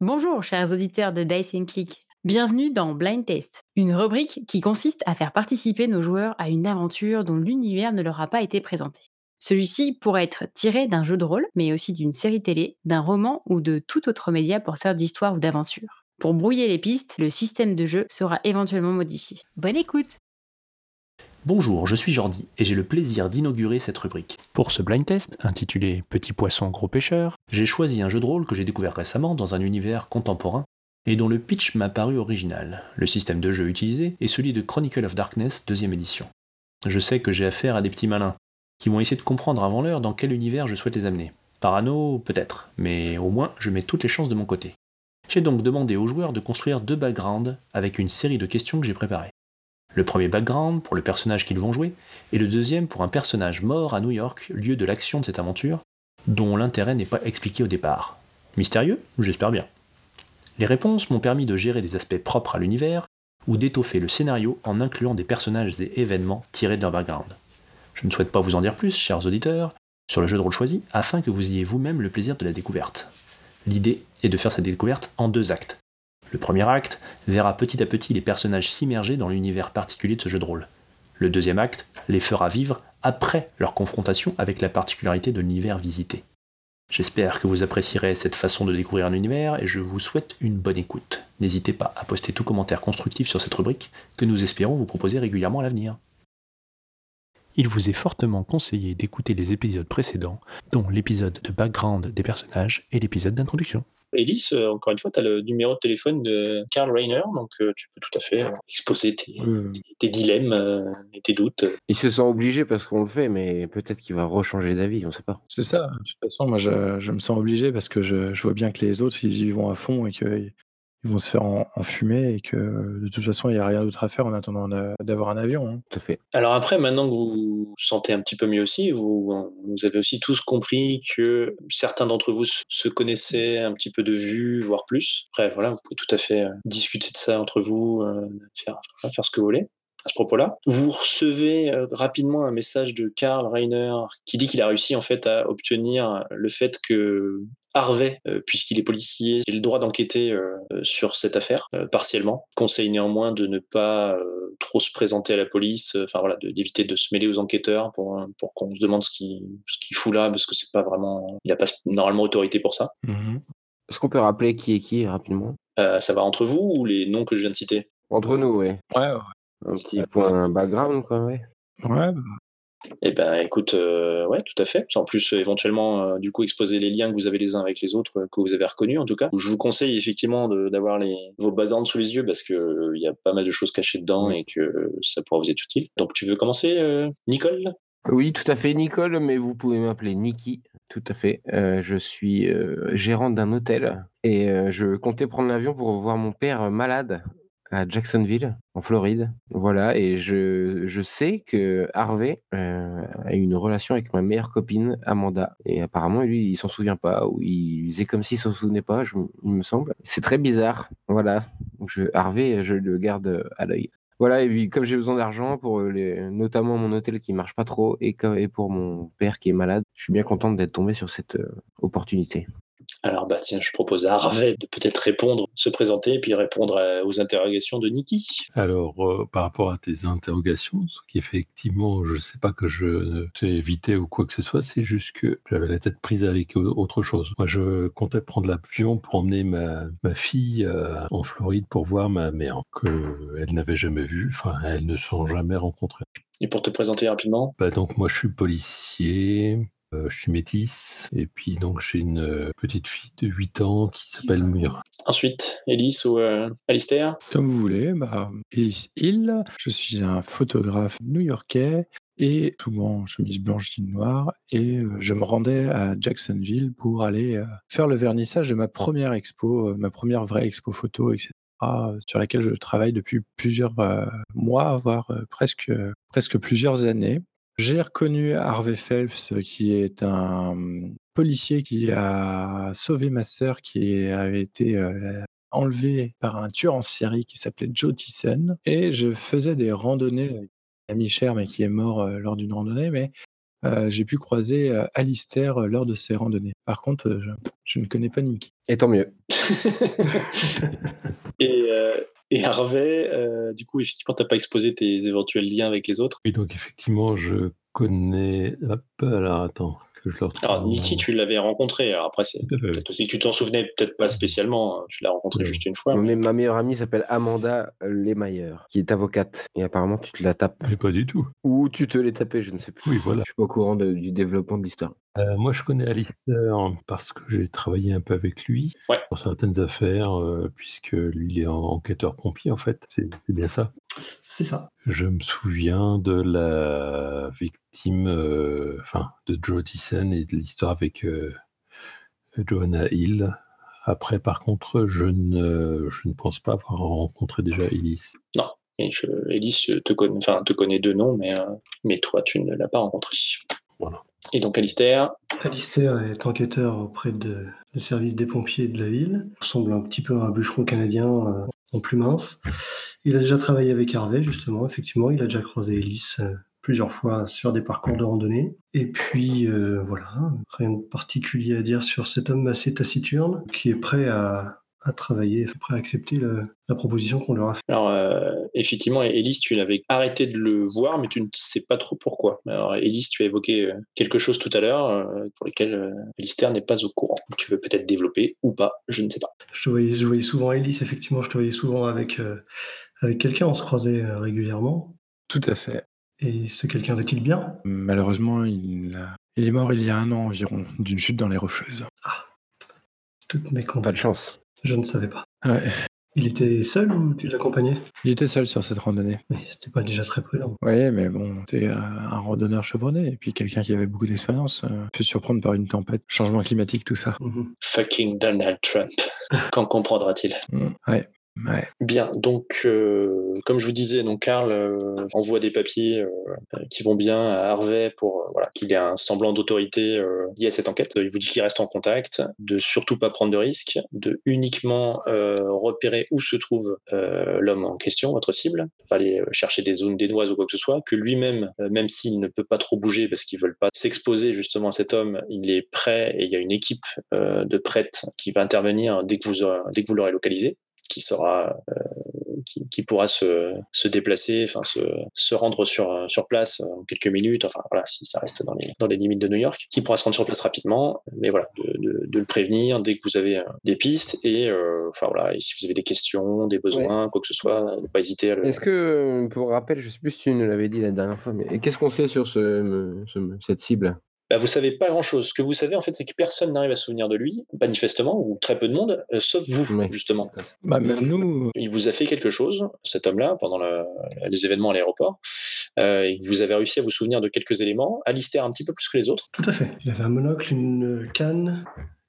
Bonjour, chers auditeurs de Dice and Click. Bienvenue dans Blind Test, une rubrique qui consiste à faire participer nos joueurs à une aventure dont l'univers ne leur a pas été présenté. Celui-ci pourrait être tiré d'un jeu de rôle, mais aussi d'une série télé, d'un roman ou de tout autre média porteur d'histoire ou d'aventure. Pour brouiller les pistes, le système de jeu sera éventuellement modifié. Bonne écoute Bonjour, je suis Jordi et j'ai le plaisir d'inaugurer cette rubrique. Pour ce blind test, intitulé Petit poisson gros pêcheur, J'ai choisi un jeu de rôle que j'ai découvert récemment dans un univers contemporain et dont le pitch m'a paru original. Le système de jeu utilisé est celui de Chronicle of Darkness 2 édition. Je sais que j'ai affaire à des petits malins qui vont essayer de comprendre avant l'heure dans quel univers je souhaite les amener. Parano, peut-être, mais au moins je mets toutes les chances de mon côté. J'ai donc demandé aux joueurs de construire deux backgrounds avec une série de questions que j'ai préparées. Le premier background pour le personnage qu'ils vont jouer, et le deuxième pour un personnage mort à New York, lieu de l'action de cette aventure, dont l'intérêt n'est pas expliqué au départ. Mystérieux J'espère bien. Les réponses m'ont permis de gérer des aspects propres à l'univers, ou d'étoffer le scénario en incluant des personnages et événements tirés de leur background. Je ne souhaite pas vous en dire plus, chers auditeurs, sur le jeu de rôle choisi, afin que vous ayez vous-même le plaisir de la découverte. L'idée est de faire cette découverte en deux actes. Le premier acte verra petit à petit les personnages s'immerger dans l'univers particulier de ce jeu de rôle. Le deuxième acte les fera vivre après leur confrontation avec la particularité de l'univers visité. J'espère que vous apprécierez cette façon de découvrir un univers et je vous souhaite une bonne écoute. N'hésitez pas à poster tout commentaire constructif sur cette rubrique que nous espérons vous proposer régulièrement à l'avenir. il vous est fortement conseillé d'écouter les épisodes précédents, dont l'épisode de background des personnages et l'épisode d'introduction. Elise, euh, encore une fois, tu as le numéro de téléphone de Karl Reiner, donc euh, tu peux tout à fait euh, exposer tes, tes dilemmes euh, et tes doutes. Il se sent obligé parce qu'on le fait, mais peut-être qu'il va rechanger d'avis, on sait pas. C'est ça. hein. De toute façon, moi, je, je me sens obligé parce que je, je vois bien que les autres, ils y vont à fond et qu'ils vont se faire en- enfumer et que de toute façon, il n'y a rien d'autre à faire en attendant d'a- d'avoir un avion. hein. Tout à fait. Alors après, maintenant que vous vous sentez un petit peu mieux aussi, vous, vous avez aussi tous compris que certains d'entre vous se- se connaissaient un petit peu de vue, voire plus. Après, voilà, vous pouvez tout à fait euh, discuter de ça entre vous, euh, faire, voilà, faire ce que vous voulez. À ce propos-là, vous recevez euh, rapidement un message de Karl Reiner qui dit qu'il a réussi en fait à obtenir le fait que Harvey, euh, puisqu'il est policier, a le droit d'enquêter euh, euh, sur cette affaire, euh, partiellement. Conseille néanmoins de ne pas euh, trop se présenter à la police, euh, enfin voilà, de- d'éviter de se mêler aux enquêteurs pour, euh, pour qu'on se demande ce qu'il ce qu'il fout là, parce que c'est pas vraiment. Il n'a pas normalement autorité pour ça. Mmh Est-ce qu'on peut rappeler qui est qui rapidement Euh, ça va entre vous ou les noms que je viens de citer Entre nous, ouais. Ouais, ouais. Un petit point background, quoi, ouais. Ouais, bah, Eh ben, écoute, euh, ouais, tout à fait. En plus, euh, éventuellement, euh, du coup, exposer les liens que vous avez les uns avec les autres, euh, que vous avez reconnus, en tout cas. Je vous conseille effectivement de- d'avoir les- vos backgrounds sous les yeux parce que euh, il y a pas mal de choses cachées dedans et que euh, ça pourra vous être utile. Donc, tu veux commencer, euh, Nicole Oui, tout à fait, Nicole, mais vous pouvez m'appeler Niki. Tout à fait. Euh, je suis euh, gérante d'un hôtel et euh, je comptais prendre l'avion pour voir mon père euh, malade à Jacksonville, en Floride. Voilà, et je, je sais que Harvey euh, a eu une relation avec ma meilleure copine, Amanda. Et apparemment, lui, il s'en souvient pas, ou il faisait comme s'il s'en souvenait pas, je- il me semble. C'est très bizarre. Voilà. Donc, je, Harvey, je le garde euh, à l'œil. Voilà, et puis comme j'ai besoin d'argent pour euh, les, notamment mon hôtel qui marche pas trop et, que- et pour mon père qui est malade, je suis bien contente d'être tombé sur cette euh, opportunité. Alors, bah, tiens, je propose à Harvey de peut-être répondre, se présenter et puis répondre à- aux interrogations de Niki. Alors, euh, par rapport à tes interrogations, ce qui effectivement, je ne sais pas que je t'ai évité ou quoi que ce soit, c'est juste que j'avais la tête prise avec au- autre chose. Moi, je comptais prendre l'avion pour emmener ma, ma fille euh, en Floride pour voir ma mère, qu'elle n'avait jamais vue, enfin, elles ne se sont jamais rencontrées. Et pour te présenter rapidement, Bah, donc, moi, je suis policier. euh, je suis métisse, et puis donc j'ai une euh, petite fille de 8 ans qui s'appelle Mira. ensuite, Elise ou euh, Alistair Comme vous voulez, bah, Ellis Hill, je suis un photographe new-yorkais et souvent en chemise blanche, jean noire, et euh, je me rendais à Jacksonville pour aller euh, faire le vernissage de ma première expo, euh, ma première vraie expo photo, etc., euh, sur laquelle je travaille depuis plusieurs euh, mois, voire euh, presque, euh, presque plusieurs années. J'ai reconnu Harvey Phelps, euh, qui est un hum, policier qui a sauvé ma sœur, qui avait été euh, enlevé par un tueur en série qui s'appelait Joe Tyson. Et je faisais des randonnées avec un ami cher, mais qui est mort euh, lors d'une randonnée. Mais euh, j'ai pu croiser euh, Alistair euh, lors de ses randonnées. Par contre, euh, je, je ne connais pas Niki. Et tant mieux. et, euh, et Harvey, euh, du coup, effectivement, t'as pas exposé tes éventuels liens avec les autres. Oui, donc effectivement, je connais. Hop, alors attends, que je le retrouve. Alors, Niki, Ah, tu l'avais rencontré. Alors après, c'est Tout à fait, oui. peut-être aussi que tu t'en souvenais peut-être pas spécialement. hein. Tu l'as rencontré Oui. juste une fois. Mais ma meilleure amie s'appelle Amanda Lemailleur, qui est avocate. Et apparemment, tu te la tapes. Mais pas du tout. Ou tu te l'es tapé, je ne sais plus. Oui, voilà. Je suis pas au courant de- du développement de l'histoire. Euh, moi, je connais Alistair parce que j'ai travaillé un peu avec lui Ouais. pour certaines affaires, euh, puisque lui, il est en- enquêteur pompier, en fait. C'est c'est bien ça. C'est ça. Je me souviens de la victime, euh, enfin, de Joe Tyson et de l'histoire avec euh, Joanna Hill. Après, par contre, je ne, je ne pense pas avoir rencontré déjà Ellis. Et je, Elise te, connaît, enfin, te connaît de nom, mais, euh, mais toi, tu ne l'as pas rencontré. Voilà. Et donc, Alistair, Alistair est enquêteur auprès de, du service des pompiers de la ville. Il ressemble un petit peu à un bûcheron canadien euh, en plus mince. Il a déjà travaillé avec Harvey, justement, effectivement. Il a déjà croisé Ellis euh, plusieurs fois sur des parcours de randonnée. Et puis, euh, voilà, rien de particulier à dire sur cet homme assez taciturne qui est prêt à, à travailler, prêt à accepter la, la proposition qu'on leur a faite. Alors, euh, effectivement, Elise, tu l'avais arrêté de le voir, mais tu ne sais pas trop pourquoi. Alors, Elise, tu as évoqué euh, quelque chose tout à l'heure euh, pour lequel euh, Alistair n'est pas au courant. Tu veux peut-être développer ou pas, je ne sais pas. Je te voyais, je voyais souvent Ellis, effectivement, je te voyais souvent avec, euh, avec quelqu'un, on se croisait euh, régulièrement. Tout à fait. Et ce quelqu'un est-il bien Malheureusement, il, a- il est mort il y a un an environ d'une chute dans les rocheuses. Toutes Pas mes de compagnons. chance. Je ne savais pas. Ouais. Il était seul ou tu l'accompagnais Il était seul sur cette randonnée. Mais c'était pas déjà très prudent. Oui, mais bon, t'es euh, un randonneur chevronné et puis quelqu'un qui avait beaucoup d'expérience. euh, fait surprendre par une tempête, changement climatique, tout ça. Mhm. Fucking Donald Trump. Quand comprendra-t-il Mm. Ouais, ouais. Bien, donc, euh, comme je vous disais, donc Karl euh, envoie des papiers euh, euh, qui vont bien à Harvey pour euh, voilà, qu'il ait un semblant d'autorité euh, lié à cette enquête. Il vous dit qu'il reste en contact, de surtout pas prendre de risques, de uniquement euh, repérer où se trouve euh, l'homme en question, votre cible, pas aller euh, chercher des zones dénoises ou quoi que ce soit, que lui-même, euh, même s'il ne peut pas trop bouger parce qu'ils veulent pas s'exposer justement à cet homme, il est prêt et il y a une équipe euh, de prêtres qui va intervenir dès que vous, aurez- dès que vous l'aurez localisé qui sera euh, qui, qui pourra se, se déplacer, enfin se, se rendre sur, euh, sur place euh, en quelques minutes, enfin voilà, si ça reste dans les, dans les limites de New York, qui pourra se rendre sur place rapidement, mais voilà, de, de- de le prévenir dès que vous avez euh, des pistes et euh, enfin voilà, et si vous avez des questions, des besoins, quoi que ce soit, ne pas hésiter à le. Est-ce que, euh, pour rappel, je sais plus si tu nous l'avais dit la dernière fois, mais qu'est-ce qu'on sait sur ce, euh, ce- cette cible Bah, vous savez pas grand chose. Ce que vous savez en fait, c'est que personne n'arrive à se souvenir de lui, manifestement, ou très peu de monde, euh, sauf vous, Ouais. justement. Bah, même nous, il vous a fait quelque chose, cet homme-là, pendant la- les événements à l'aéroport, euh, et que vous avez réussi à vous souvenir de quelques éléments. Alistair un petit peu plus que les autres. Tout à fait. Il avait un monocle, une euh, canne,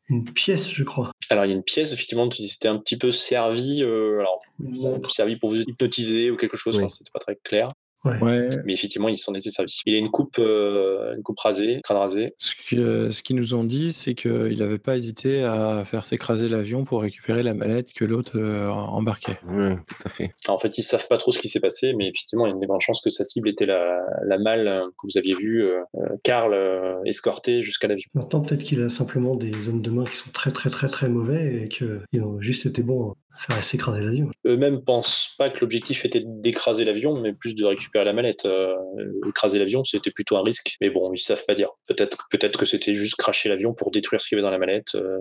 une pièce, je crois. Alors il y a une pièce, effectivement, qui s'était un petit peu servi, euh, alors Une montre. servi pour vous hypnotiser ou quelque chose, Oui. enfin, c'était pas très clair, ouais, mais effectivement il s'en était servi. Il a une coupe, euh, une coupe rasée, crâne rasé. ce que- ce qu'ils nous ont dit, c'est qu'il n'avait pas hésité à faire s'écraser l'avion pour récupérer la mallette que l'autre euh, embarquait. Oui, tout à fait. Alors, en fait ils savent pas trop ce qui s'est passé, mais effectivement il y a une grande chance que sa cible était la, la malle euh, que vous aviez vue, euh, euh, Karl euh, escorté jusqu'à l'avion. Maintenant, peut-être qu'il a simplement des hommes de main qui sont très, très, très, très mauvais et qu'ils ont juste été bons à faire s'écraser l'avion. eux-mêmes pensent pas que l'objectif était d'écraser l'avion, mais plus de récupérer la mallette. Euh, écraser l'avion, c'était plutôt un risque, mais bon, ils savent pas dire. Peut-être, peut-être que c'était juste cracher l'avion pour détruire ce qu'il y avait dans la mallette. euh,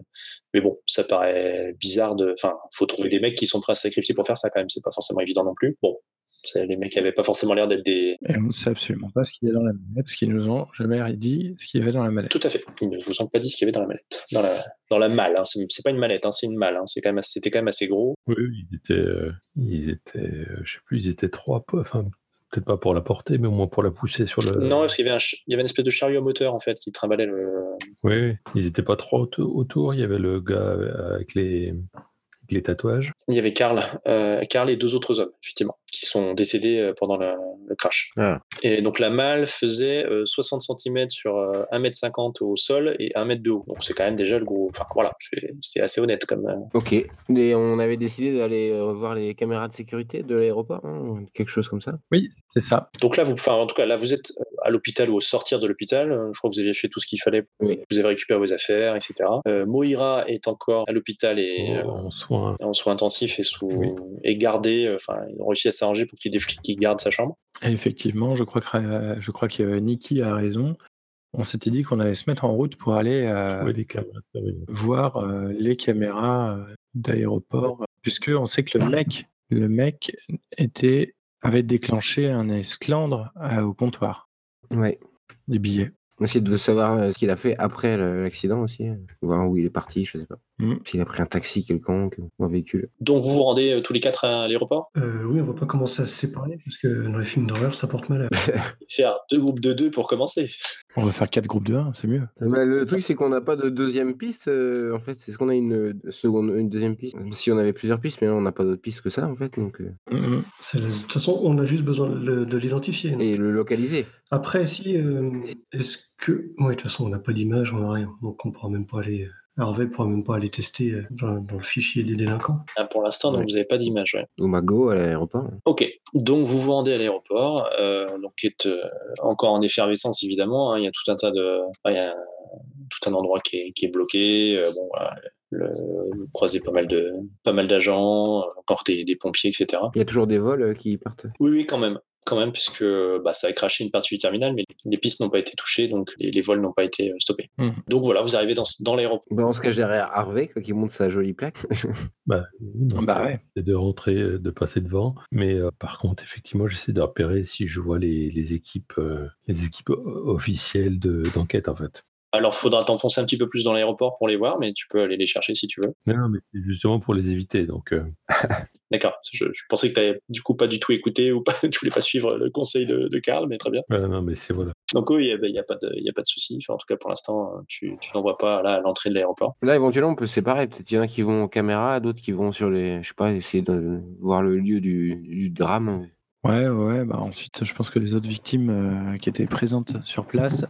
mais bon, ça paraît bizarre. De, enfin, faut trouver des mecs qui sont prêts à se sacrifier pour faire ça quand même. C'est pas forcément évident non plus. Bon, ça, les mecs avaient pas forcément l'air d'être des. Et on ne sait absolument pas ce qu'il y a dans la mallette, parce qu'ils nous ont jamais dit ce qu'il y avait dans la mallette. Tout à fait. Ils ne vous ont pas dit ce qu'il y avait dans la mallette, dans la, dans la malle. Hein. C'est, c'est pas une mallette, hein, c'est une malle. Hein. C'est quand même, assez- c'était quand même assez gros. Oui, oui, ils étaient, euh, ils étaient, euh, je sais plus, ils étaient trois, peu- enfin peut-être pas pour la porter, mais au moins pour la pousser sur le. Non, parce qu'il y avait, un ch- il y avait une espèce de chariot à moteur en fait qui trimballait le, Oui, oui. ils étaient pas trois auto- autour. Il y avait le gars avec les, avec les tatouages. Il y avait Karl, euh, Karl et deux autres hommes, effectivement, qui sont décédés euh, pendant la- le crash. Ah. Et donc la malle faisait euh, 60 cm sur euh, 1m50 au sol et 1m de haut. Donc c'est quand même déjà le gros. Enfin voilà, c'est- c'est assez honnête comme. euh, Ok. Et on avait décidé d'aller euh, voir les caméras de sécurité de l'aéroport, hein, ou quelque chose comme ça. Oui, c'est ça. Donc là, vous, enfin, en tout cas, là, vous êtes euh, à l'hôpital ou au sortir de l'hôpital. Euh, Je crois que vous aviez fait tout ce qu'il fallait. Oui. Vous avez récupéré vos affaires, etc. Euh, Moira est encore à l'hôpital et euh, En soins. en soins intensifs et, sous, Oh. Oui. et gardée. euh, Enfin, ils ont réussi à s'arranger pour qu'il y ait des flics qui gardent sa chambre. Et effectivement, je crois que, euh, je crois que euh, Nikki a raison. On s'était dit qu'on allait se mettre en route pour aller euh, ah. Oui, les caméras. de surveillance. voir euh, les caméras euh, d'aéroport, puisque on sait que le mec, le mec était, avait déclenché un esclandre euh, au comptoir Ouais. des billets. On essaie de savoir euh, ce qu'il a fait après le- l'accident aussi. euh, Voir où il est parti, je sais pas. Mm. S'il a pris un taxi quelconque ou un véhicule. Donc vous vous rendez euh, tous les quatre à l'aéroport. Euh, oui, on va pas commencer à se séparer parce que dans les films d'horreur, ça porte mal. à- Faire deux groupes de deux pour commencer. On va faire quatre groupes de 1, c'est mieux. Euh, bah, le truc, c'est qu'on n'a pas de deuxième piste. euh, en fait, c'est ce qu'on a une euh, seconde, une deuxième piste. Si on avait plusieurs pistes, mais là, on n'a pas d'autre piste que ça, en fait. Donc, euh, C'est- De toute façon, on a juste besoin de, le- de l'identifier. et le localiser. Après, si euh, est-ce que ouais, de toute façon, on n'a pas d'image, on n'a rien, donc on pourra même pas aller. euh, Harvey pourra même pas aller tester euh, dans, dans le fichier des délinquants. Ah, pour l'instant, donc Ouais. vous n'avez pas d'image. ouais. Ou Mago à l'aéroport. Ok. Donc vous vous rendez à l'aéroport, euh, donc qui est euh, encore en effervescence évidemment. hein. Il y a tout un tas de, enfin, il y a tout un endroit qui est, qui est bloqué. euh, bon, voilà, le- vous croisez pas mal de, pas mal d'agents, euh, encore des, des pompiers, etc. Il y a toujours des vols euh, qui partent. Oui, oui, quand même. Quand même, puisque bah, ça a craché une partie du terminal, mais les pistes n'ont pas été touchées, donc les, les vols n'ont pas été euh, stoppés. Mhm. Donc voilà, vous arrivez dans, ce- dans l'aéroport. Bah, on se cache derrière Harvey quoi, qui monte sa jolie plaque. Bah, non, Ah, Bah ouais. c'est de rentrer, euh, de passer devant. Mais euh, par contre, effectivement, j'essaie de repérer si je vois les, les équipes, euh, les équipes o- officielles de- d'enquête, en fait. Alors, faudra t'enfoncer un petit peu plus dans l'aéroport pour les voir, mais tu peux aller les chercher si tu veux. Non, non, mais c'est justement pour les éviter. Donc, euh, D'accord. Je, je pensais que t'avais du coup pas du tout écouté ou pas, tu voulais pas suivre le conseil de, de Karl, mais très bien. voilà, non, mais c'est voilà. Donc oui, il n'y a, pas de- il y a pas de souci. Enfin, en tout cas, pour l'instant, euh, tu, tu n'en vois pas là à l'entrée de l'aéroport. Là, éventuellement, on peut se séparer. Peut-être il y en a qui vont aux caméras, d'autres qui vont sur les. Je sais pas, essayer de voir le lieu du, du drame. Ouais, ouais. Bah ensuite, je pense que les autres victimes euh, qui étaient présentes sur place,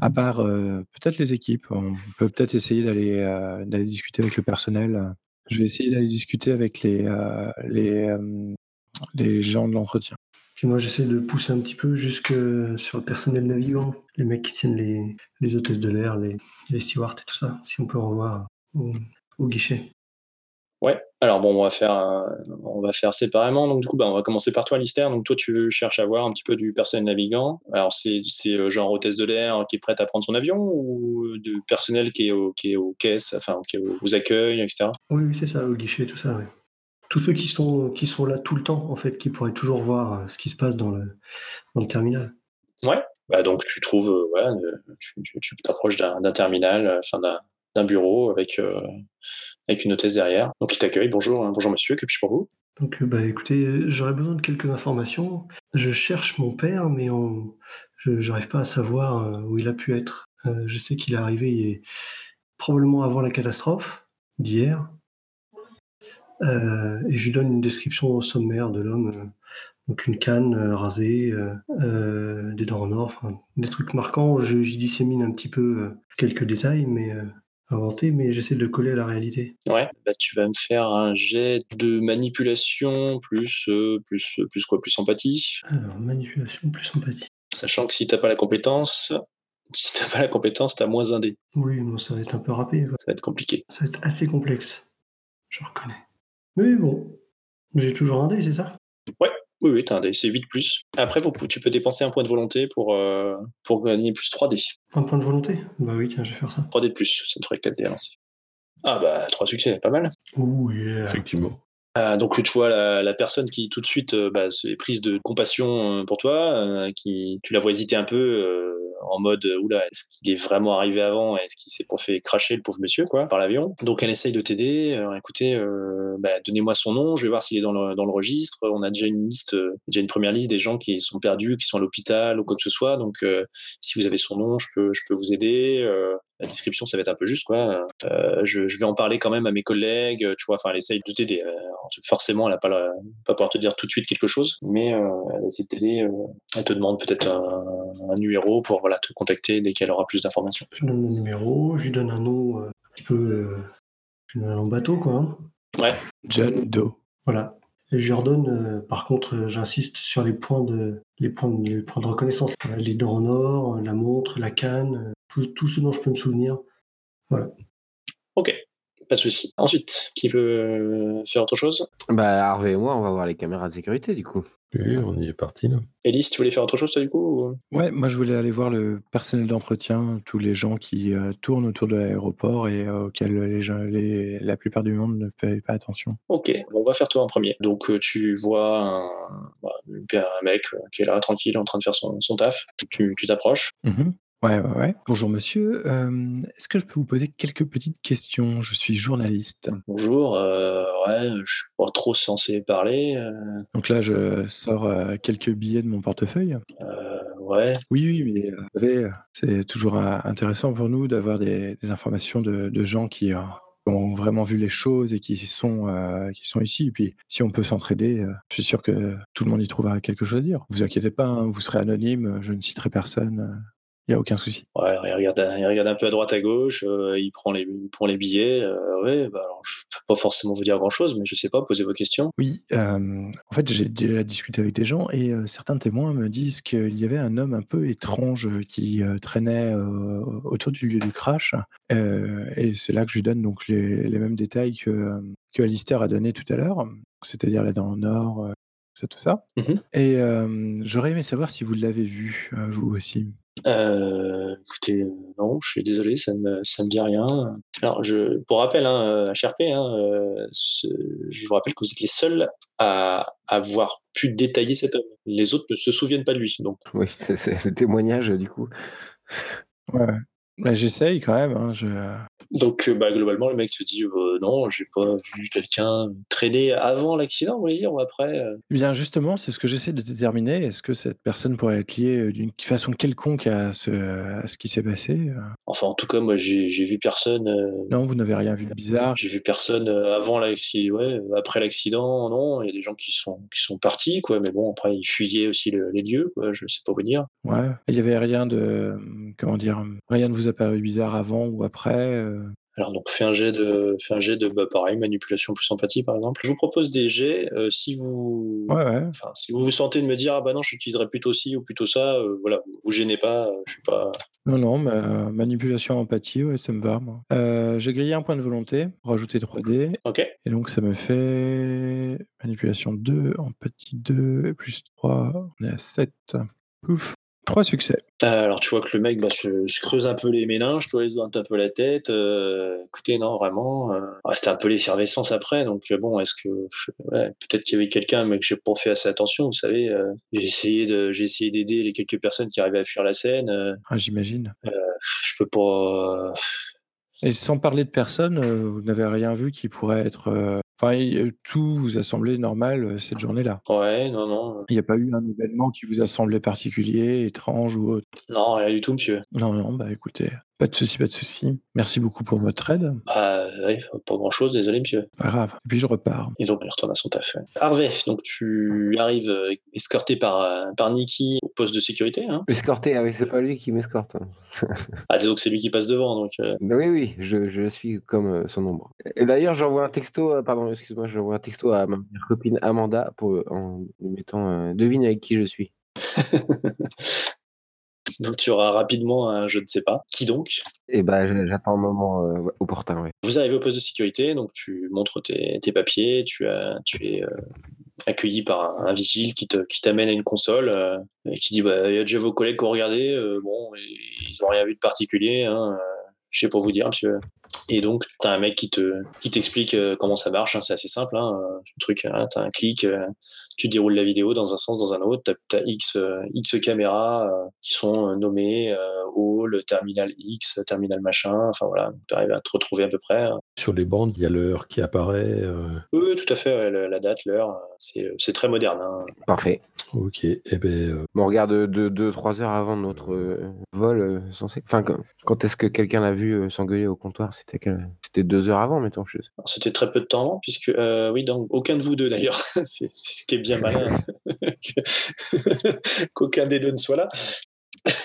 à part euh, peut-être les équipes, on peut peut-être essayer d'aller euh, d'aller discuter avec le personnel. Je vais essayer d'aller discuter avec les euh, les euh, les gens de l'entretien. Puis moi, j'essaie de pousser un petit peu jusque euh, sur le personnel navigant, les mecs qui tiennent les, les hôtesses de l'air, les, les stewards et tout ça, si on peut revoir euh, au, au guichet. Ouais. Alors bon, on va faire, un- on va faire séparément. Donc du coup, bah, on va commencer par toi, Lister. Donc toi, tu cherches à voir un petit peu du personnel navigant. Alors c'est, c'est euh, genre hôtesse de l'air qui est prête à prendre son avion ou du personnel qui est au, qui est aux caisses, enfin qui est aux, aux accueils, etc. Oui, oui, c'est ça, au guichet, tout ça, oui. Tous ceux qui sont, qui sont là tout le temps, en fait, qui pourraient toujours voir euh, ce qui se passe dans le, dans le terminal. Bah, donc tu trouves, euh, voilà, le- tu, tu- tu t'approches d'un, d'un terminal, euh, enfin d'un, d'un bureau avec. euh, avec une hôtesse derrière, donc il t'accueille. Bonjour, hein, bonjour monsieur, que puis-je pour vous Donc, euh, bah, écoutez, euh, j'aurais besoin de quelques informations. Je cherche mon père, mais on... je n'arrive pas à savoir euh, où il a pu être. Euh, je sais qu'il est arrivé il est probablement avant la catastrophe d'hier. Euh, et je lui donne une description sommaire de l'homme. euh, donc une canne euh, rasée, euh, euh, des dents en or, enfin, des trucs marquants. Je- J'y dissémine un petit peu euh, quelques détails, mais euh, inventés, mais j'essaie de le coller à la réalité. Ouais, bah, tu vas me faire un jet de manipulation plus euh, plus euh, plus quoi plus empathie, Alors, manipulation plus sympathie. sachant que si t'as pas la compétence, si t'as pas la compétence, t'as moins un dé. Oui, bon, ça va être un peu râpé. quoi. Ça va être compliqué. Ça va être assez complexe. Je reconnais. Mais bon, j'ai toujours un dé, c'est ça Oui, oui, t'as un dé, c'est 8 plus. Après, vous, pou- tu peux dépenser un point de volonté pour euh, pour gagner plus 3 dés, Un point de volonté Bah oui, tiens, je vais faire ça. 3 dés de plus, ça te ferait 4 dés à lancer. Ah bah trois succès, pas mal. Ouh, yeah. Effectivement. Ah, donc tu vois la, la personne qui tout de suite euh, bah, c'est prise de compassion euh, pour toi, euh, qui tu la vois hésiter un peu euh, en mode euh, oula est-ce qu'il est vraiment arrivé avant, est-ce qu'il s'est pas fait cracher le pauvre monsieur quoi par l'avion. Donc elle essaye de t'aider. Alors, écoutez, euh, bah, donnez-moi son nom, je vais voir s'il est dans le, dans le registre. On a déjà une liste, euh, déjà une première liste des gens qui sont perdus, qui sont à l'hôpital ou quoi que ce soit. Donc euh, si vous avez son nom, je peux je peux vous aider. Euh, la description, ça va être un peu juste, quoi. Euh, je, je vais en parler quand même à mes collègues, euh, tu vois, enfin, elle essaye de t'aider. Euh, forcément, elle va pas, la- pas pouvoir te dire tout de suite quelque chose, mais euh, elle essaie de t'aider. euh, elle te demande peut-être un, un numéro pour voilà, te contacter dès qu'elle aura plus d'informations. Je lui donne mon numéro, je lui donne un nom euh, un petit peu. euh, je lui donne un nom bateau, quoi. hein. John Doe. Voilà. Et je lui ordonne, euh, par contre, euh, j'insiste sur les points de, les points de, les points de reconnaissance. Voilà, les dents en or, euh, la montre, la canne, euh, tout, tout ce dont je peux me souvenir. Ok, pas de souci. Ensuite, qui veut euh, faire autre chose Bah, Harvey et moi, on va voir les caméras de sécurité, du coup. Oui, on y est parti là. Elise, tu voulais faire autre chose, toi, du coup ou- Ouais, moi je voulais aller voir le personnel d'entretien, tous les gens qui euh, tournent autour de l'aéroport et euh, auxquels les gens, les- la plupart du monde ne fait pas attention. Ok, bon, on va faire toi en premier. Donc euh, tu vois un, bah, un mec euh, qui est là tranquille en train de faire son, son taf. Tu tu t'approches. Mmh Ouais, ouais, ouais. Bonjour monsieur, Euh, est-ce que je peux vous poser quelques petites questions Je suis journaliste. Bonjour. euh, ouais, je suis pas trop censé parler. euh, Donc là, je sors euh, quelques billets de mon portefeuille. euh, ouais. Oui, oui, mais euh, vous savez, euh, c'est toujours euh, intéressant pour nous d'avoir des, des informations de, de gens qui euh, ont vraiment vu les choses et qui sont, euh, qui sont ici. Et puis, si on peut s'entraider, euh, je suis sûr que tout le monde y trouvera quelque chose à dire. Vous inquiétez pas, hein, vous serez anonyme, je ne citerai personne, il n'y a aucun souci. Ouais, alors, il, regarde, un- il regarde un peu à droite à gauche. euh, il prend les il prend les billets. euh, ouais. Bah, alors, je peux pas forcément vous dire grand chose, mais je sais pas. Posez vos questions. Oui, euh, en fait, j'ai déjà discuté avec des gens et euh, certains témoins me disent qu'il y avait un homme un peu étrange euh, qui euh, traînait euh, autour du lieu du crash. Euh, et c'est là que je lui donne donc les, les mêmes détails que, euh, que Alistair a donné tout à l'heure, c'est-à-dire là dans le Nord, euh, ça, tout ça. Mhm. Et euh, j'aurais aimé savoir si vous l'avez vu, euh, vous aussi. Euh, écoutez, euh, non, je suis désolé, ça me, ça me dit rien. Alors, je, pour rappel, hein, euh, HRP, hein, euh, ce- je vous rappelle que vous êtes les seuls à avoir pu détailler cet homme. Les autres ne se souviennent pas de lui. Donc, Oui, c'est- c'est le témoignage, du coup. Ouais. ouais. Bah, J'essaye quand même. hein, je... donc euh, bah, globalement, le mec se dit euh, non, j'ai pas vu quelqu'un traîner avant l'accident, vous voulez dire, ou après. euh. Eh Bien justement, c'est ce que j'essaie de déterminer. Est-ce que cette personne pourrait être liée euh, d'une façon quelconque à ce, à ce qui s'est passé Enfin, en tout cas, moi, j'ai j'ai vu personne. euh, Non, vous n'avez rien vu de bizarre. J'ai vu personne euh, avant l'accident, ouais, euh, après l'accident, non. Il y a des gens qui sont, qui sont partis, quoi. Mais bon, après, ils fuyaient aussi le- les lieux, quoi. Je sais pas vous dire. Ouais. Il n'y avait rien de. mmh, Comment dire Rien ne vous a paru bizarre avant ou après euh. Alors, donc, fais un jet de, fais un jet de, bah, pareil, manipulation plus empathie, par exemple. Je vous propose des jets, euh, si vous. Ouais, ouais. Enfin, si vous vous sentez de me dire, ah bah non, j'utiliserais plutôt ci ou plutôt ça, euh, voilà, vous- vous gênez pas, euh, je suis pas. Non, non, mais, euh, manipulation empathie, ouais, ça me va, moi. Euh, J'ai grillé un point de volonté, rajouté 3D, Ok. et donc ça me fait manipulation 2, empathie 2, et plus 3, on est à 7. Pouf. 3 succès. Euh, alors, tu vois que le mec bah, se, se creuse un peu les méninges, tu vois, il se gratte un peu la tête. euh, écoutez, non, vraiment, euh, ah, c'était un peu l'effervescence après. Donc, euh, bon, est-ce que je- ouais, peut-être qu'il y avait quelqu'un, mais que j'ai pas fait assez attention, vous savez. euh, j'ai essayé de, j'ai essayé d'aider les quelques personnes qui arrivaient à fuir la scène. euh, Ah, J'imagine. je peux pas. euh, Et sans parler de personne, euh, vous n'avez rien vu qui pourrait être. euh, Enfin, il- euh, tout vous a semblé normal euh, cette journée-là. ouais, non, non, Il n'y a pas eu un événement qui vous a semblé particulier, étrange ou autre. non, rien du tout, monsieur. Non, non, bah écoutez, pas de souci, pas de souci. Merci beaucoup pour votre aide. Bah, ouais, pas grand-chose, désolé, monsieur. Pas grave. Et puis je repars. Et donc, elle retourne à son taf. ouais. Harvey, donc tu arrives euh, escorté par, euh, par Nikki au poste de sécurité. Hein. Escorté, ah oui, c'est pas lui qui m'escorte. hein. Ah, disons que c'est lui qui passe devant, donc. euh, Mais Oui, oui, je, je suis comme euh, son ombre. Et d'ailleurs, j'envoie un texto, euh, pardon, excuse-moi, j'envoie un texto à ma meilleure copine Amanda pour, euh, en lui mettant euh, devine avec qui je suis. Donc tu auras rapidement un je ne sais pas. Qui donc Et bah, j'- j'attends le moment euh, opportun, oui. Vous arrivez au poste de sécurité, donc tu montres tes, tes papiers, tu, as, tu es euh, accueilli par un, un vigile qui, te, qui t'amène à une console euh, et qui dit bah, il y a déjà vos collègues qui ont regardé, euh, bon, ils n'ont rien vu de particulier, hein, euh, je sais pas vous dire, monsieur. Et donc, tu as un mec qui, te, qui t'explique euh, comment ça marche, hein, c'est assez simple, hein, euh, le truc, tu as un clic, euh, tu déroules la vidéo dans un sens, dans un autre, tu as, X, euh, X caméras euh, qui sont euh, nommées euh, hall, terminal X, terminal machin. Enfin voilà, tu arrives à te retrouver à peu près. hein. Sur les bandes, il y a l'heure qui apparaît. euh, Oui, oui, tout à fait. ouais, le- la date, l'heure, euh, c'est c'est très moderne. hein. Parfait. ok, et eh ben, euh, Bon, on regarde 2-3 heures avant notre euh, vol euh, censé. Enfin, quand, quand est-ce que quelqu'un l'a vu euh, s'engueuler au comptoir C'était quelle- C'était deux heures avant, mettons. Je... Alors, C'était très peu de temps, puisque euh, oui, donc aucun de vous deux d'ailleurs, c'est c'est ce qui est bien malin, que- qu'aucun des deux ne soit là.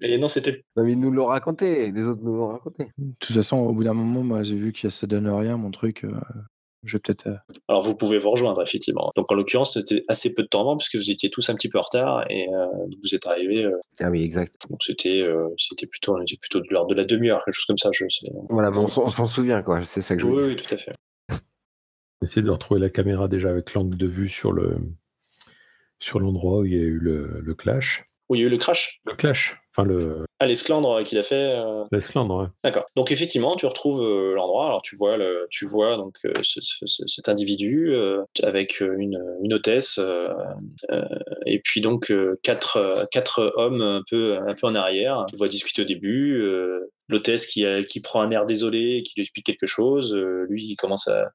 Et non, c'était Non, mais ils nous l'ont raconté. Les autres nous l'ont raconté. De toute façon, au bout d'un moment, moi, j'ai vu que ça donne rien, mon truc. euh, je vais peut-être. euh, Alors vous pouvez vous rejoindre effectivement. Donc en l'occurrence c'était assez peu de temps avant puisque vous étiez tous un petit peu en retard et euh, vous êtes arrivés. euh, Ah oui, exact. donc c'était euh, c'était plutôt on était plutôt de l'ordre de la demi-heure quelque chose comme ça. Je sais. Voilà, mais on s'en- on s'en souvient, quoi. C'est ça que je veux Oui dire. oui tout à fait. on essaie de retrouver la caméra déjà avec l'angle de vue sur le sur l'endroit où il y a eu le, le clash. Oui il y a eu le crash. Le clash, enfin le Ah l'esclandre euh, qu'il a fait. euh, l'esclandre. hein. D'accord. Donc effectivement, tu retrouves euh, l'endroit. Alors tu vois, le, tu vois donc euh, ce- ce- ce- cet individu euh, avec euh, une, une hôtesse euh, euh, et puis donc euh, quatre, euh, quatre hommes un peu un peu en arrière. hein, Tu vois discuter au début. euh, L'hôtesse qui, a- qui prend un air désolé, et qui lui explique quelque chose. euh, lui, il commence à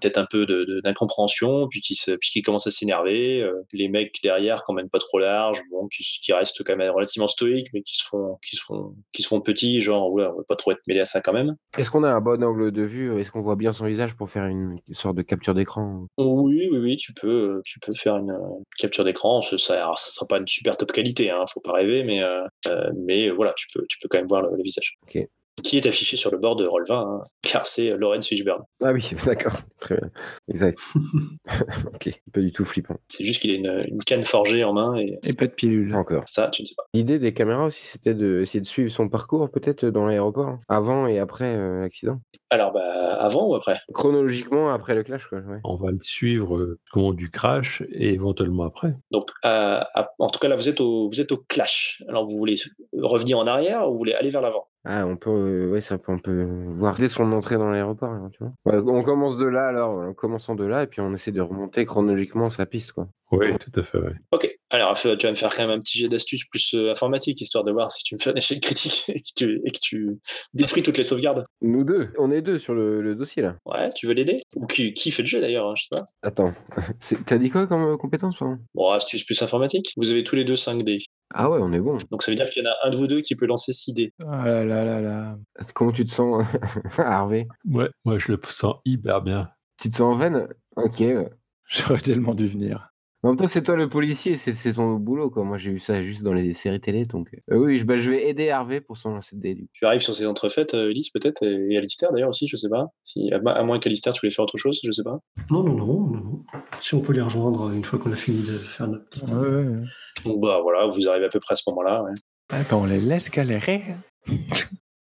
peut-être un peu de- de- d'incompréhension, puis qui se, puis qui commence à s'énerver. euh, les mecs derrière, quand même pas trop larges, bon, qui, s- qui restent quand même relativement stoïques, mais qui se font, qui se font, qui se font petits, genre ouais, on va pas trop être mêlé à ça quand même. Est-ce qu'on a un bon angle de vue Est-ce qu'on voit bien son visage pour faire une sorte de capture d'écran Oui, oui, oui, tu peux, euh, tu peux faire une euh, capture d'écran. Ce- Ça, alors, ça sera pas une super top qualité, hein, faut pas rêver, mais euh, euh, mais euh, voilà, tu peux, tu peux quand même voir le, le visage. Ok. Qui est affiché sur le bord de Roll20, hein, car c'est euh, Lawrence Fishburne. Ah oui, d'accord. Très bien. Exact. ok, pas du tout flippant. C'est juste qu'il a une, une canne forgée en main et Et pas de pilule. Pas encore. ça, tu ne sais pas. L'idée des caméras aussi, c'était de essayer de suivre son parcours peut-être dans l'aéroport, avant et après euh, l'accident. Alors, bah, avant ou après Chronologiquement, après le clash, quoi. ouais. On va le suivre euh, au moment du crash et éventuellement après. Donc, à- à- en tout cas, là, vous êtes, au, vous êtes au clash. Alors, vous voulez revenir en arrière ou vous voulez aller vers l'avant Ah, on peut, euh, ouais, ça peut, on peut voir dès son entrée dans l'aéroport, hein, tu vois. Ouais, on commence de là, alors, en commençant de là, et puis on essaie de remonter chronologiquement sa piste, quoi. Oui, tout à fait. ouais. Ok. Alors, fais- tu vas me faire quand même un petit jet d'astuce plus euh, informatique, histoire de voir si tu me fais un échec critique et que tu, et que tu détruis toutes les sauvegardes. Nous deux, on est deux sur le, le dossier là. Ouais, tu veux l'aider Ou qui, qui fait le jet d'ailleurs, hein, je sais pas. Attends, c'est- t'as dit quoi comme euh, compétence, pardon Bon, astuce plus informatique. Vous avez tous les deux 5 dés. Ah ouais, on est bon. Donc, ça veut dire qu'il y en a un de vous deux qui peut lancer 6 dés. Ah là là là là. Comment tu te sens, Harvey Ouais, moi je le sens hyper bien. Tu te sens en veine Ok. ouais. J'aurais tellement dû venir. En même temps, c'est toi le policier, c'est c'est ton boulot, quoi. Moi, j'ai eu ça juste dans les séries télé, donc. euh, oui, je, bah, je vais aider Harvey pour son lancer de dés, du coup. Tu arrives sur ces entrefaites, euh, Ulysse, peut-être, et, et Alistair d'ailleurs aussi, je sais pas. Si, à, ma- à moins qu'Alistair, tu voulais faire autre chose, je sais pas. Non, non, non, non, non. Si on peut les rejoindre euh, une fois qu'on a fini de faire notre petite. Ouais, ouais, ouais. Donc, bah voilà, vous arrivez à peu près à ce moment-là. Ouais. Ah, ben, on les laisse galérer.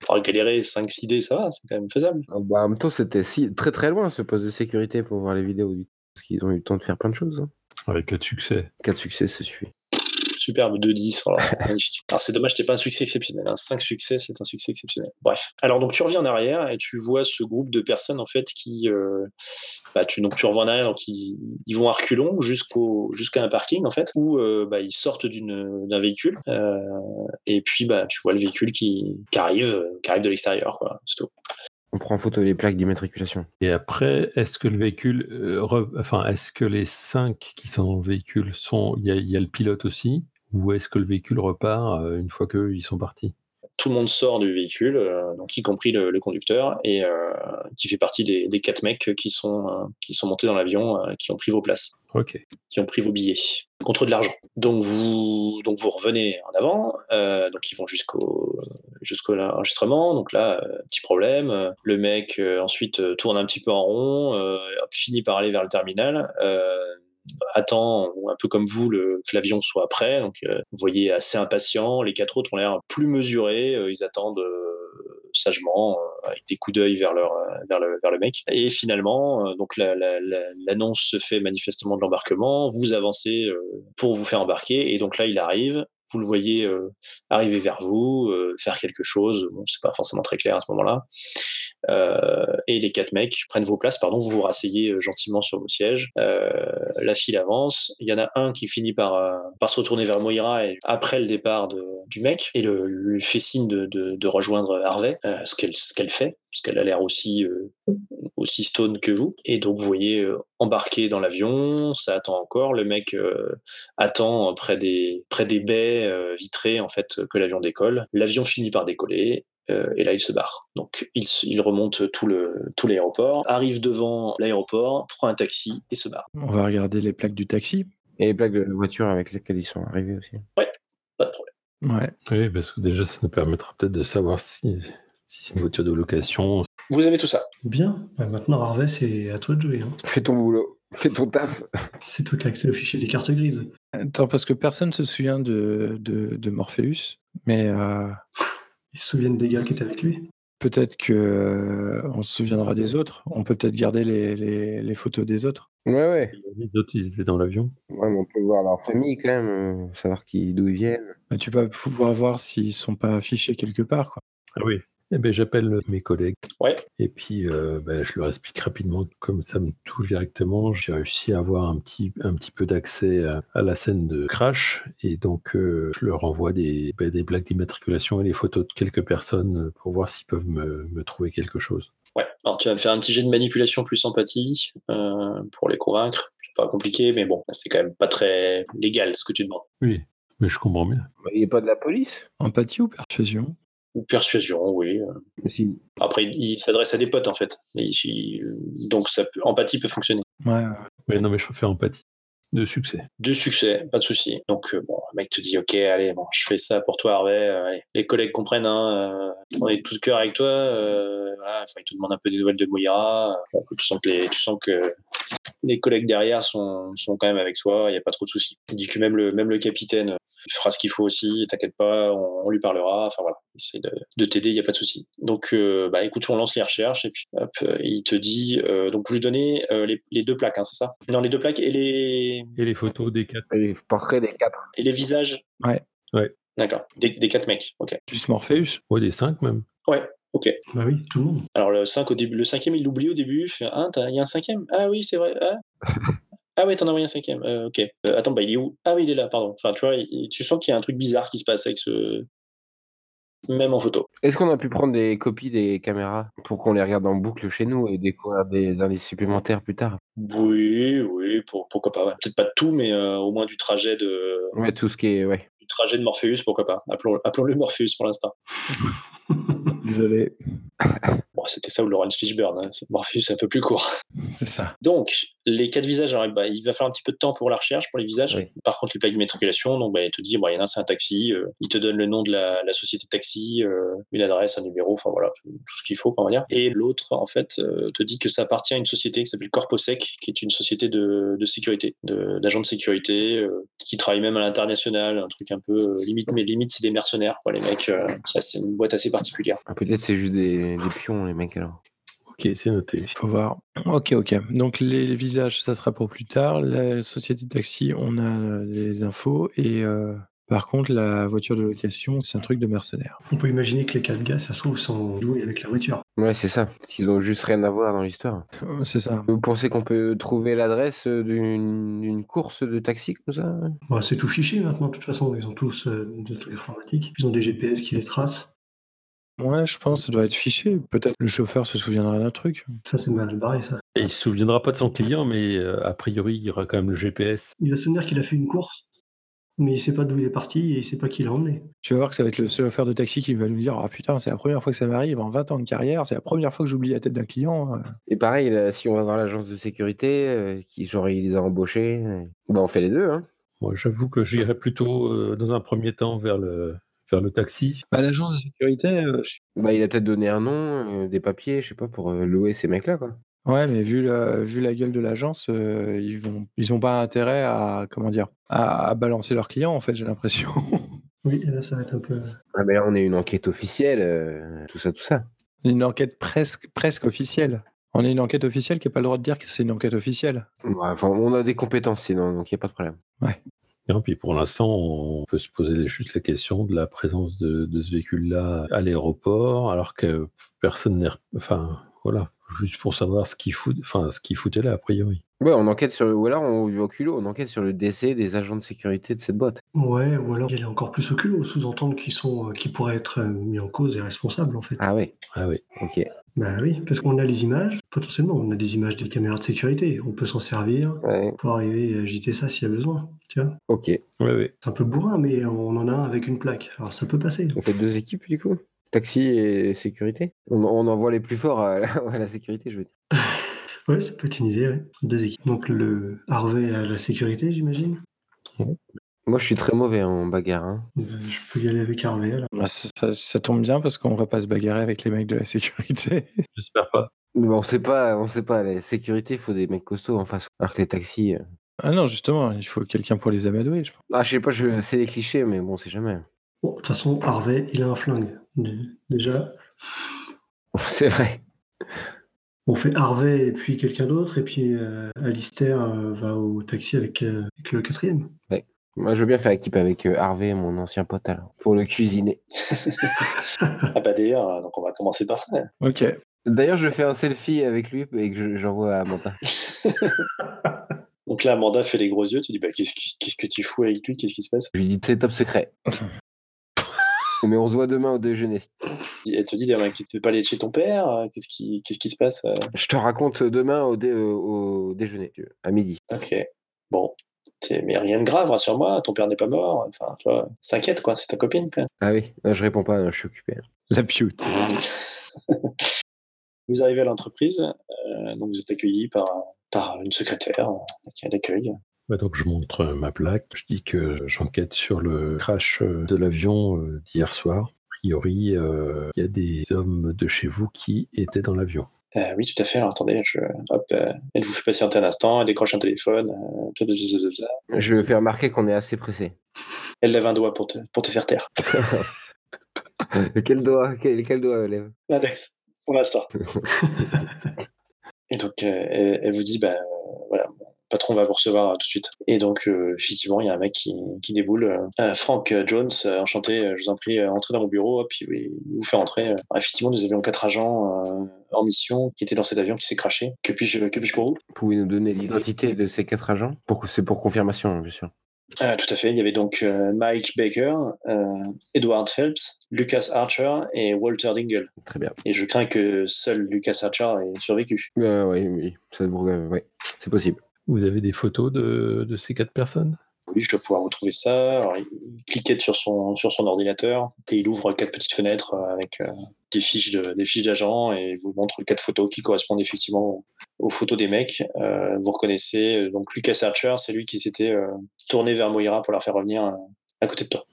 Faudra galérer 5-6 dés, ça va, c'est quand même faisable. Ah bah, en même temps, c'était si... très très loin ce poste de sécurité pour voir les vidéos, du coup, parce qu'ils ont eu le temps de faire plein de choses. Hein. Avec quatre succès. Quatre succès, ça suffit. Superbe 2-10. Alors, magnifique. Alors, c'est dommage, t'es pas un succès exceptionnel. Hein. 5 succès, c'est un succès exceptionnel. Bref. Alors, donc, tu reviens en arrière et tu vois ce groupe de personnes, en fait, qui. euh, bah, tu, donc, tu reviens en arrière, donc, ils, ils vont à reculons jusqu'au, jusqu'à un parking, en fait, où euh, bah, ils sortent d'une, d'un véhicule. euh, et puis, bah, tu vois le véhicule qui, qui arrive, euh, qui arrive de l'extérieur, quoi. C'est tout. On prend en photo les plaques d'immatriculation. Et après, est-ce que le véhicule, euh, re- enfin, est-ce que les cinq qui sont dans le véhicule sont, il y, a- il y a le pilote aussi, ou est-ce que le véhicule repart euh, une fois qu'eux ils sont partis Tout le monde sort du véhicule, euh, donc y compris le, le conducteur, et euh, qui fait partie des, des quatre mecs qui sont, euh, qui sont montés dans l'avion, euh, qui ont pris vos places. Ok. qui ont pris vos billets contre de l'argent. Donc vous, donc vous revenez en avant, euh, donc ils vont jusqu'au jusqu'au enregistrement. Donc là, euh, petit problème. euh, Le mec euh, ensuite euh, tourne un petit peu en rond, euh, hop, finit par aller vers le terminal. euh, attend ou un peu comme vous le, que l'avion soit prêt donc euh, vous voyez assez impatient les quatre autres ont l'air plus mesurés euh, ils attendent euh, sagement euh, avec des coups d'œil vers leur euh, vers le, vers le mec et finalement euh, donc la- la- la- l'annonce se fait manifestement de l'embarquement vous avancez euh, pour vous faire embarquer et donc là il arrive vous le voyez euh, arriver vers vous, euh, faire quelque chose, bon, c'est pas forcément très clair à ce moment-là. Euh, et les quatre mecs prennent vos places, pardon, vous vous rasseyez euh, gentiment sur vos sièges. Euh, la file avance. Il y en a un qui finit par, euh, par se retourner vers Moira et après le départ de- du mec et le, lui fait signe de, de- de rejoindre Harvey, euh, ce qu'elle ce qu'elle fait, parce qu'elle a l'air aussi euh, aussi stone que vous. Et donc vous voyez euh, embarqué dans l'avion, ça attend encore. Le mec euh, attend euh, près des près des baies euh, vitrées en fait que l'avion décolle. L'avion finit par décoller. euh, et là, il se barre. Donc, il, se- il remonte tout le tout l'aéroport, arrive devant l'aéroport, prend un taxi et se barre. On va regarder les plaques du taxi. Et les plaques de la voiture avec lesquelles ils sont arrivés aussi. Pas de problème. Ouais. Oui, parce que déjà, ça nous permettra peut-être de savoir si, si c'est une voiture de location. Vous avez tout ça. Bien. Bah, maintenant, Harvey, c'est à toi de jouer. hein. Fais ton boulot, fais ton taf. C'est toi qui as accès au fichier des cartes grises. Attends, parce que personne se souvient de, de, de Morpheus, mais euh, Ils se souviennent des gars qui étaient avec lui. peut-être que euh, on se souviendra des autres. On peut peut-être garder les, les, les photos des autres. Ouais, ouais. Les autres, ils étaient dans l'avion. Ouais, mais on peut voir leur famille quand même, euh, savoir qui, d'où ils viennent. Mais tu vas pouvoir voir s'ils sont pas affichés quelque part. Quoi. Ah oui. Eh ben, j'appelle mes collègues. Ouais. Et puis, euh, ben, je leur explique rapidement, comme ça me touche directement, j'ai réussi à avoir un petit, un petit peu d'accès à, à la scène de crash. Et donc, euh, je leur envoie des, ben, des plaques d'immatriculation et les photos de quelques personnes euh, pour voir s'ils peuvent me, me trouver quelque chose. Ouais, alors tu vas me faire un petit jet de manipulation plus empathie euh, pour les convaincre. C'est pas compliqué, mais bon, c'est quand même pas très légal ce que tu demandes. Oui, mais je comprends bien. Bah, il n'est pas de la police Empathie ou persuasion Ou persuasion, oui. euh. Mais si. Après, il il s'adresse à des potes en fait. Il- il- donc ça peut, empathie peut fonctionner. Ouais. Mais non, mais je fais empathie. De succès. Deux succès, pas de souci. Donc euh, bon, le mec te dit ok, allez, bon, je fais ça pour toi, Harvey. euh, allez. Les collègues comprennent, hein, euh, on est tout cœur avec toi. Euh, voilà, enfin, ils te demandent un peu des nouvelles de Moira. Bon, tu sens que les, tu sens que les collègues derrière sont, sont quand même avec toi. Il n'y a pas trop de soucis. Il dit que même le même le capitaine euh, fera ce qu'il faut aussi. T'inquiète pas, on, on lui parlera. Enfin voilà, il essaie de, de t'aider. Il n'y a pas de souci. Donc euh, bah écoute, on lance les recherches et puis hop, euh, il te dit euh, donc vous lui donnez euh, les, les deux plaques, hein, c'est ça Non, les deux plaques et les Et les photos des quatre. Et Les portraits des quatre. et les visages Ouais. Ouais. D'accord. Des, des quatre mecs. Ok. Plus Morpheus. Ouais, des cinq même. Bah oui, tout le monde. Alors le, cinq au début, le cinquième, il l'oublie au début. Il fait, Ah, t'as- il y a un cinquième Ah oui, c'est vrai. Ah, ah oui, t'en as envoyé un cinquième. Euh, ok. Euh, attends, bah, il est où Ah oui, il est là, pardon. Enfin, tu vois, il- tu sens qu'il y a un truc bizarre qui se passe avec ce. Même en photo. Est-ce qu'on a pu prendre des copies des caméras pour qu'on les regarde en boucle chez nous et découvrir des indices supplémentaires plus tard Oui, oui, pour- pourquoi pas. ouais. Peut-être pas de tout, mais euh, au moins du trajet de, Ouais, tout ce qui est. Ouais. du trajet de Morpheus, pourquoi pas. Appelons- Appelons-le Morpheus pour l'instant. Désolé. Bon, c'était ça ou Lawrence Fishburne. hein. Morpheus, c'est un peu plus court. C'est ça. Donc, les quatre visages, alors, bah, il va falloir un petit peu de temps pour la recherche, pour les visages. Oui. Par contre, les plaques d'immatriculation, donc, bah, il te dit, bon, il y en a un, c'est un taxi. euh, il te donne le nom de la, la société de taxi, euh, une adresse, un numéro, enfin voilà, tout, tout ce qu'il faut, on va dire. Et l'autre, en fait, euh, te dit que ça appartient à une société qui s'appelle Corposec, qui est une société de, de sécurité, de- d'agents de, sécurité, euh, qui travaille même à l'international, un truc un peu euh, limite, mais limite, c'est des mercenaires, quoi, les mecs. euh, ça, c'est une boîte assez particulière. Ah, Peut-être c'est juste des, des pions, les mecs alors. Ok, c'est noté. Faut voir. Ok, ok. Donc les, les visages, ça sera pour plus tard. La société de taxi, on a les infos. Et euh, par contre, la voiture de location, c'est un truc de mercenaire. On peut imaginer que les quatre gars, ça se trouve, sont joués avec la voiture. Ouais, c'est ça. Ils ont juste rien à voir dans l'histoire. Euh, C'est ça. Vous pensez qu'on peut trouver l'adresse euh, d'une d'une course de taxi comme ça Bon, Bah, c'est tout fiché maintenant, de toute façon, ils ont tous euh, des trucs informatiques. Ils ont des GPS qui les tracent. Ouais, je pense que ça doit être fiché. Peut-être le chauffeur se souviendra d'un truc. Ça, c'est mal barré, ça. Et il se souviendra pas de son client, mais euh, a priori, il y aura quand même le GPS. Il va se souvenir qu'il a fait une course, mais il sait pas d'où il est parti et il sait pas qui l'a emmené. Tu vas voir que ça va être le seul chauffeur de taxi qui va nous dire Ah putain, c'est la première fois que ça m'arrive en 20 ans de carrière, c'est la première fois que j'oublie la tête d'un client. euh. Et pareil, là, si on va voir l'agence de sécurité, euh, qui genre il les a embauchés, euh, bah on fait les deux. Hein. Moi, j'avoue que j'irai plutôt, euh, dans un premier temps, vers le, vers le taxi. Bah, L'agence de sécurité, euh, je- Bah, il a peut-être donné un nom, euh, des papiers, je sais pas, pour euh, louer ces mecs-là. quoi. Ouais, mais vu la, vu la gueule de l'agence, euh, ils vont ils ont pas intérêt à comment dire à, à balancer leurs clients en fait, j'ai l'impression. Oui, et là, ça va être un peu. Ah ben là, on est une enquête officielle, euh, tout ça, tout ça. une enquête presque presque officielle. On est une enquête officielle qui n'a pas le droit de dire que c'est une enquête officielle. Ouais, enfin, on a des compétences sinon, donc il n'y a pas de problème. Ouais. Et puis pour l'instant, on peut se poser juste la question de la présence de, de ce véhicule-là à l'aéroport, alors que personne n'est. Enfin, voilà, juste pour savoir ce qu'il fout, enfin, ce qu'il foutait là, a priori. Ouais, on enquête sur le. Ou alors, on va au culot, on enquête sur le décès des agents de sécurité de cette boîte. Ouais, ou alors il y a encore plus au culot, sous-entendre qu'ils sont, euh, qu'ils pourraient être euh, mis en cause et responsables, en fait. Ah ouais, Ah oui. ok. Bah oui, parce qu'on a les images, potentiellement, on a des images des caméras de sécurité. On peut s'en servir Ouais, pour arriver et agiter ça s'il y a besoin. Tu vois ok. Ouais, ouais. C'est un peu bourrin, mais on en a un avec une plaque. Alors ça peut passer. On fait deux équipes du coup Taxi et sécurité On, on envoie les plus forts à la, à la sécurité, je veux dire. Ouais, ça peut être une idée, ouais. Deux équipes. Donc le Harvey à la sécurité, j'imagine. Moi, je suis très mauvais en bagarre. hein. Euh, Je peux y aller avec Harvey, alors. Bah, ça, ça- ça tombe bien parce qu'on va pas se bagarrer avec les mecs de la sécurité. J'espère pas. Mais bon, on sait pas, on sait pas. La sécurité, il faut des mecs costauds en face. Alors que les taxis. euh, ah non, justement, il faut quelqu'un pour les amadouer, je pense. Ah, je sais pas, je... c'est des clichés, mais bon, c'est jamais. Bon, de toute façon, Harvey, il a un flingue. Dé- Déjà, C'est vrai. on fait Harvey et puis quelqu'un d'autre, et puis euh, Alistair euh, va au taxi avec, euh, avec le quatrième. Moi, je veux bien faire équipe avec euh, Harvey, mon ancien pote, alors, pour le cuisiner. Ah bah d'ailleurs, euh, donc on va commencer par ça. Ok. D'ailleurs, je fais un selfie avec lui et que je- j'envoie à Amanda. Donc là, Amanda fait les gros yeux, tu dis bah qu'est-ce qui- qu'est-ce que tu fous avec lui, qu'est-ce qui se passe Je lui dis, c'est top secret. mais on se voit demain au déjeuner. Elle te dit d'ailleurs, tu ne pas aller chez ton père, euh, qu'est-ce qui, qu'est-ce qui se passe euh Je te raconte demain au, dé- euh, au déjeuner, si tu veux, à midi. Ok, bon. T'es- Mais rien de grave, rassure-moi, ton père n'est pas mort. Enfin, tu vois, s'inquiète, quoi, c'est ta copine, quoi. Ah oui, euh, je réponds pas, euh, je suis occupé. La pute. Vous arrivez à l'entreprise, euh, donc vous êtes accueilli par, par une secrétaire euh, qui est à l'accueil. Bah, donc je montre euh, ma plaque, je dis que j'enquête sur le crash euh, de l'avion euh, d'hier soir. A priori, euh, il y a des hommes de chez vous qui étaient dans l'avion. Euh, oui, tout à fait, alors attendez, je... hop, euh, elle vous fait patienter un instant, elle décroche un téléphone. euh, tout, tout, tout, tout, tout, tout. Je lui fais remarquer qu'on est assez pressé. Elle lève un doigt pour te, pour te faire taire. quel doigt quel, quel doigt euh, lève L'index, pour l'instant. et donc, euh, elle, elle vous dit, bah, euh, voilà, mon patron va vous recevoir euh, tout de suite. Et donc, euh, effectivement, il y a un mec qui, qui déboule. euh, Euh, Frank euh, Jones, euh, enchanté, euh, je vous en prie, euh, entrez dans mon bureau. Hop, il, il vous fait entrer. euh. Effectivement, nous avions quatre agents euh, en mission qui étaient dans cet avion qui s'est crashé. Que puis-je que puis-je pour vous Pouvez nous donner l'identité de ces quatre agents pour, C'est pour confirmation, bien sûr. Euh, Tout à fait. Il y avait donc euh, Mike Baker, euh, Edward Phelps, Lucas Archer et Walter Dingle. Très bien. Et je crains que seul Lucas Archer ait survécu. Euh, oui, oui, ça vous- euh, ouais, c'est possible. Vous avez des photos de, de ces quatre personnes Oui, je dois pouvoir retrouver ça. Alors, il il cliquette sur son, sur son ordinateur et il ouvre quatre petites fenêtres euh, avec euh, des fiches de- des fiches d'agents et il vous montre quatre photos qui correspondent effectivement aux, aux photos des mecs. Euh, vous reconnaissez euh, donc Lucas Archer, c'est lui qui s'était euh, tourné vers Moira pour la faire revenir euh, à côté de toi.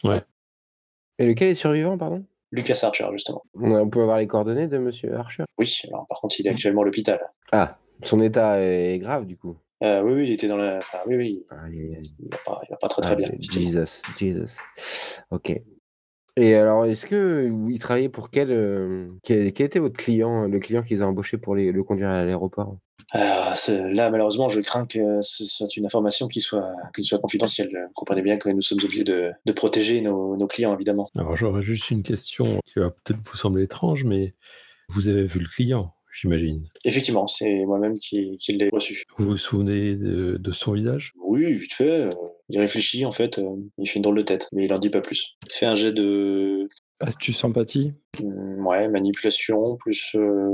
Et lequel est survivant, pardon Lucas Archer, justement. on, a- on peut avoir les coordonnées de Monsieur Archer Oui, alors par contre, il est actuellement à l'hôpital. Ah, son état est grave, du coup. Euh, oui, oui, il était dans la. Enfin, oui, oui, Aïe, aïe, aïe. il va pas, il va pas très très Ah, bien. euh, effectivement. Jesus, Jesus. Ok. Et alors, est-ce que euh, il travaillait pour quel, euh, quel quel était votre client, le client qu'ils ont embauché pour les- le conduire à l'aéroport Alors, c'est- là, malheureusement, je crains que ce soit une information qui soit, qui soit confidentielle. Vous comprenez bien que nous sommes obligés de, de protéger nos, nos clients, évidemment. Alors j'aurais juste une question qui va peut-être vous sembler étrange, mais vous avez vu le client, j'imagine. Effectivement, c'est moi-même qui, qui l'ai reçu. Vous vous souvenez de, de son visage Oui, vite fait. euh, Il réfléchit, en fait. euh, Il fait une drôle de tête, mais il en dit pas plus. Il fait un jet de. Astuce sympathie. hum, Ouais, manipulation, plus. euh,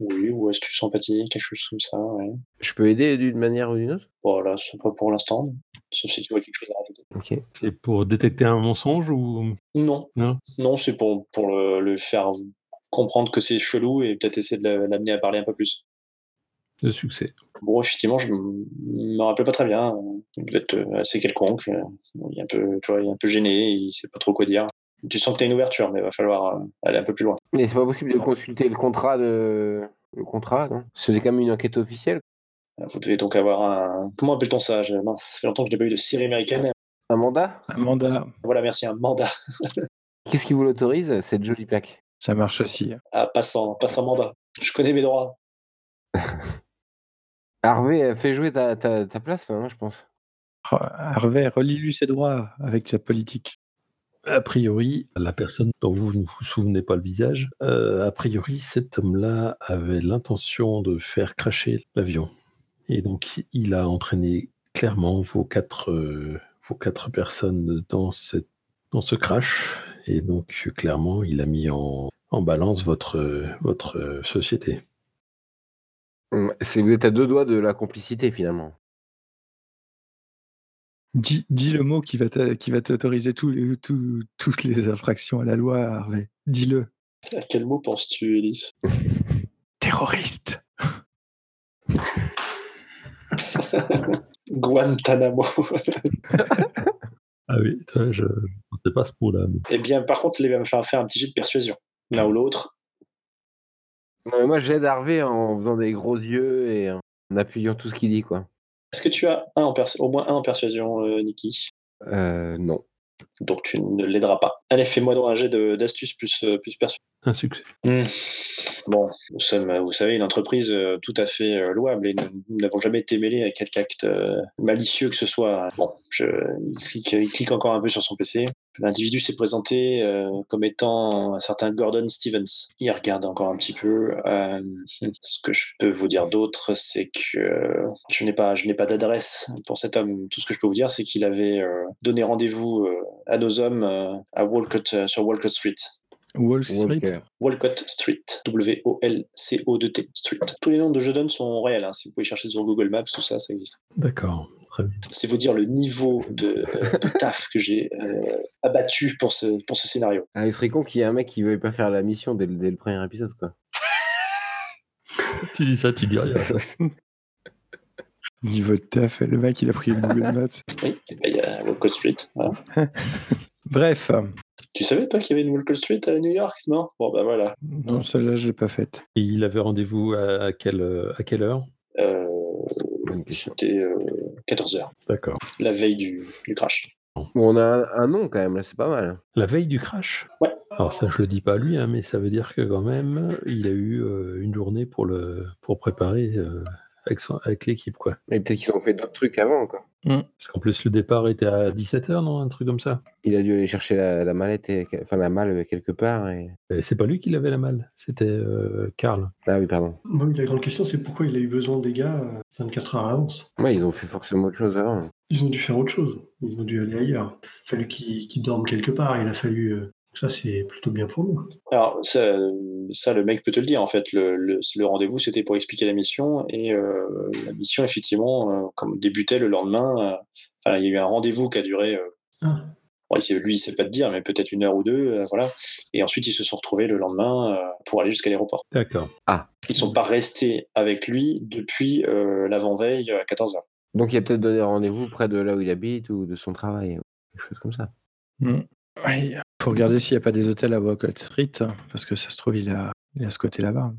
oui, ou astuce sympathie, quelque chose comme ça, ouais. Je peux aider d'une manière ou d'une autre Voilà, c'est pas pour l'instant. Sauf si tu vois quelque chose à rajouter. Ok. C'est pour détecter un mensonge ou Non. Non. Non, c'est pour, pour le, le faire comprendre que c'est chelou et peut-être essayer de la- l'amener à parler un peu plus. de succès Bon, effectivement, je m- me rappelle pas très bien. Il doit être euh, assez quelconque. euh, Il est un peu, tu vois, il est un peu gêné, il sait pas trop quoi dire. Tu sens que tu as une ouverture, mais il va falloir euh, aller un peu plus loin. Mais c'est pas possible de consulter le contrat de. Le contrat, non C'est quand même une enquête officielle. Euh, Vous devez donc avoir un. Comment appelle-t-on ça Je- mince, ça fait longtemps que je n'ai pas eu de série américaine. Un mandat Un mandat. Voilà, merci, un mandat. Qu'est-ce qui vous l'autorise Cette jolie plaque. Ça marche aussi. Ah, pas sans, pas sans mandat. Je connais mes droits. Harvey, euh, fais jouer ta, ta, ta place, hein, je pense. Harvey, relis-lui ses droits avec ta politique. A priori, la personne dont vous ne vous souvenez pas le visage, euh, a priori, cet homme-là avait l'intention de faire cracher l'avion. Et donc, il a entraîné clairement vos quatre, euh, vos quatre personnes dans, cette, dans ce crash. Et donc, euh, clairement, il a mis en, en balance votre, euh, votre euh, société. Hum, c'est- Vous êtes à deux doigts de la complicité finalement. Dis, dis le mot qui va t'a- qui va t'autoriser tous les- tous- toutes les infractions à la loi, Harvey. Dis-le. À quel mot penses-tu, Elise Terroriste. Guantanamo. Ah oui, toi, je ne pensais pas à ce mot-là. mais- eh bien, par contre, les va me falloir faire un petit jet de persuasion. L'un ou l'autre. Non, mais moi j'aide Harvey en faisant des gros yeux et en appuyant tout ce qu'il dit quoi. Est-ce que tu as un en pers- au moins un en persuasion, euh, Niki Euh, non. Donc tu ne l'aideras pas. Allez, fais-moi donc un jet de- d'astuce plus, euh, plus persuasion. Un succès. Hmm. Bon, nous sommes, vous savez, une entreprise euh, tout à fait euh, louable et nous nous n'avons jamais été mêlés à quelque acte euh, malicieux que ce soit. Bon, je, il, clique, il clique encore un peu sur son PC. L'individu s'est présenté euh, comme étant un certain Gordon Stevens. Il regarde encore un petit peu. euh, ce que je peux vous dire d'autre, c'est que euh, je n'ai pas, je n'ai pas d'adresse pour cet homme. Tout ce que je peux vous dire, c'est qu'il avait euh, donné rendez-vous euh, à nos hommes euh, à Walcott, euh, sur Walcott Street. Wall Street. Walker. Walcott Street, W-O-L-C-O-D-T Street. Tous les noms de je donne sont réels. hein. Si vous pouvez chercher sur Google Maps, tout ça, ça existe. D'accord. Très bien. C'est vous dire le niveau de, euh, de taf que j'ai euh, abattu pour ce, pour ce scénario. Ah, il serait con qu'il y ait un mec qui veuille pas faire la mission dès le, dès le premier épisode quoi. Tu dis ça, tu dis rien. Niveau de taf, le mec, il a pris une Google Maps. Oui, eh ben, il y a Walcott Street. voilà. Bref. Tu savais, toi, qu'il y avait une Walcott Street à New York, non Bon, ben voilà. Non, celle-là, je l'ai pas faite. Et il avait rendez-vous à, à quelle, à quelle heure Euh, Bonne question. C'était 14h, D'accord. la veille du, du crash. Bon, on a un, un nom quand même là, c'est pas mal. La veille du crash Ouais. Alors ça, je le dis pas à lui, hein, mais ça veut dire que quand même, il a eu euh, une journée pour le pour préparer euh, avec, son- avec l'équipe, quoi. Et peut-être qu'ils ont fait d'autres trucs avant quoi. Parce qu'en plus, le départ était à 17h, non Un truc comme ça. Il a dû aller chercher la, la mallette, et, enfin la malle quelque part. Et... Et c'est pas lui qui l'avait la malle, c'était euh, Karl. Ah oui, pardon. Moi, la grande question, c'est pourquoi il a eu besoin des gars euh, 24 heures à l'avance. Ouais, ils ont fait forcément autre chose avant. Ils ont dû faire autre chose. Ils ont dû aller ailleurs. Il a fallu qu'ils qu'ils dorment quelque part. Il a fallu. euh, Ça, c'est plutôt bien pour nous. Alors, ça, ça, le mec peut te le dire, en fait. Le, le- le rendez-vous, c'était pour expliquer la mission. Et euh, la mission, effectivement, euh, comme débutait le lendemain, euh, enfin, il y a eu un rendez-vous qui a duré. euh, Ah. bon, il sait- lui, il sait pas te dire, mais peut-être une heure ou deux. euh, voilà. Et ensuite, ils se sont retrouvés le lendemain euh, pour aller jusqu'à l'aéroport. D'accord. Ils sont pas restés avec lui depuis euh, l'avant-veille à 14h. Donc il a peut-être donné rendez-vous près de là où il habite ou de son travail, quelque chose comme ça. Il faut regarder s'il n'y a pas des hôtels à Walcott Street, hein, parce que ça se trouve, il a, il a ce côté là-bas.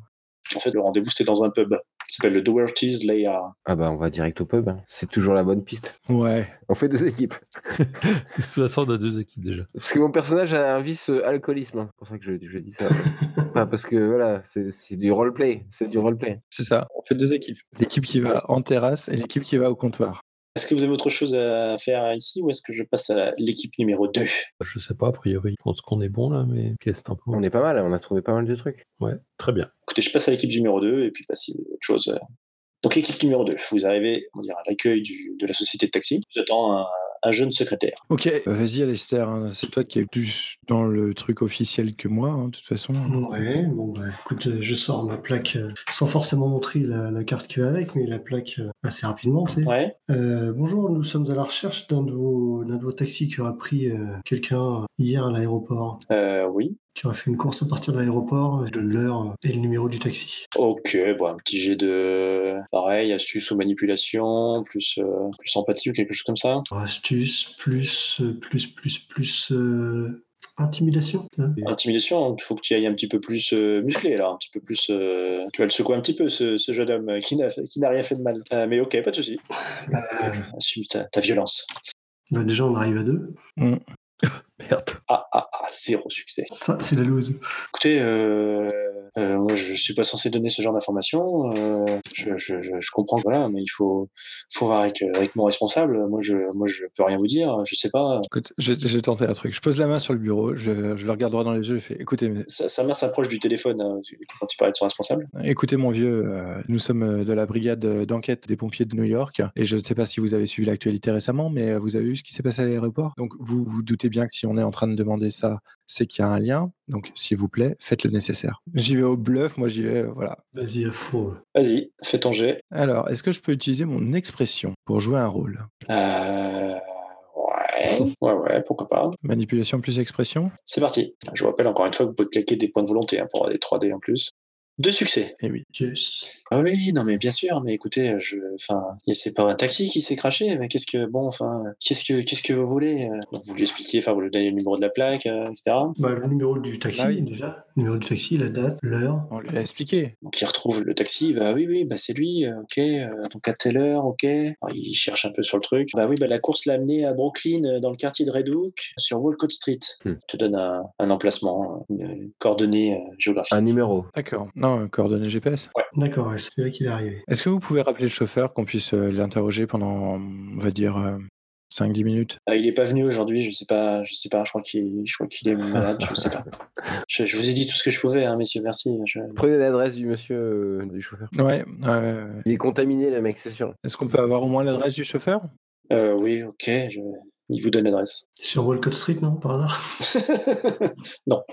En fait, le rendez-vous, c'était dans un pub. qui s'appelle le Doherty's Layard. Ah bah on va direct au pub, hein. c'est toujours la bonne piste. Ouais. On fait deux équipes. De toute façon, on a deux équipes déjà. Parce que mon personnage a un vice euh, alcoolisme, hein. c'est pour ça que je, je dis ça. Pas parce que voilà, c'est c'est du roleplay, c'est du roleplay. C'est ça. On fait deux équipes. L'équipe qui va en terrasse et l'équipe qui va au comptoir. Est-ce que vous avez autre chose à faire ici ou est-ce que je passe à la- l'équipe numéro 2 Je sais pas, a priori, je pense qu'on est bon là, mais qu'est-ce que t'en penses On est pas mal, hein. on a trouvé pas mal de trucs. Ouais, très bien. Écoutez, je passe à l'équipe numéro 2 et puis bah, si vous avez autre chose. euh. Donc l'équipe numéro 2, vous arrivez comment dire, à l'accueil du- de la société de taxi. Vous attend un, un jeune secrétaire. Ok. Vas-y, Alester, hein, c'est toi qui es plus dans le truc officiel que moi, hein, de toute façon. Ouais, bon, bah, écoute, euh, je sors ma plaque euh, sans forcément montrer la, la carte qui va avec, mais la plaque euh, assez rapidement, tu sais. Ouais. Euh, bonjour, nous sommes à la recherche d'un de vos, d'un de vos taxis qui aura pris euh, quelqu'un hier à l'aéroport, Euh, oui. qui aura fait une course à partir de l'aéroport. Je donne l'heure euh, et le numéro du taxi. Ok, bon, un petit jet de pareil, astuce ou manipulation, plus, euh, plus empathie ou quelque chose comme ça. Astuce, plus, euh, plus, plus, plus, euh, intimidation. hein. Intimidation, il faut que tu ailles un petit peu plus euh, musclé là, un petit peu plus. euh, tu vas le secouer un petit peu, ce, ce jeune homme euh, qui n'a qui n'a rien fait de mal. Euh, mais ok, pas de souci. Euh, Assume ta, ta violence. bah, déjà, on arrive à deux. Merde. Ah, ah, ah, zéro succès. Ça, c'est la loose. Écoutez, euh, euh, moi, je suis pas censé donner ce genre d'informations. euh, je, je, je, je comprends, que, voilà, mais il faut, faut voir avec, euh, avec mon responsable. Moi, je, moi, je peux rien vous dire. Je sais pas. Écoute, je, je vais tenter un truc. Je pose la main sur le bureau, je, je le regarde droit dans les yeux, je fais écoutez, mais- Sa, sa main s'approche du téléphone hein, quand il parlait de son responsable. Écoutez mon vieux, euh, nous sommes de la brigade euh, d'enquête des pompiers de New York et je ne sais pas si vous avez suivi l'actualité récemment, mais euh, vous avez vu ce qui s'est passé à l'aéroport. Donc vous vous doutez bien que si on est en train de demander ça, c'est qu'il y a un lien. Donc s'il vous plaît, faites le nécessaire. J'y vais au bluff, moi j'y vais, euh, voilà. Vas-y, à fond. là. Vas-y, fais ton jet. Alors, est-ce que je peux utiliser mon expression pour jouer un rôle Euh, ouais, ouais, ouais, pourquoi pas. Manipulation plus expression C'est parti. Je vous rappelle encore une fois que vous pouvez claquer des points de volonté hein, pour avoir des 3D en plus. Deux succès. Eh oui. Yes. Ah oui, non mais bien sûr, mais écoutez, je, enfin, y a- c'est pas un taxi qui s'est craché, mais qu'est-ce que, bon, enfin, qu'est-ce que, qu'est-ce que vous voulez euh Donc, Vous lui expliquez, enfin, vous lui donnez le numéro de la plaque, euh, etc. Bah, le numéro du taxi, Ah oui. déjà. Le numéro du taxi, la date, l'heure. On lui a expliqué. Donc il retrouve le taxi, bah oui, oui, bah c'est lui, euh, ok, euh, donc à telle heure, ok. Alors, il cherche un peu sur le truc. Bah oui, bah la course l'a amené à Brooklyn, euh, dans le quartier de Redwood, sur Walcott Street. Hmm. Il te donne un, un emplacement, une, une coordonnée euh, géographique. Un numéro. D'accord. Non, euh, coordonnées GPS. D'accord, ouais, c'est là qu'il est arrivé. Est-ce que vous pouvez rappeler le chauffeur qu'on puisse euh, l'interroger pendant, on va dire, euh, 5-10 minutes Ah, il est pas venu aujourd'hui, je sais pas, je sais pas, je crois qu'il, je crois qu'il est malade, je sais pas. Je, je vous ai dit tout ce que je pouvais, hein, messieurs, merci. Je... Prenez l'adresse du monsieur, euh, du chauffeur. Ouais, ouais, ouais, ouais. Il est contaminé, le mec, c'est sûr. Est-ce qu'on peut avoir au moins l'adresse du chauffeur Euh, oui, ok, je- il vous donne l'adresse. Sur Walcott Street, non, par hasard non,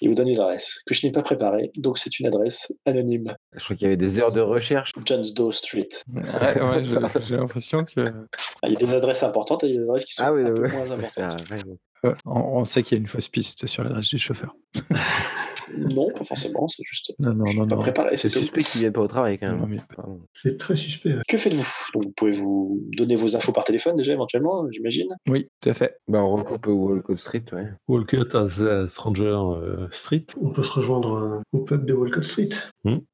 il vous donne une adresse que je n'ai pas préparée, donc c'est une adresse anonyme. Je crois qu'il y avait des heures de recherche. John's Doe Street. Ouais, ouais, je- j'ai l'impression que. Ah, Il y a des adresses importantes et il y a des adresses qui sont Ah oui, un oui, peu oui. moins ça fait importantes. un vrai- Euh, on, on sait qu'il y a une fausse piste sur l'adresse du chauffeur. Non, pas forcément, c'est juste. Non, non, je non, suis pas non. préparé, C'est c'est tout. suspect qu'il vienne pas au travail, quand Non, non, même. hein, mais- Pardon. C'est très suspect. ouais. Que faites-vous Donc, Vous pouvez vous donner vos infos par téléphone déjà, éventuellement, j'imagine. Oui, tout à fait. Bah, on recoupe au Walcott Street, ouais. Walcott as euh, Stranger euh, Street. On peut se rejoindre euh, au pub de Walcott Street.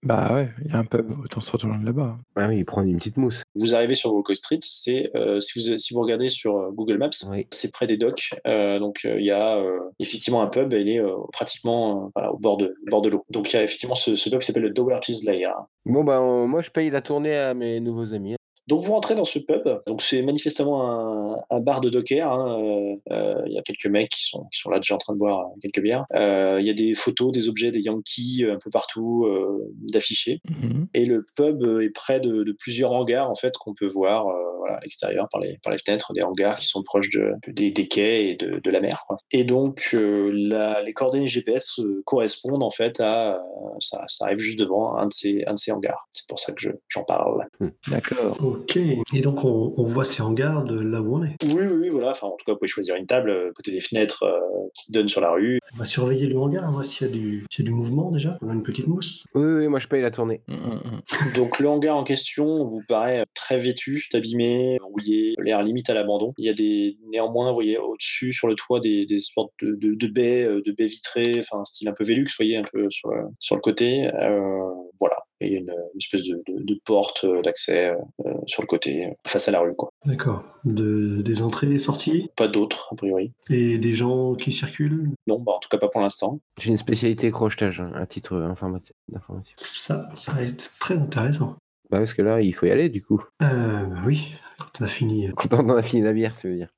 Bah ouais, il y a un pub, autant se retourner là-bas. Ah oui, il prend une petite mousse. Vous arrivez sur Walcott Street, c'est euh, si, vous, si vous regardez sur euh, Google Maps, Oui. c'est près des docks. euh, donc euh, il y a euh, effectivement un pub, et il est euh, pratiquement euh, voilà, au bord de, au bord de l'eau. Donc il y a effectivement ce, ce dock qui s'appelle le Dowerty's Lair. Bon, bah, on- moi, je paye la tournée à mes nouveaux amis. hein. Donc vous rentrez dans ce pub, donc c'est manifestement un, un bar de docker. hein, euh, euh, Il y a quelques mecs qui sont, qui sont là déjà en train de boire euh, quelques bières. Euh, Il y a des photos, des objets, des Yankees euh, un peu partout euh, d'affichés. Mhm. Et le pub euh, est près de, de plusieurs hangars en fait qu'on peut voir euh, voilà, à l'extérieur par les, par les fenêtres, des hangars qui sont proches de, des, des quais et de, de la mer. quoi. Et donc euh, la- les coordonnées GPS euh, correspondent en fait à euh, ça, ça arrive juste devant un de ces, un de ces hangars. C'est pour ça que je- j'en parle. D'accord. Ok. Et donc, on, on voit ces hangars de là où on est. Oui, oui, oui, voilà. Enfin, en tout cas, vous pouvez choisir une table euh, à côté des fenêtres euh, qui donnent sur la rue. On va surveiller le hangar, on voit s'il y, a du- s'il y a du mouvement déjà. On a une petite mousse. Oui, oui, moi, je paye la tournée. Mm, Donc, le hangar en question vous paraît très vétuste, abîmé, rouillé, l'air limite à l'abandon. Il y a des, néanmoins, vous voyez, au-dessus, sur le toit, des, des sortes de, de- de baies, euh, de baies vitrées, enfin, style un peu Velux, vous voyez, un peu sur le, sur le côté. Euh, voilà. Et il y a une, une espèce de, de- de porte euh, d'accès euh, sur le côté, euh, face à la rue, quoi. D'accord. De, des entrées, des sorties. Pas d'autres, a priori. Et des gens qui circulent. Non, bah, en tout cas, pas pour l'instant. J'ai une spécialité crochetage, hein, à titre informati- d'informatique. Ça, ça reste très intéressant. Bah, parce que là, il faut y aller, du coup. Euh, bah oui, quand on a fini, euh, Quand on en a fini la bière, tu veux dire.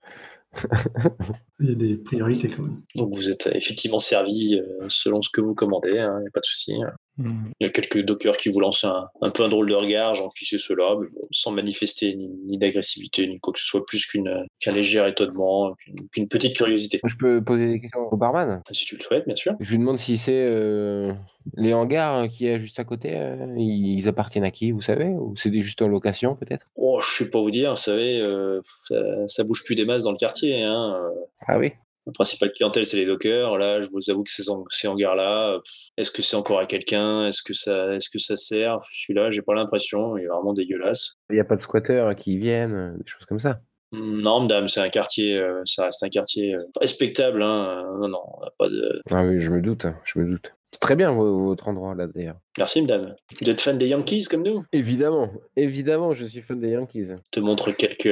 il y a des priorités quand même. Donc, vous êtes euh, effectivement servi euh, selon ce que vous commandez, hein, y a pas de souci. Il y a quelques dockers qui vous lancent un, un peu un drôle de regard, genre qui c'est cela, mais bon, sans manifester ni, ni d'agressivité, ni quoi que ce soit, plus qu'une- euh, qu'un léger étonnement, qu'une qu'une petite curiosité. Je peux poser des questions au barman Si tu le souhaites, bien sûr. Je lui demande si c'est euh, les hangars qui est juste à côté, euh, ils appartiennent à qui, vous savez Ou c'est des- juste en location, peut-être Oh, je sais pas vous dire, vous savez, euh, ça, ça bouge plus des masses dans le quartier. Hein. euh, Ah oui La principale clientèle, c'est les dockers. Là, je vous avoue que ces, hang- ces hangars-là, euh, est-ce que c'est encore à quelqu'un Est-ce que, est que ça sert Celui-là, j'ai pas l'impression, il est vraiment dégueulasse. Il n'y a pas de squatteurs qui viennent, euh, des choses comme ça. Non, madame, c'est un quartier, euh, ça reste un quartier euh, respectable. Hein. euh, Non, non, on n'a pas de, Ah oui, je me doute, hein, je me doute. C'est très bien vo- votre endroit là d'ailleurs. Merci, madame. Vous êtes fan des Yankees comme nous Évidemment, évidemment, je suis fan des Yankees. te montre quelques,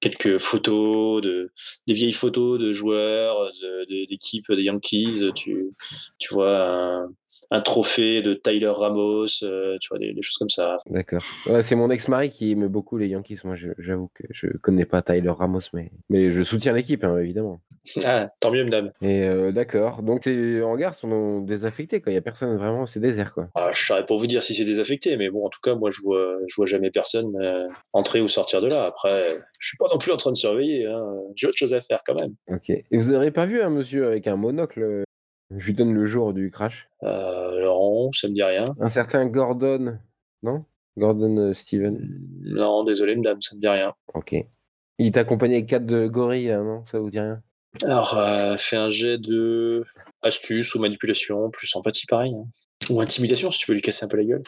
quelques photos, de, des vieilles photos de joueurs, de- de- d'équipes des Yankees. Tu, tu vois un, un trophée de Tyler Ramos, euh, tu vois des, des choses comme ça. D'accord. Ouais, c'est mon ex-mari qui aime beaucoup les Yankees. Moi, je- j'avoue que je connais pas Tyler Ramos, mais, mais je soutiens l'équipe, hein, évidemment. Ah, tant mieux, madame. Et euh, d'accord. Donc, ces hangars sont désaffectés, quoi. Il n'y a personne vraiment, c'est désert, quoi. Ah, je saurais pour vous dire si c'est désaffecté, mais bon, en tout cas, moi, je vois, je vois jamais personne euh, entrer ou sortir de là. Après, je suis pas non plus en train de surveiller. hein. J'ai autre chose à faire quand même. Ok. Et vous n'aurez pas vu un monsieur avec un monocle euh, Je lui donne le jour du crash. Euh, Laurent, ça me dit rien. Un certain Gordon, non Gordon euh, Steven. Non, désolé, madame, ça me dit rien. Ok. Il t'accompagnait avec quatre de gorilles, là, non Ça vous dit rien Alors, euh, fais un jet de astuce ou manipulation, plus empathie, pareil. hein. Ou intimidation, si tu veux lui casser un peu la gueule.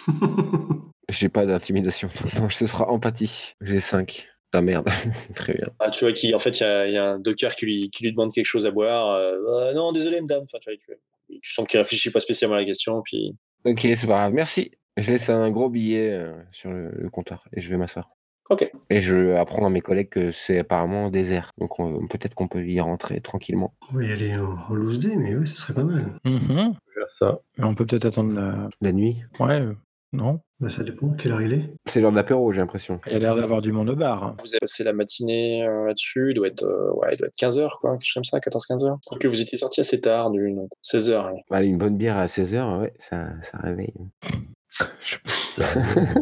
J'ai pas d'intimidation. Non, ce sera empathie. J'ai 5. Ah merde. Très bien. Ah, tu vois, qui, en fait, il y, a- il y a un docker qui lui, qui lui demande quelque chose à boire. euh, Ah, non, désolé, madame. Enfin, tu, vois, tu- tu sens qu'il réfléchit pas spécialement à la question. Puis, Ok, c'est pas grave. Merci. Je laisse un gros billet euh, sur le, le compteur et je vais m'asseoir. Ok. Et je apprends à mes collègues que c'est apparemment désert. Donc on- peut-être qu'on peut y rentrer tranquillement. On va y aller en, en loose day, mais oui, ce serait pas mal. mm, Faire ça. Mais On peut peut-être attendre la... La nuit Ouais, euh, non Bah, ça dépend, quelle heure il est C'est l'heure de l'apéro, j'ai l'impression. Il y a l'air d'avoir du monde au bar. hein. vous avez passé la matinée euh, là-dessus. Il doit être, euh, ouais, il doit être 15h, quoi, quelque chose comme ça, 14-15 heures. Donc, vous étiez sorti assez tard, du 16h. Allez, une bonne bière à 16h, ouais, ça, ça réveille. Je sais pas si ça-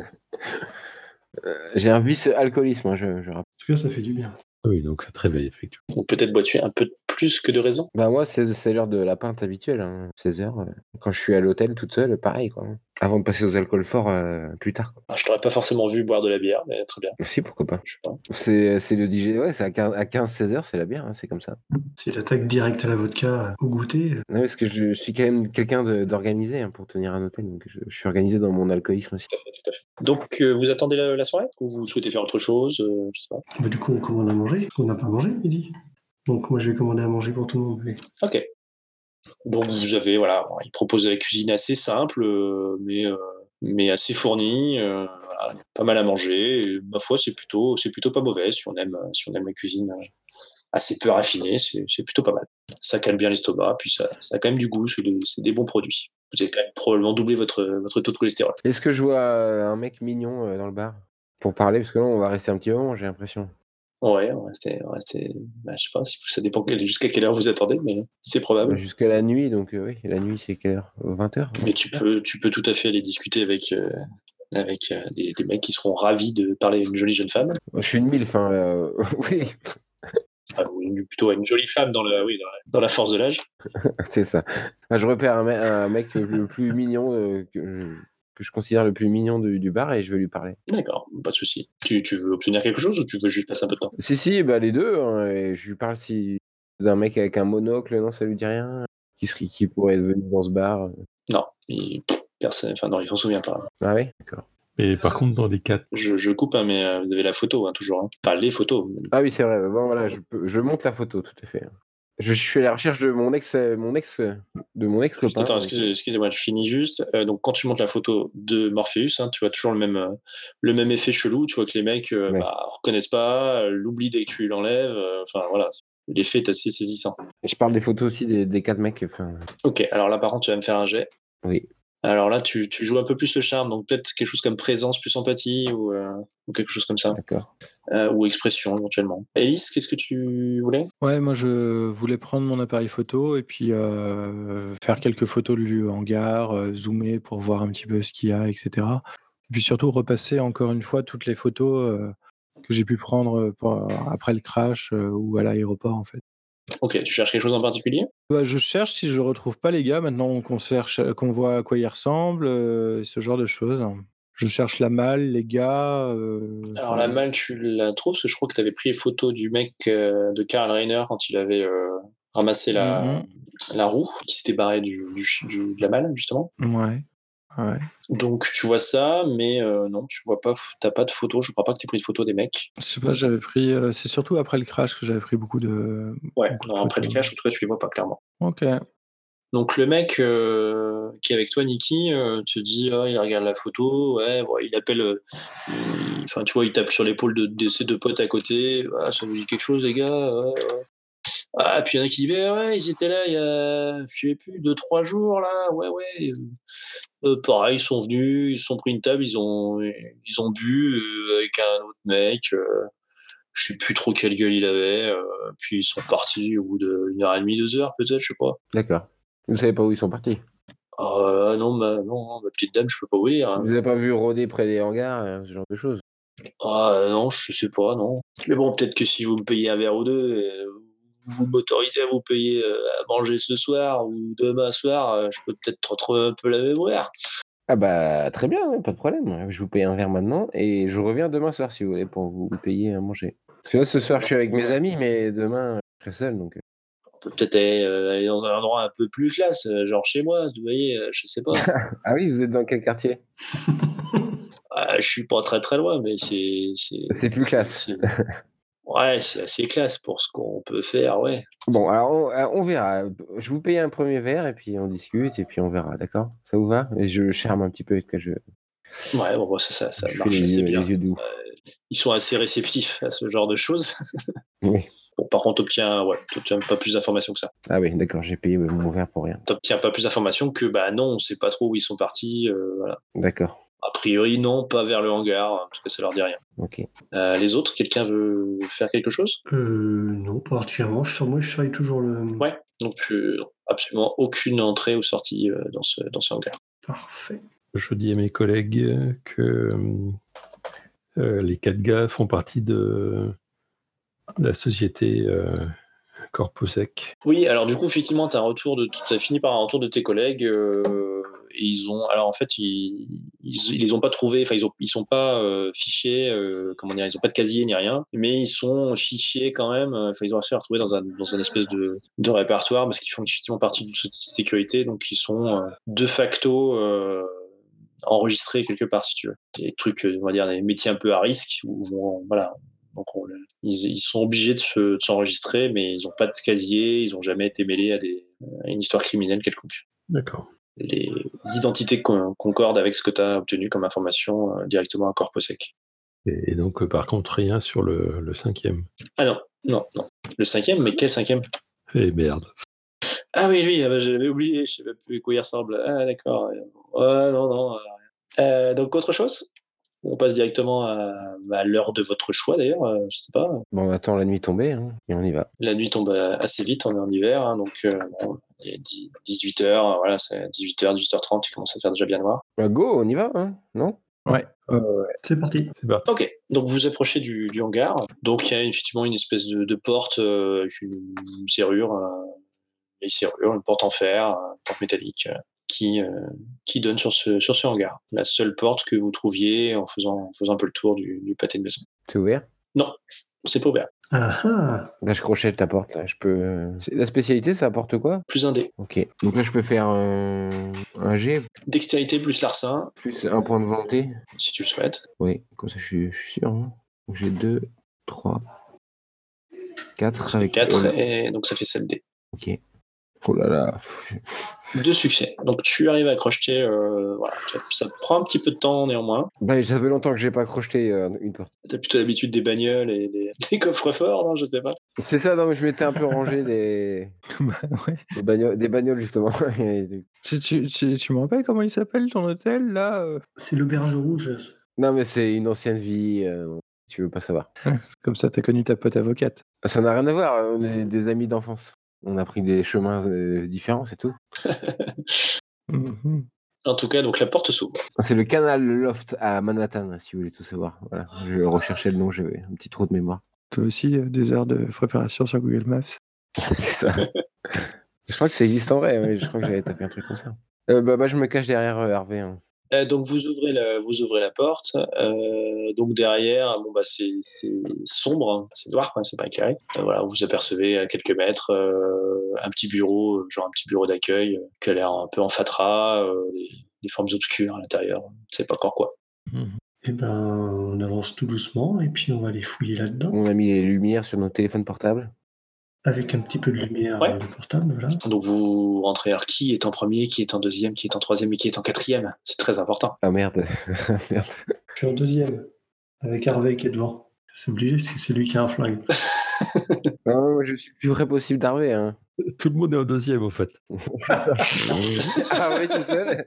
Euh, j'ai un vice alcoolisme, hein, je, je rappelle. En tout cas, ça fait du bien. Oui, donc ça te réveille, effectivement. Donc, peut-être bois-tu un peu plus que de raison. Bah moi, c'est, c'est l'heure de la pinte habituelle, hein. 16h. euh, Quand je suis à l'hôtel toute seule, pareil, quoi. hein. Avant de passer aux alcools forts euh, plus tard. Quoi. Ah, Je t'aurais pas forcément vu boire de la bière, mais très bien. Si, pourquoi pas. Je sais pas. C'est, c'est le DJ, ouais, c'est à 15-16h, c'est la bière, hein, c'est comme ça. S'il attaque direct à la vodka euh, au goûter, euh, Non, parce que je suis quand même quelqu'un de- d'organisé hein, pour tenir un hôtel, donc je, je suis organisé dans mon alcoolisme aussi. Tout à fait. Donc, euh, vous attendez la, la soirée ou vous souhaitez faire autre chose euh, Je sais pas. bah, du coup, on commande à manger. On n'a pas mangé le midi. Donc, moi, je vais commander à manger pour tout le monde. mais- Ok. Donc, vous avez, voilà, il propose la cuisine assez simple, euh, mais, euh, mais assez fournie. euh, voilà, pas mal à manger. Et, ma foi, c'est plutôt, c'est plutôt pas mauvais si on aime, euh, si on aime la cuisine euh, assez peu raffinée. C'est c'est plutôt pas mal. Ça cale bien l'estomac, puis ça, ça a quand même du goût. C'est des, c'est des bons produits. Vous avez quand même probablement doublé votre, votre taux de cholestérol. Est-ce que je vois euh, un mec mignon euh, dans le bar pour parler Parce que là, on va rester un petit moment, j'ai l'impression. Ouais, on va rester- on va rester- bah, je sais pas, si- ça dépend quelle- jusqu'à quelle heure vous attendez, mais c'est probable. Jusqu'à la nuit, donc euh, oui, la nuit, c'est quelle heure 20h Mais tu peux, tu peux tout à fait aller discuter avec, euh, avec euh, des, des mecs qui seront ravis de parler à une jolie jeune femme, Oh, Je suis une mille, enfin, euh, oui, Enfin, ou une- plutôt à une jolie femme dans la, oui, dans la, dans la force de l'âge. c'est ça. Enfin, je repère un, me- un mec le plus mignon, euh, que, que je considère le plus mignon du, du bar, et je vais lui parler. D'accord, pas de souci. Tu, tu veux obtenir quelque chose ou tu veux juste passer un peu de temps Si, si, bah, les deux, hein, et je lui parle si d'un mec avec un monocle, non, ça lui dit rien, qui, serait- qui pourrait être venu dans ce bar. euh. Non, il, personne, enfin non, il s'en souvient pas. Ah oui D'accord. Et par contre, dans les quatre, Je, je coupe, hein, mais euh, vous avez la photo, hein, toujours. hein. Enfin, les photos. Ah oui, c'est vrai. Bon, voilà, je, peux- je monte la photo, tout à fait. Je suis à la recherche de mon ex, euh, mon ex, euh, de mon ex copain. Attends, excusez- excusez-moi, je finis juste. Euh, donc, quand tu montes la photo de Morpheus, hein, tu vois toujours le même, euh, le même effet chelou. Tu vois que les mecs euh, Ouais. bah, reconnaissent pas, euh, l'oublient dès que tu l'enlèves. euh, Enfin, voilà, c'est- l'effet est assez saisissant. Je parle des photos aussi des, des quatre mecs. Enfin, Ok, alors là, par contre, tu vas me faire un jet. Oui. Alors là, tu, tu joues un peu plus le charme, donc peut-être quelque chose comme présence plus empathie ou, euh, ou quelque chose comme ça, d'accord. Euh, ou expression éventuellement. Elise, qu'est-ce que tu voulais Ouais, moi je voulais prendre mon appareil photo et puis euh, faire quelques photos du hangar, euh, zoomer pour voir un petit peu ce qu'il y a, etc. Et puis surtout repasser encore une fois toutes les photos euh, que j'ai pu prendre euh, pour- après le crash euh, ou à l'aéroport en fait. Ok, tu cherches quelque chose en particulier Bah, je cherche si je retrouve pas les gars maintenant qu'on cherche, euh, qu'on voit à quoi ils ressemblent, euh, ce genre de choses. Je cherche la malle, les gars. euh, Alors enfin, la malle, tu la trouves parce que je crois que tu avais pris les photos du mec euh, de Karl Reiner quand il avait euh, ramassé Mmh, la, Mhm. la roue qui s'était barrée du, du ch- du- de la malle justement. mhm, Ouais. Ouais. Donc tu vois ça, mais euh, non, tu vois pas, t'as pas de photos. Je crois pas que tu pris de photos des mecs. Je sais pas, j'avais pris. euh, c'est surtout après le crash que j'avais pris beaucoup de. Ouais. Beaucoup de non, après les photos. caches, en tout cas, tu les vois pas clairement. Ok. Donc le mec euh, qui est avec toi, Niki, euh, te dit, Ah, il regarde la photo, ouais, bon, il appelle, euh, il- enfin tu vois, il tape sur l'épaule de, de ses deux potes à côté, Ah, ça vous dit quelque chose les gars, Ouais, ouais. Ah, puis il y en a qui disent, Eh ouais, ils étaient là il y a, je sais plus, deux, trois jours là, ouais, ouais. Euh, pareil, ils sont venus, ils se sont pris une table, ils ont, ils ont bu euh, avec un autre mec. euh, je sais plus trop quelle gueule il avait. euh, puis ils sont partis au bout d'une heure et demie, deux heures peut-être, je sais pas. D'accord. Vous savez pas où ils sont partis Ah non, ma, non, ma petite dame, je peux pas vous dire. hein. Vous avez pas vu rôder près des hangars, euh, ce genre de choses Ah non, je sais pas, non. Mais bon, peut-être que si vous me payez un verre ou deux, euh, vous m'autorisez à vous payer euh, à manger ce soir ou demain soir, euh, je peux peut-être retrouver un peu la mémoire. Ah bah très bien, ouais, pas de problème. hein. Je vous paye un verre maintenant et je reviens demain soir si vous voulez pour vous payer à manger. Parce que là, ce soir je suis avec mes amis, mais demain je serai seul donc. euh. On peut peut-être aller, euh, aller dans un endroit un peu plus classe, euh, genre chez moi, vous voyez, euh, je sais pas. Ah oui, vous êtes dans quel quartier Ah, je suis pas très très loin, mais c'est. C'est plus classe. Ouais, c'est assez classe pour ce qu'on peut faire, ouais. Bon, alors on, euh, on verra. Je vous paye un premier verre et puis on discute et puis on verra, d'accord Ça vous va Et je charme un petit peu que je. Ouais, bon, bon, ça, ça, ça Je fais marche les assez yeux- bien. les yeux doux. Ça- ils sont assez réceptifs à ce genre de choses. Oui. Bon, par contre, t'obtiens, ouais, t'obtiens pas plus d'informations que ça. Ah oui, d'accord, j'ai payé mon verre pour rien. T'obtiens pas plus d'informations que, bah non, on sait pas trop où ils sont partis. euh, voilà. D'accord. A A priori, non, pas vers le hangar, parce que ça leur dit rien. Ok. Euh, les autres, quelqu'un veut faire quelque chose Euh, non, pas particulièrement. Je, moi, je surveille toujours le. Ouais. Donc, euh, absolument aucune entrée ou sortie euh, dans, ce, dans ce hangar. Parfait. Je dis à mes collègues euh, que euh, les quatre gars font partie de la société euh, Corposec. Oui, alors du coup, effectivement, tu as, fini par un retour de tes collègues. euh, et ils ont, alors en fait, ils, ils, ils les ont pas trouvés, enfin, ils, ont, ils sont pas euh, fichés, euh, comment dire, ils ont pas de casier ni rien, mais ils sont fichés quand même, euh, enfin, ils ont assez à retrouver dans un, dans un espèce de, de répertoire parce qu'ils font effectivement partie d'une société de sécurité, donc ils sont euh, de facto euh, enregistrés quelque part, si tu veux. Des trucs, euh, on va dire, des métiers un peu à risque, où on- voilà, donc on, ils, ils sont obligés de se- de s'enregistrer, mais ils n'ont pas de casier, ils n'ont jamais été mêlés à, des, à une histoire criminelle quelconque. D'accord. Les identités con- concordent avec ce que tu as obtenu comme information euh, directement à Corposec. Et, et donc, euh, par contre, rien sur le, le cinquième. Ah non, non, non. Le cinquième, mais quel cinquième Eh merde. Ah oui, lui, ah bah, j'avais oublié, je ne sais même plus à quoi il ressemble. Ah d'accord. Ah non, non. euh, euh, donc autre chose On passe directement à, à l'heure de votre choix d'ailleurs, euh, je sais pas. Bon, on attend la nuit tomber hein, et on y va. La nuit tombe euh, assez vite, on est en hiver, hein, donc euh, bon, il est 18h, euh, voilà, c'est 18h, 18h30, il commence à faire déjà bien noir. Bah, go, on y va, hein Non C'est parti. C'est pas. Ok, donc vous vous approchez du, du hangar, donc il y a effectivement une espèce de, de porte euh, avec une, une serrure, euh, une serrure, une porte en fer, euh, une porte métallique, euh, qui, euh, qui donne sur ce, sur ce hangar. La seule porte que vous trouviez en faisant, en faisant un peu le tour du, du pâté de maison. C'est ouvert C'est pas ouvert. Ah ah Là, je crochette la porte. Là. Je peux. euh, c'est- La spécialité, ça apporte quoi Plus un dé. Ok. Donc là, je peux faire euh, un G Dextérité plus larcin, plus un point de volonté. si tu le souhaites. Oui, comme ça, je suis, je suis sûr. hein. Donc, J'ai 2, 3, 4 avec 4, oh là- et donc ça fait 7 dés. Ok. Oh là là. Deux succès. Donc tu arrives à crocheter. euh, voilà. ça, ça prend un petit peu de temps néanmoins. Bah, ça fait longtemps que j'ai pas crocheté euh, une porte. T'as plutôt l'habitude des bagnoles et des, des coffres forts, non Je sais pas. C'est ça, non, mais je m'étais un peu rangé des, Bah, ouais. des, bagnoles, des bagnoles, justement. Et du- Tu, tu, tu- tu me rappelles comment il s'appelle ton hôtel là euh C'est l'auberge rouge. non, mais c'est une ancienne vie. euh, tu veux pas savoir. Ah, Comme ça, t'as connu ta pote avocate. Ça n'a rien à voir. On est des amis d'enfance. On a pris des chemins euh, différents, c'est tout. Mhm. En tout cas, donc la porte s'ouvre. C'est le canal Loft à Manhattan, si vous voulez tout savoir. Voilà. Je recherchais le nom, j'avais un petit trou de mémoire. Toi aussi, euh, des heures de préparation sur Google Maps. c'est ça. je crois que ça existe en vrai. ouais, Je crois que j'avais tapé un truc comme ça. Euh, bah, bah, je me cache derrière euh, Hervé. hein. Euh, donc vous ouvrez la, vous ouvrez la porte. Euh, donc derrière, bon bah c'est c'est sombre, hein. c'est noir, quoi, c'est pas éclairé. Euh, voilà, vous apercevez à quelques mètres euh, un petit bureau, euh, genre un petit bureau d'accueil euh, qui a l'air un peu en fatras, euh, des, des formes obscures à l'intérieur. C'est pas encore quoi. Eh ben, on avance tout doucement et puis on va les fouiller là-dedans. On a mis les lumières sur nos téléphones portables. avec un petit peu de lumière Ouais. euh, de portable. Voilà. Donc vous rentrez alors qui est en premier, qui est en deuxième, qui est en troisième et qui est en quatrième. C'est très important. Ah merde. merde. Je suis en deuxième, avec Harvey qui est devant. C'est obligé parce que c'est lui qui a un flingue. Non, moi, je suis le plus près possible d'Harvey. Hein. Tout le monde est au deuxième, en fait. Harvey Ah tout seul.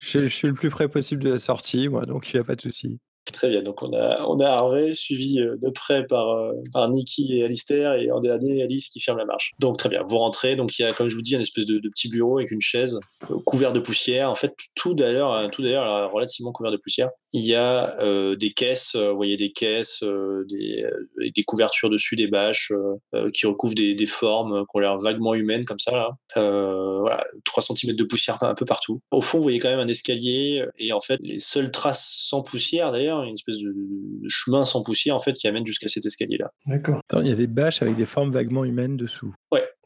Je, je suis le plus près possible de la sortie, moi, donc il n'y a pas de souci. Très bien. Donc on a, on a Harvey suivi euh, de près par, euh, par Nikki et Alistair et en dernier Alice qui ferme la marche. Donc très bien. Vous rentrez. Donc il y a, comme je vous dis, un espèce de, de petit bureau avec une chaise euh, couvert de poussière. En fait, tout d'ailleurs, euh, tout d'ailleurs euh, relativement couvert de poussière. Il y a euh, des caisses. euh, Vous voyez des caisses, euh, des, euh, et des couvertures dessus, des bâches euh, euh, qui recouvrent des, des formes euh, qui ont l'air vaguement humaines comme ça. Là. Euh, voilà, 3 cm de poussière un peu partout. Au fond, vous voyez quand même un escalier euh, et en fait, les seules traces sans poussière, d'ailleurs, une espèce de, de chemin sans poussière en fait qui amène jusqu'à cet escalier-là. D'accord. Attends, Il y a des bâches avec des formes vaguement humaines dessous.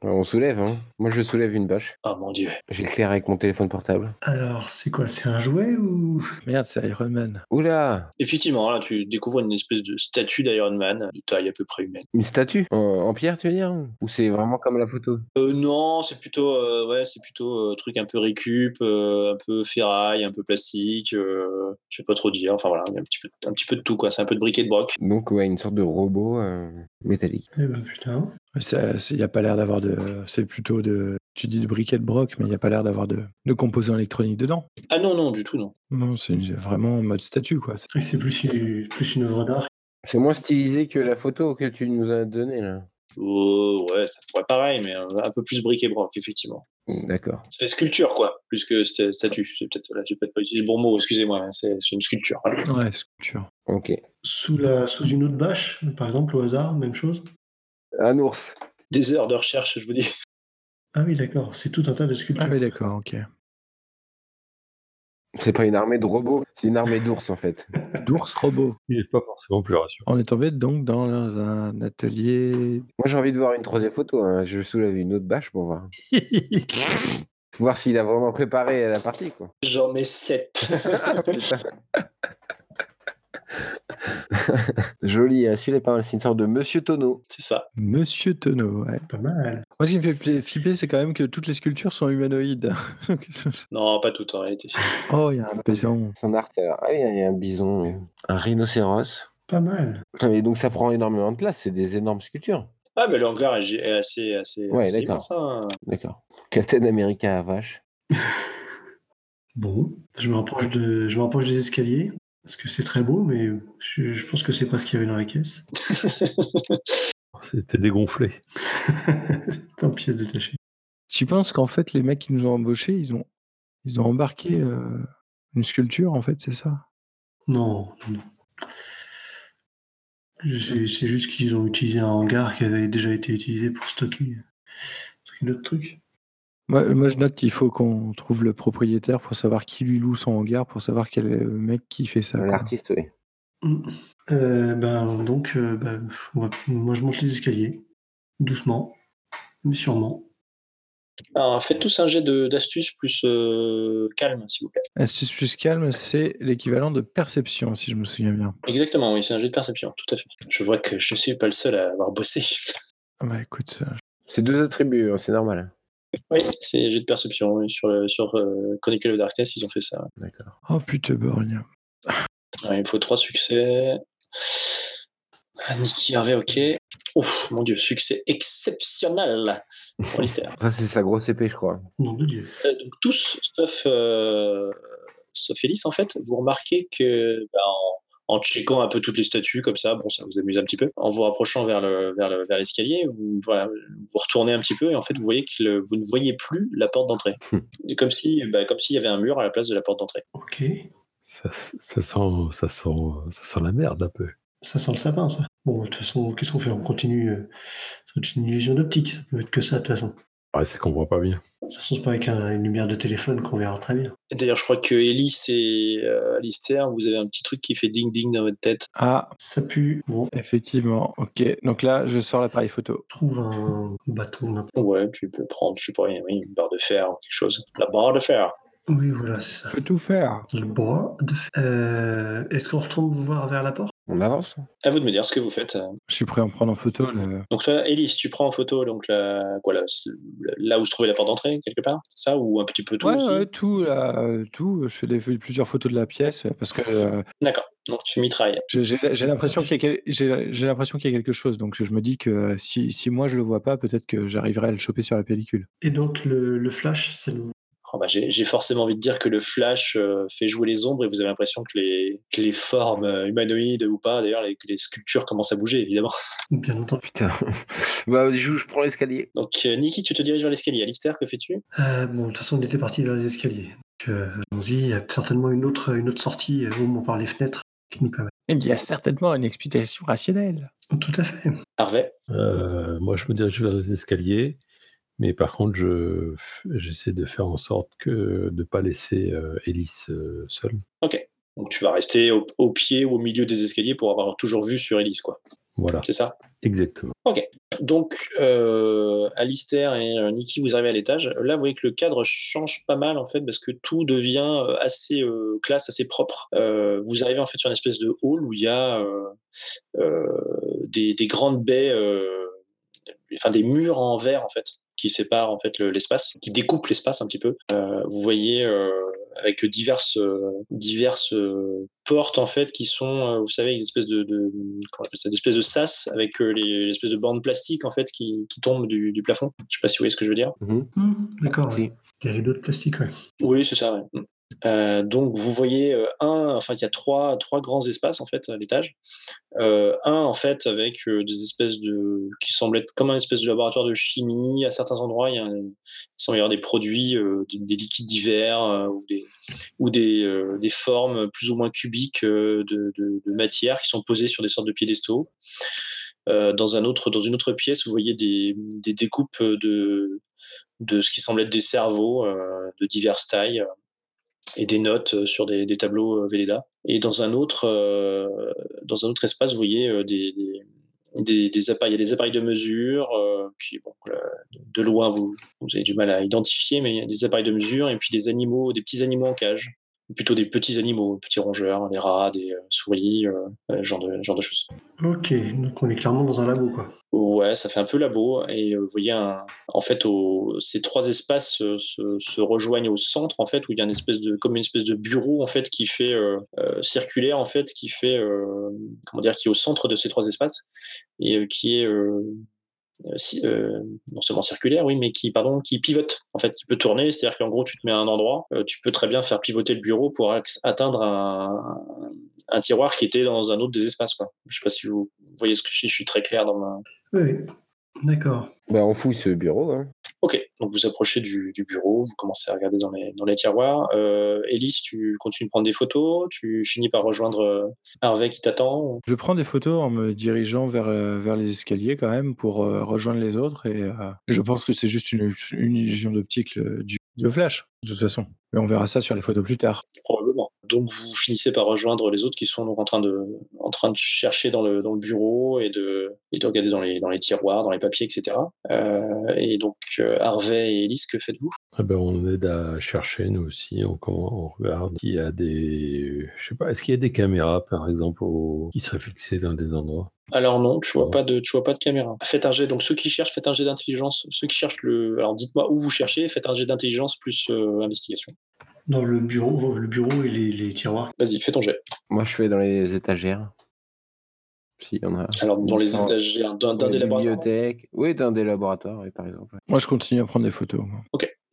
On soulève. Hein. Moi, je soulève une bâche. Ah mon dieu. J'éclaire avec mon téléphone portable. Alors, c'est quoi C'est un jouet ou Merde, c'est Iron Man. Oula Effectivement, là, tu découvres une espèce de statue d'Iron Man de taille à peu près humaine. Une statue en, en pierre, tu veux dire Ou c'est vraiment comme la photo Euh, non, c'est plutôt, euh, ouais, c'est plutôt euh, truc un peu récup, euh, un peu ferraille, un peu plastique. euh, je sais pas trop dire. Enfin voilà, il y a un petit peu, un petit peu de tout quoi. C'est un peu de briquet de broc. Donc, ouais, une sorte de robot euh, métallique. Eh ben putain. Ça- c'est- Il n'y a pas l'air d'avoir de. C'est plutôt de. Tu dis de briquet de broc, mais il n'y a pas l'air d'avoir de, de composants électroniques dedans. Ah non, non, du tout non. Non, c'est une- vraiment en mode statue, quoi. Et C'est plus, une- plus une œuvre d'art. C'est moins stylisé que la photo que tu nous as donnée, là. Oh, ouais, ça pourrait pareil, mais euh, un peu plus briquet broc, effectivement. Mm, D'accord. C'est sculpture, quoi, plus que sta- statue. J'ai peut-être voilà, j'ai peut-être pas utilisé le bon mot, excusez-moi, hein, c'est c'est une sculpture. Ouais, sculpture. Ok. Sous, la, sous une autre bâche, par exemple, au hasard, même chose. Un ours. Des heures de recherche, je vous dis. Ah oui, d'accord. C'est tout un tas de Ah sculptures. oui, d'accord, ok. C'est pas une armée de robots, c'est une armée d'ours, en fait. D'ours robot. Il n'est pas forcément plus rassurant. On est tombé donc dans un atelier. Moi, j'ai envie de voir une troisième photo. hein. Je soulève une autre bâche pour voir. Faut voir s'il a vraiment préparé la partie, quoi. J'en ai sept. Ah, putain. Joli, hein. celui-là est pas mal. C'est une sorte de Monsieur Tonneau. c'est ça. Monsieur Tonneau, ouais. Pas mal. Moi, ce qui me fait pli- flipper, c'est quand même que toutes les sculptures sont humanoïdes. Donc, Non, pas tout en réalité. oh, il y a un paysan. Son art, alors. Ah oui, il y a un bison, oui. un rhinocéros. Pas mal. Putain, mais donc ça prend énormément de place, c'est des énormes sculptures. Ah, mais l'anglaire est est assez, assez, Ouais, assez d'accord. immense, hein. D'accord. Captain America à vache. Bon, je me rapproche de, je me rapproche des escaliers parce que c'est très beau, mais je, je pense que c'est pas ce qu'il y avait dans la caisse. C'était dégonflé. C'est en pièces détachées. Tu penses qu'en fait, les mecs qui nous ont embauchés, ils ont, ils ont embarqué euh, une sculpture, en fait, c'est ça Non, non, non. C'est c'est juste qu'ils ont utilisé un hangar qui avait déjà été utilisé pour stocker. C'est un autre truc. moi, euh, moi, je note qu'il faut qu'on trouve le propriétaire pour savoir qui lui loue son hangar, pour savoir quel est le mec qui fait ça. quoi. L'artiste, oui. Mm. Euh, ben, donc, euh, ben, on va- moi je monte les escaliers, doucement, mais sûrement. Alors, faites tous un jet de- d'astuce plus euh, calme, s'il vous plaît. Astuce plus calme, c'est l'équivalent de perception, si je me souviens bien. Exactement, oui, c'est un jet de perception, tout à fait. Je vois que je ne suis pas le seul à avoir bossé. Ah Bah écoute, euh, C'est deux attributs, hein, c'est normal. oui, c'est un jet de perception. oui, Sur, le- sur euh, Chronicle of Darkness, ils ont fait ça. D'accord. oh putain, borgne. Ouais, il me faut trois succès. Ah, Nicky Harvey, ok. Ouf, mon dieu, succès exceptionnel pour Lister. Ça, c'est sa grosse épée, je crois. Nom de Dieu. Euh, donc, tous, sauf, euh, sauf Elise, en fait, vous remarquez que bah, en, en checkant un peu toutes les statues comme ça, bon, ça vous amuse un petit peu, en vous rapprochant vers l'escalier, le, vers le- vers l'escalier, vous, voilà, vous retournez un petit peu et en fait, vous voyez que le- vous ne voyez plus la porte d'entrée. Hmm. Comme si, bah, comme s'il y avait un mur à la place de la porte d'entrée. Ok, Ça, ça sent, ça, sent, ça sent la merde un peu. ça sent le sapin, ça. Bon, de toute façon, qu'est-ce qu'on fait On continue. euh, C'est une illusion d'optique, ça peut être que ça, de toute façon. Ouais, c'est qu'on voit pas bien. De toute façon, c'est pas avec un- une lumière de téléphone qu'on verra très bien. Et D'ailleurs, je crois que Elise et euh, Alistair, vous avez un petit truc qui fait ding-ding dans votre tête. Ah, Ça pue. Bon, effectivement, ok. Donc là, je sors l'appareil photo. trouve un bâton. n'importe- Ouais, tu peux prendre, je sais pas, oui, une barre de fer ou quelque chose. La barre de fer. Oui, voilà, c'est ça. Je peux tout faire. Le bois. de- Euh, Est-ce qu'on retourne voir vers la porte On avance À vous de me dire ce que vous faites. euh. Je suis prêt à en prendre en photo. le- Donc toi, Elise, tu prends en photo donc la, quoi, la- là où se trouvait la porte d'entrée, quelque part Ça Ou un petit peu tout Ouais, aussi ouais, tout, là, euh, tout. Je fais des- plusieurs photos de la pièce euh, parce que euh, D'accord, donc tu mitrailles. j'ai- j'ai j'ai l'impression qu'il y, a quel- j'ai- j'ai l'impression qu'il y a quelque chose. Donc je me dis que si, si moi je le vois pas, peut-être que j'arriverai à le choper sur la pellicule. Et donc, le, le flash, ça nous. Oh, bah, J'ai j'ai forcément envie de dire que le flash euh, fait jouer les ombres et vous avez l'impression que les, que les formes euh, humanoïdes ou pas, d'ailleurs, les, que les sculptures commencent à bouger, évidemment. Bien entendu. Putain. bah, je, je prends l'escalier. Donc euh, Niki, tu te diriges vers l'escalier. Alistair, que fais-tu Euh, bon, de toute façon, on était parti vers les escaliers. Donc, euh, allons-y. Il y a certainement une autre, une autre sortie, euh, au moins par les fenêtres, qui nous permet. Il y a Eh certainement une explication rationnelle. Tout à fait. Harvey Euh, moi, je me dirige vers les escaliers, mais par contre, je f- j'essaie de faire en sorte que de pas laisser euh, Elise euh, seule. Ok. Donc tu vas rester au, au pied ou au milieu des escaliers pour avoir toujours vu sur Elise, quoi. Voilà, C'est ça exactement. Donc, euh, Alistair et euh, Nikki, vous arrivez à l'étage. Là, vous voyez que le cadre change pas mal, en fait, parce que tout devient euh, assez euh, classe, assez propre. Euh, vous arrivez, en fait, sur une espèce de hall où il y a euh, euh, des, des grandes baies, euh, enfin, des murs en verre, en fait, qui séparent, en fait, le- l'espace, qui découpent l'espace un petit peu. Euh, vous voyez... euh, avec diverses, euh, diverses euh, portes en fait qui sont, euh, vous savez, une espèce de, de comment on appelle ça, une espèce de sas avec euh, les, l'espèce de bandes plastiques en fait qui, qui tombent du, du plafond. Je sais pas si vous voyez ce que je veux dire. Hmm, D'accord. Si. Les rideaux de plastique, ouais. Oui, c'est ça. ouais. Mm. Euh, donc vous voyez euh, un, enfin il y a trois, trois grands espaces en fait à l'étage. Euh, un en fait avec euh, des espèces de qui semblent être comme un espèce de laboratoire de chimie. À certains endroits il y a un- il semble y avoir des produits, euh, des, des liquides divers euh, ou des ou des, euh, des formes plus ou moins cubiques euh, de, de, de matière qui sont posées sur des sortes de piédestaux. Euh, dans un autre dans une autre pièce vous voyez des, des découpes de de ce qui semble être des cerveaux euh, de diverses tailles euh, et des notes euh, sur des, des tableaux euh, Velleda. Et dans un autre, euh, dans un autre espace, vous voyez euh, des, des, des- des appareils, il y a des appareils de mesure, euh, puis bon, euh, de loin vous, vous avez du mal à identifier, mais il y a des appareils de mesure et puis des animaux, des petits animaux en cage, plutôt des petits animaux, petits rongeurs, des rats, des euh, souris, euh, euh, genre de genre de choses. Ok, donc on est clairement dans un labo, quoi. Ouais, ça fait un peu labo. Et euh, vous voyez, un- en fait, au- ces trois espaces euh, se, se rejoignent au centre, en fait, où il y a une espèce de, comme une espèce de bureau, en fait, qui fait euh, euh, circulaire, en fait, qui fait, euh, comment dire, qui est au centre de ces trois espaces et euh, qui est euh, euh, si- euh, non seulement circulaire, oui, mais qui, pardon, qui pivote, en fait, qui peut tourner. C'est-à-dire qu'en gros, tu te mets à un endroit, euh, tu peux très bien faire pivoter le bureau pour ac- atteindre un, un tiroir qui était dans un autre des espaces. Quoi. Je sais pas si vous voyez ce que je, je suis très clair dans ma Oui, oui. D'accord. Bah, on fouille ce bureau. Hein. Ok, donc vous approchez du, du bureau, vous commencez à regarder dans les, dans les tiroirs. Euh, Elise, tu continues de prendre des photos, tu finis par rejoindre euh, Harvey qui t'attend. ou- Je prends des photos en me dirigeant vers, euh, vers les escaliers quand même pour euh, rejoindre les autres et euh, je pense que c'est juste une, une illusion d'optique euh, du, de flash de toute façon. Mais on verra ça sur les photos plus tard. Probablement. Donc vous finissez par rejoindre les autres qui sont donc en train de, en train de chercher dans le, dans le bureau et de, et de regarder dans les, dans les tiroirs, dans les papiers, etc. Euh, et donc euh, Harvey et Elise, que faites-vous Ah ben, on aide à chercher, nous aussi. On, com- on regarde s'il y a des. Je sais pas, est-ce qu'il y a des caméras, par exemple, au- qui seraient fixées dans des endroits Alors non, tu vois Non. pas de, tu vois pas de caméra. Faites un jet. Donc ceux qui cherchent, faites un jet d'intelligence. Ceux qui cherchent le, alors dites-moi où vous cherchez. Faites un jet d'intelligence plus euh, investigation. Dans le bureau, le bureau et les, les tiroirs. Vas-y, fais ton jet. Moi, je fais dans les étagères. S'il y en a. Alors, dans les Dans- étagères d'un dans d'un des les laboratoires bibliothèques. Oui, d'un des laboratoires, oui, par exemple. Moi je continue à prendre des photos.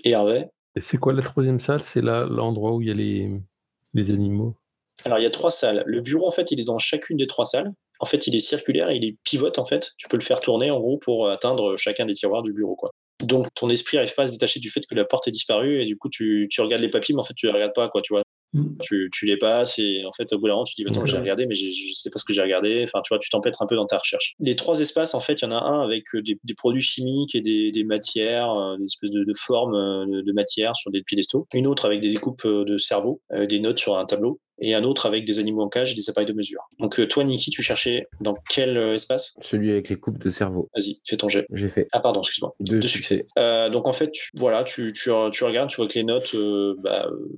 et Hervé. Et c'est quoi la troisième salle C'est là l'endroit où il y a les, les animaux Alors, il y a trois salles. Le bureau, en fait, il est dans chacune des trois salles. En fait, il est circulaire et il est pivote, en fait. Tu peux le faire tourner, en gros, pour atteindre chacun des tiroirs du bureau, quoi. Donc, ton esprit n'arrive pas à se détacher du fait que la porte est disparue et du coup, tu, tu regardes les papiers, mais en fait, tu les regardes pas, quoi, tu vois. Hmm. Tu, tu les passes et en fait, au bout d'un moment, tu te dis, attends, Ouais. j'ai regardé, mais j'ai- je sais pas ce que j'ai regardé. Enfin, tu vois, tu t'empêtres un peu dans ta recherche. Les trois espaces, en fait, il y en a un avec euh, des, des produits chimiques et des, des matières, euh, des espèces de, de formes euh, de, de matières sur des piédestaux. Une autre avec des découpes euh, de cerveau, euh, des notes sur un tableau. et un autre avec des animaux en cage et des appareils de mesure. Donc euh, toi, Niki, tu cherchais dans quel euh, espace Celui avec les coupes de cerveau. Vas-y, fais ton jet. J'ai fait Ah pardon, excuse-moi. deux de succès. Euh, donc en fait, tu- voilà, tu, tu, tu regardes, tu vois que les notes euh, bah, euh,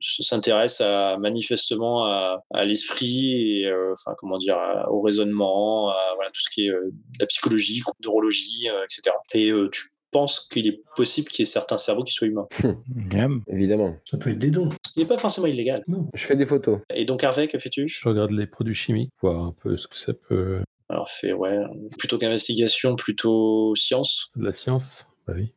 s- s'intéressent à, manifestement à, à l'esprit, et, euh, enfin comment dire, à- au raisonnement, à voilà, tout ce qui est euh, la psychologie, neurologie, euh, etc. Et euh, tu penses qu'il est possible qu'il y ait certains cerveaux qui soient humains. Miam. Évidemment. Ça peut être des dons. Ce qui n'est pas forcément illégal. Je fais des photos. Et donc Hervé, que fais-tu Je regarde les produits chimiques, voir un peu ce que ça peut. Alors fais ouais, plutôt qu'investigation, plutôt science. De la science Bah oui.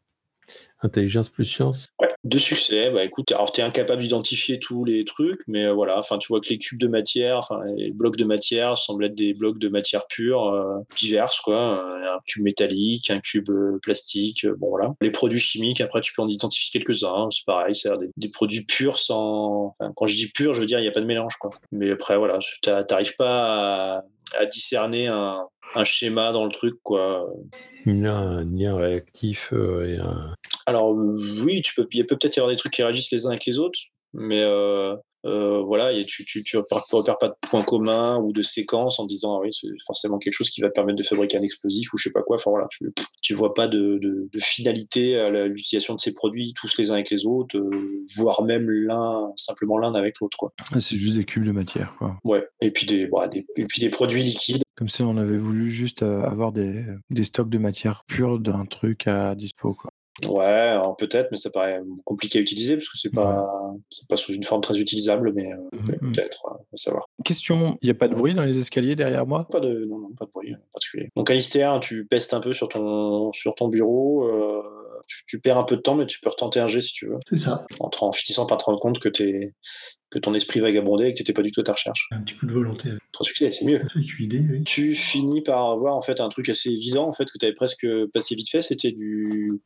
Intelligence plus science. Ouais, deux succès. Bah écoute, alors t'es incapable d'identifier tous les trucs, mais euh, voilà. Enfin, tu vois que les cubes de matière, enfin les blocs de matière semblent être des blocs de matière pure, euh, diverses quoi. Euh, Un cube métallique, un cube euh, plastique. euh, bon voilà. Les produits chimiques, après tu peux en identifier quelques-uns. hein, C'est pareil, c'est des, des produits purs sans. Enfin, quand je dis pur, je veux dire il n'y a pas de mélange quoi. Mais après voilà, t'as- t'arrives pas à, à discerner un, un schéma dans le truc quoi. Il y a un lien réactif euh, et un. Alors euh, oui, tu peux, il peut peut-être y avoir des trucs qui réagissent les uns avec les autres, mais euh, euh, voilà, et tu tu, tu repères, tu repères pas de points communs ou de séquences en disant ah oui, c'est forcément quelque chose qui va te permettre de fabriquer un explosif ou je sais pas quoi. Enfin voilà, tu, tu vois pas de, de- de finalité à la- l'utilisation de ces produits tous les uns avec les autres, euh, voire même l'un simplement l'un avec l'autre quoi. C'est juste des cubes de matière, quoi. Ouais. Et puis des, bah, des- et puis des produits liquides. Comme si on avait voulu juste euh, avoir des, des stocks de matière pure d'un truc à dispo, quoi. Ouais, alors peut-être, mais ça paraît compliqué à utiliser parce que c'est pas c'est pas sous une forme très utilisable, mais euh, Mhm. peut-être, euh, à savoir. Question, il n'y a pas de bruit dans les escaliers derrière moi Pas de, non, non, pas de bruit euh, particulier. Donc, Alistair, tu pestes un peu sur ton, sur ton bureau. euh, tu, tu perds un peu de temps, mais tu peux retenter un jet si tu veux. C'est ça. En, te- en finissant par te rendre compte que, t'es- que ton esprit vagabondait et que tu pas du tout à ta recherche. Un petit coup de volonté avec- Ton succès, c'est mieux. avec une idée, oui. Tu finis par voir en fait un truc assez évident en fait que tu avais presque passé vite fait, c'était du,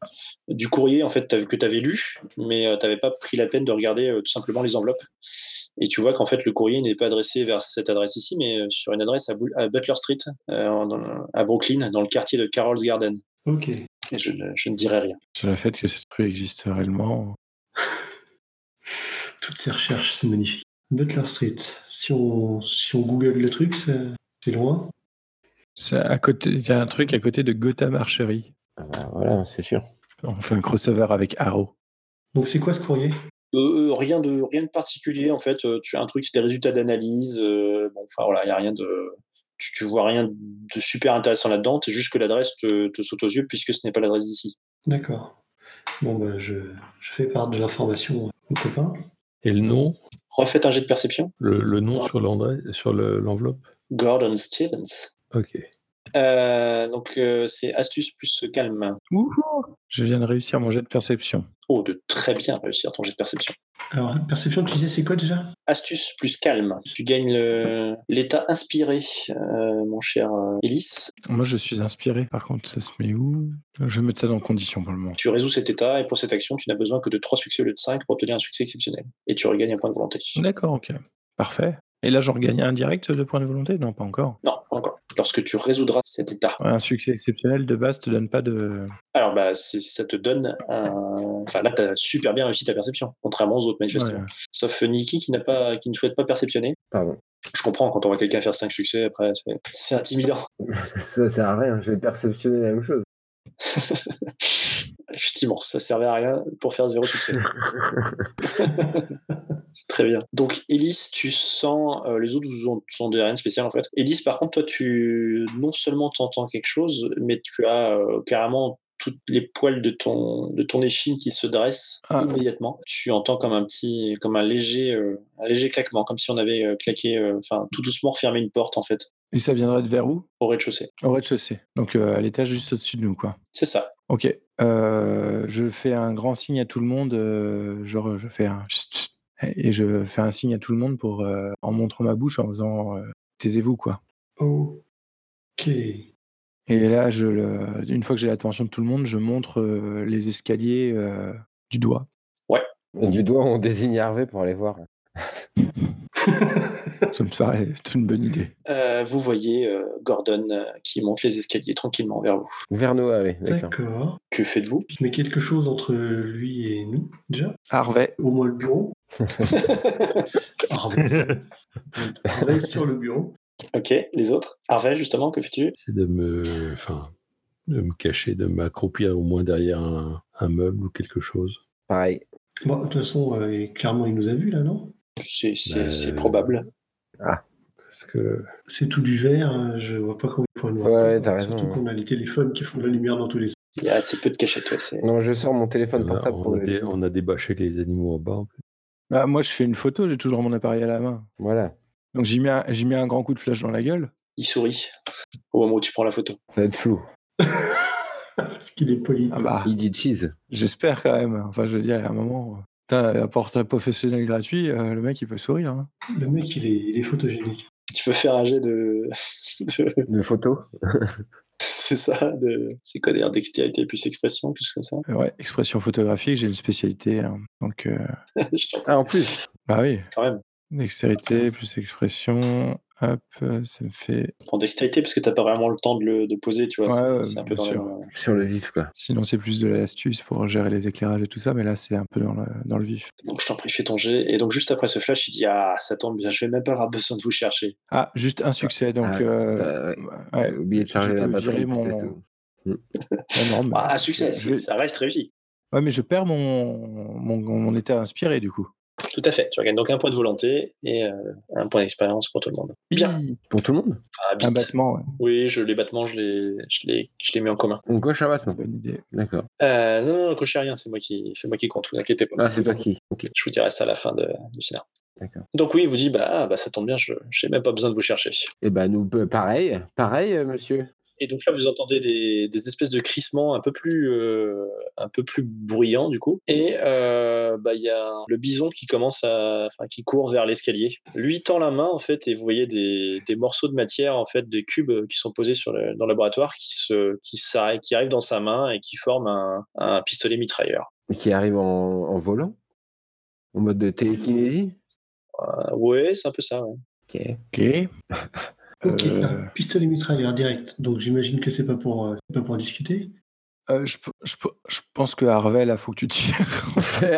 du courrier en fait t'avais- que tu avais lu, mais tu n'avais pas pris la peine de regarder euh, tout simplement les enveloppes. Et tu vois qu'en fait le courrier n'est pas adressé vers cette adresse ici, mais euh, sur une adresse à, Bou- à Butler Street, euh, en- dans- à Brooklyn, dans le quartier de Carroll's Garden. Ok. Et je, ne- je ne dirai rien. Sur le fait que ce truc existe réellement. Toutes ces recherches, c'est magnifique. Butler Street. Si on, si on google le truc, c'est c'est loin. C'est à côté, il y a un truc à côté de Gotham Archery. Ah bah voilà, c'est sûr. On fait un crossover avec Arrow. Donc c'est quoi ce courrier Euh, euh, rien de rien de particulier en fait. Euh, tu as un truc, c'est des résultats d'analyse. euh, bon, enfin voilà, il y a rien de tu, tu vois rien de super intéressant là-dedans. C'est juste que l'adresse te, te saute aux yeux puisque ce n'est pas l'adresse d'ici. D'accord. Bon, bah, je, je fais part de l'information aux copains. Et le nom Refaites un jet de perception. Le, le nom sur l'endroit- sur le- l'enveloppe Gordon Stevens. Ok. Euh, donc euh, c'est astuce plus calme. Je viens de réussir mon jet de perception. Oh, de très bien réussir ton jet de perception. Alors, perception, tu disais, c'est quoi déjà Astuce plus calme. Tu gagnes le- l'état inspiré, euh, mon cher euh, Ellis. Moi, je suis inspiré, par contre, ça se met où Je vais mettre ça dans condition pour le moment. Tu résous cet état et pour cette action, tu n'as besoin que de 3 succès au lieu de 5 pour obtenir un succès exceptionnel. Et tu regagnes un point de volonté. D'accord, ok. Parfait. Et là, j'en regagne un direct de points de volonté Non, pas encore. Non, pas encore. Lorsque tu résoudras cet état. Un succès exceptionnel de base te donne pas de. Alors, bah, c'est- ça te donne un. Enfin, là, tu as super bien réussi ta perception, contrairement aux autres manifestations. Ouais. Sauf Niki qui, n'a pas, qui ne souhaite pas perceptionner. Pardon. Je comprends, quand on voit quelqu'un faire 5 succès, après, c'est- c'est intimidant. ça sert à rien, je vais perceptionner la même chose. Effectivement, ça servait à rien pour faire zéro succès. Très bien. Donc, Elise, tu sens. euh, les autres vous ont- sont de rien de spécial en fait. Elise, par contre, toi, tu. Non seulement t'entends quelque chose, mais tu as euh, carrément toutes les poils de ton, de ton échine qui se dressent Ah. immédiatement. Tu entends comme un petit. comme un léger, euh, un léger claquement, comme si on avait euh, claqué. euh, enfin, tout doucement refermé une porte en fait, Et ça viendrait de vers où au rez-de-chaussée. Au rez-de-chaussée. Donc, euh, à l'étage juste au-dessus de nous, quoi. C'est ça. Ok. euh, je fais un grand signe à tout le monde. euh, genre, je fais un. chut, chut Et je fais un signe à tout le monde pour, euh, en montrant ma bouche, en faisant euh, taisez-vous, quoi. Ok. Et là, je le- une fois que j'ai l'attention de tout le monde, je montre euh, les escaliers euh, du doigt. Et du doigt, on désigne Hervé pour aller voir. Ça me paraît une bonne idée. Euh, vous voyez euh, Gordon euh, qui monte les escaliers tranquillement vers vous. Vers Noah, oui, d'accord. D'accord. Que faites-vous Je mets quelque chose entre lui et nous, déjà. Harvey, Au moins le bureau. Harvey. Harvey sur le bureau. Ok, les autres Harvey, justement, que fais-tu C'est de me, enfin, de me cacher, de m'accroupir au moins derrière un, un meuble ou quelque chose. Pareil. Bon, de toute façon, euh, et clairement, il nous a vus, là, non C'est c'est- Euh, c'est probable. Parce que C'est tout du vert, euh, je vois pas comment il pourrait nous Ouais, atteindre, t'as raison, Surtout ouais. qu'on a les téléphones qui font de la lumière dans tous les sens. Il y a assez peu de cachettes. ouais, c'est- Non, je sors mon téléphone on a, portable pour on a le dé- on a débâché les animaux en bas. en plus. bah, moi je fais une photo, j'ai toujours mon appareil à la main. Voilà. Donc j'y mets, un- j'y mets un grand coup de flash dans la gueule. Il sourit au moment où tu prends la photo. Ça va être flou. Parce qu'il est poli. Ah bah, Il dit cheese. j'espère quand même. Enfin, je veux dire, à un moment, putain, un portable professionnel gratuit, euh, le mec il peut sourire. hein. Le mec, il est, il est photogénique. Tu peux faire un jet de. de- De photos. c'est ça de... C'est quoi d'ailleurs Dextérité plus expression, quelque chose comme ça Euh, Ouais, expression photographique, j'ai une spécialité. hein. Donc, euh, Je t'en prie, Ah, en plus. bah oui, quand même. dextérité plus expression. Hop, euh, ça me fait. En dextérité, parce que t'as pas vraiment le temps de le de poser, tu vois. Ouais, c'est- ouais, c'est un peu bien dans la- euh, Sur le vif, quoi. Sinon, c'est plus de l'astuce pour gérer les éclairages et tout ça, mais là, c'est un peu dans le, dans le vif. Donc je t'en prie, fais ton jet. Et donc juste après ce flash, il dit Ah, ça tombe bien, je vais même pas avoir besoin de vous chercher. Ah, juste un succès, donc. Ah, euh, Euh, ouais, J'ai oublié de charger je la peux batterie. virer mon- peut-être, euh, ou- énorme. Ah, un succès, Bah, Je vais- ça reste réussi. Ouais, mais je perds mon, mon, mon état inspiré, du coup. Tout à fait. Tu regagnes donc un point de volonté et euh, un point d'expérience pour tout le monde. Bien. Hi, Pour tout le monde Ah, bite. Un battement, ouais. Oui, je, les battements, je les, je, les, je les mets en commun. On coche un battement. bonne idée. D'accord. Euh, non, non, non, cochez rien, c'est moi qui, c'est moi qui compte, vous inquiétez pas. Ah, c'est toi qui. Ok. Je vous dirai ça à la fin de, du scénar. D'accord. Donc oui, il vous dit bah, ah, bah ça tombe bien, je n'ai même pas besoin de vous chercher. Et ben, nous, peu- pareil. Pareil, euh, monsieur. Et donc là, vous entendez des, des espèces de crissements un peu plus, euh, un peu plus bruyants du coup. Et euh, bah, il y a le bison qui commence à, enfin, qui court vers l'escalier. Lui tend la main en fait, et vous voyez des, des morceaux de matière en fait, des cubes euh, qui sont posés sur le, dans le laboratoire, qui se, qui s'arrêtent- qui arrivent dans sa main et qui forment un, un pistolet mitrailleur. Mais Qui arrive en, en volant. En mode de télékinésie. Euh, ouais, c'est un peu ça. ouais. Ok. Ok. Ok, Euh, un pistolet mitrailleur direct. Donc j'imagine que c'est pas pour, euh, c'est pas pour discuter. euh, je, p- je p- je pense que Harvey, là, faut que tu tires.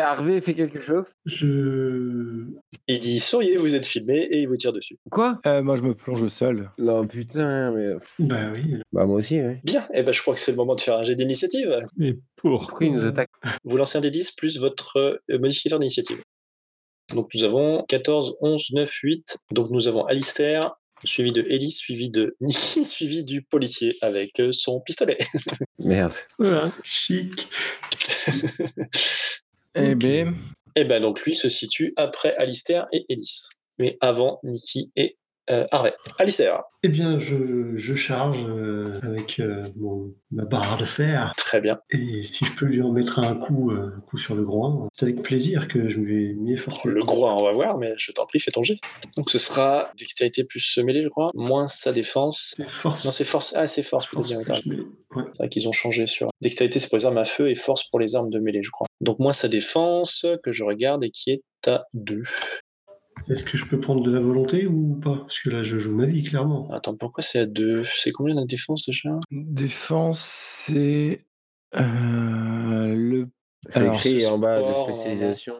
Harvey fait quelque chose. Je. Il dit souriez, vous êtes filmé, et il vous tire dessus. Quoi Euh, moi, je me plonge au sol. Non, putain, mais. Bah oui. alors. Bah, moi aussi, ouais. Bien, et ben je crois que c'est le moment de faire un jet d'initiative. Mais pour Pourquoi il nous attaque Vous lancez un des 10 plus votre euh, modificateur d'initiative. Donc nous avons 14, 11, 9, 8. Donc nous avons Alistair, suivi de Ellie, suivi de Nikki, suivi du policier avec euh, son pistolet. Merde. Voilà, chic. Eh ben, et ben donc lui se situe après Alistair et Ellis, mais avant Nikki et euh, Harvey. Alistair, Eh bien, je, je charge euh, avec euh, mon- ma barre de fer. très bien. Et si je peux lui en mettre un coup, euh, un coup sur le groin, c'est avec plaisir que je vais m'y efforcer. Le gros, hein, on va voir, mais je t'en prie, fais ton jet. Donc ce sera dextérité plus mêlée, je crois, moins sa défense. C'est force. Non, c'est force. Ah, c'est force, peut-être force bien, oui, plus t'as raison. mêlée. Ouais. C'est vrai qu'ils ont changé sur. Dextérité, c'est pour les armes à feu et force pour les armes de mêlée, je crois. Donc, moi, sa défense que je regarde et qui est à 2. Est-ce que je peux prendre de la volonté ou pas Parce que là, je joue ma vie, clairement. Attends, pourquoi c'est à 2 C'est combien la défense déjà défense, c'est. euh, le. C'est Alors, écrit ce en bas sport, de spécialisation.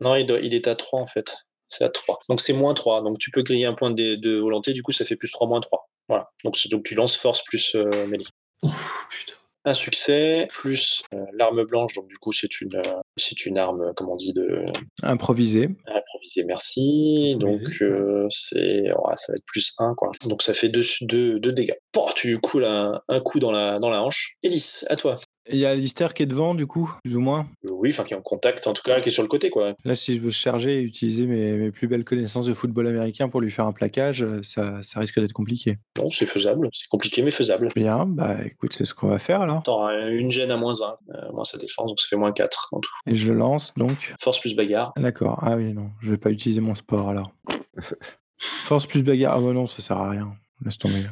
Non, il, doit- il est à 3 en fait. C'est à 3. Donc, c'est moins 3. Donc, tu peux griller un point de, de volonté, du coup, ça fait plus 3, moins 3. Voilà. Donc, c'est- donc tu lances force plus euh, mêlée. Ouf, putain. Un succès, plus euh, l'arme blanche, donc du coup, c'est une, euh, c'est une arme, euh, comment on dit, de, Improvisé. Improvisé, merci. Improvisé. Donc, euh, c'est, ouais, ça va être plus 1, quoi. Donc, ça fait 2 deux, deux, deux dégâts. Pouah, tu lui coules un, un coup dans la, dans la hanche. Elise, à toi. Il y a Alistair qui est devant, du coup, plus ou moins. Euh, Oui, enfin, qui est en contact, en tout cas, qui est sur le côté, quoi. Là, si je veux charger et utiliser mes, mes plus belles connaissances de football américain pour lui faire un plaquage, euh, ça, ça risque d'être compliqué. Bon, c'est faisable. C'est compliqué, mais faisable. Bien, bah écoute, c'est ce qu'on va faire alors. T'auras une gêne à moins 1, moins sa défense, donc ça fait moins 4 en tout. Et je le lance donc. Force plus bagarre. D'accord. Ah oui, non, je vais pas utiliser mon sport alors. Force plus bagarre. Ah bah non, ça sert à rien. Laisse tomber.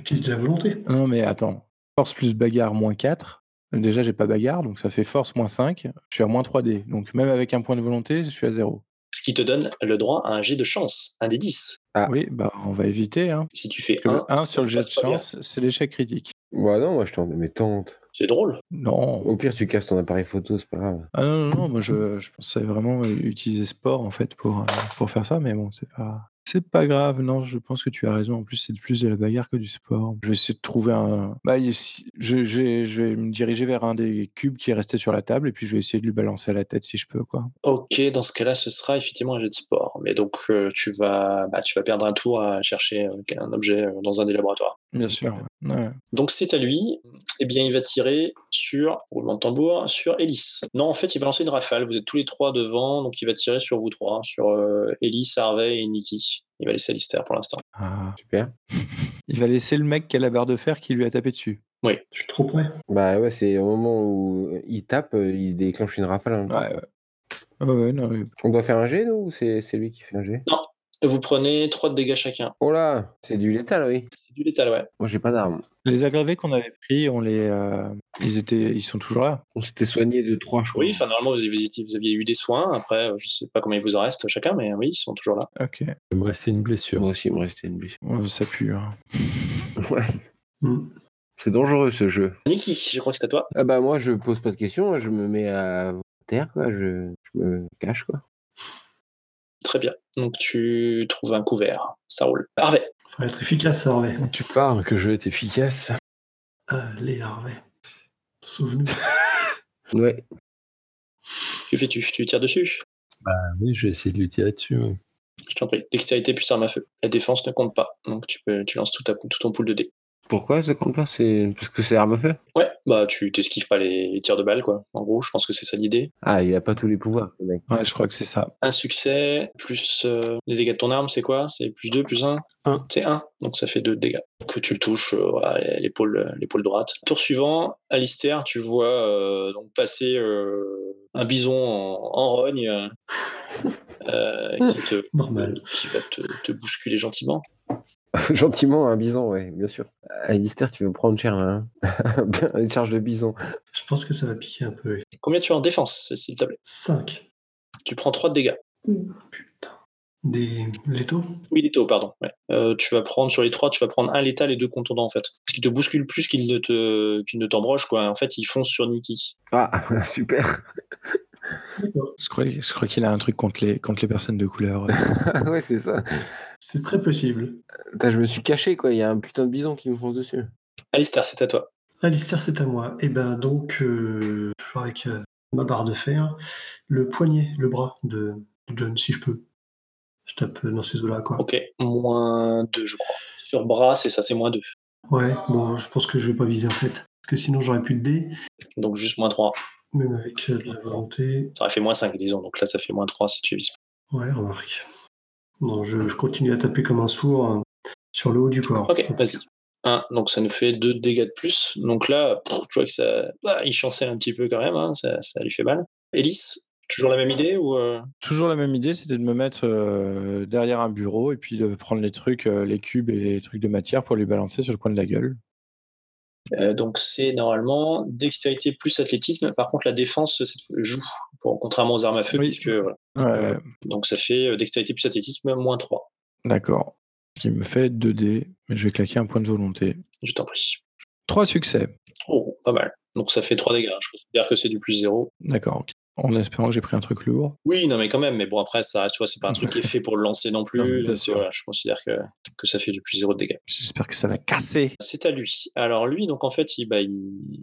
Utilise de la volonté. Non, mais attends. Force plus bagarre moins 4. Déjà, j'ai pas bagarre, donc ça fait force moins 5. Je suis à moins 3D. Donc même avec un point de volonté, je suis à 0. ce qui te donne le droit à un jet de chance, un des 10. Ah. Oui, bah, on va éviter. Hein. Si tu fais Parce que le 1, 1 sur le jet de chance, c'est l'échec critique. Bah non, moi je t'en. Mais tente. C'est drôle. Non. Au pire, tu casses ton appareil photo, c'est pas grave. Ah non, non, non, moi je, je pensais vraiment utiliser sport en fait pour, euh, pour faire ça, mais bon, c'est pas. C'est pas grave, non, je pense que tu as raison. En plus, c'est plus de la bagarre que du sport. Je vais essayer de trouver un. Bah, il- si- je, je vais- je vais me diriger vers un des cubes qui est resté sur la table et puis je vais essayer de lui balancer à la tête si je peux, quoi. Ok, dans ce cas-là, ce sera effectivement un jet de sport. Mais donc, euh, tu, vas, bah, tu vas perdre un tour à chercher euh, un objet euh, dans un des laboratoires. Bien sûr. ouais. Donc, c'est à lui. Eh bien, il va tirer sur, roulement de tambour, sur Ellis. Non, en fait, il va lancer une rafale. Vous êtes tous les trois devant, donc il va tirer sur vous trois, sur euh, Ellis, Harvey et Nikki. Il va laisser Alistair pour l'instant. Ah. Super. Il va laisser le mec qui a la barre de fer qui lui a tapé dessus. Je suis trop près. Bah ouais, c'est au moment où il tape, euh, il déclenche une rafale. hein. Ouais, ouais. Ouais, ouais, non, mais- On doit faire un jet, nous, ou c'est c'est lui qui fait un jet Vous prenez 3 de dégâts chacun. Oh là, c'est du létal, oui. C'est du létal, ouais. Moi, j'ai pas d'arme. Les aggravés qu'on avait pris, on les, euh, ils étaient, ils sont toujours là. On s'était soigné de 3, je crois. Oui, enfin, normalement, vous aviez, vous aviez eu des soins. Après, euh, je sais pas combien il vous en reste chacun, mais euh, oui, ils sont toujours là. Ok. Il me restait une blessure. Moi aussi, il me restait une blessure. Ouais, ça pue. hein. Ouais. Mm. c'est dangereux, ce jeu. Nikki, je crois que c'est à toi. Ah bah moi, je pose pas de questions, je me mets à terre, quoi. Je, je me cache, quoi. Très bien. Donc, tu trouves un couvert. Ça roule. Harvey. Faut être efficace, Harvey. Tu parles que je vais être efficace. Allez, Harvey. Sauve-nous. Ouais. Tu fais, tu, tu tires dessus. Ah oui, je vais essayer de lui tirer dessus. ouais. Je t'en prie. Dextérité plus arme à feu. La défense ne compte pas. Donc tu peux, tu lances tout, ta, tout ton pool de dés. Pourquoi ça compte pas C'est parce que c'est arme à feu Ouais, bah tu t'esquives pas les, les tirs de balles quoi. En gros, je pense que c'est ça l'idée. Ah, il a pas tous les pouvoirs, ce mec. Ouais, je crois que c'est ça. Un succès plus euh, les dégâts de ton arme, c'est quoi C'est plus 2, plus 1 Un. C'est 1, donc ça fait 2 dégâts. Que tu le touches, euh, voilà, l'épaule, l'épaule droite. Tour suivant, Alistair, tu vois euh, donc passer euh, un bison en, en rogne euh, euh, qui, te, Normal. qui va te, te bousculer gentiment. Gentiment, un bison, ouais, bien sûr. Alistair, tu veux prendre cher, là, hein Une charge de bison. Je pense que ça va piquer un peu. Combien tu as en défense, s'il te plaît 5. Tu prends 3 de dégâts. Des létaux Oui, létaux, pardon. ouais. Euh, tu vas prendre sur les trois, tu vas prendre un létal et deux contondants en fait. Ce qui te bouscule plus qu'il ne te qu'il ne t'embroche quoi. En fait, ils foncent sur Nikki. Ah, super Je crois, je crois qu'il a un truc contre les, contre les personnes de couleur. Ouais, c'est ça. C'est très possible. Putain, je me suis caché, quoi. Il y a un putain de bison qui me fonce dessus. Alistair, c'est à toi. Alistair, c'est à moi. Et ben donc, euh, je vois avec euh, ma barre de fer, le poignet, le bras de, de John, si je peux. Je tape euh, dans ces eaux-là, quoi. Ok, moins deux, je crois. Sur bras, c'est ça, c'est moins deux. Ouais, bon, je pense que je vais pas viser en fait. Parce que sinon, j'aurais plus de dés, Donc juste moins trois. même avec euh, de la volonté. Ça aurait fait moins cinq, disons. Donc là, ça fait moins trois si tu vises. Ouais, remarque. Non, je, je continue à taper comme un sourd hein, sur le haut du corps. Ok, vas-y. Un, donc ça nous fait deux dégâts de plus. Donc là, pff, tu vois que ça, ah, il chancelle un petit peu quand même. hein, ça, ça lui fait mal. Elise, toujours la même idée ou euh, Toujours la même idée, c'était de me mettre euh, derrière un bureau et puis de prendre les trucs, euh, les cubes et les trucs de matière pour les balancer sur le coin de la gueule. Euh, donc c'est normalement dextérité plus athlétisme. Par contre, la défense cette fois, joue, pour, contrairement aux armes à feu. Oui. puisque, voilà. Ouais, Donc ça fait euh, dextérité plus athlétisme, moins 3. D'accord. Ce qui me fait 2 dés, mais je vais claquer un point de volonté. Je t'en prie. 3 succès. Oh, pas mal. Donc ça fait 3 dégâts. hein, Je considère que c'est du plus 0. D'accord. ok. En espérant que j'ai pris un truc lourd. Oui, non, mais quand même. Mais bon, après, ça, tu vois, c'est pas un truc qui est fait pour le lancer non plus. Non, bien donc, sûr. voilà, je considère que, que ça fait du plus 0 de dégâts. J'espère que ça va casser. C'est à lui. Alors lui, donc en fait, il, bah, il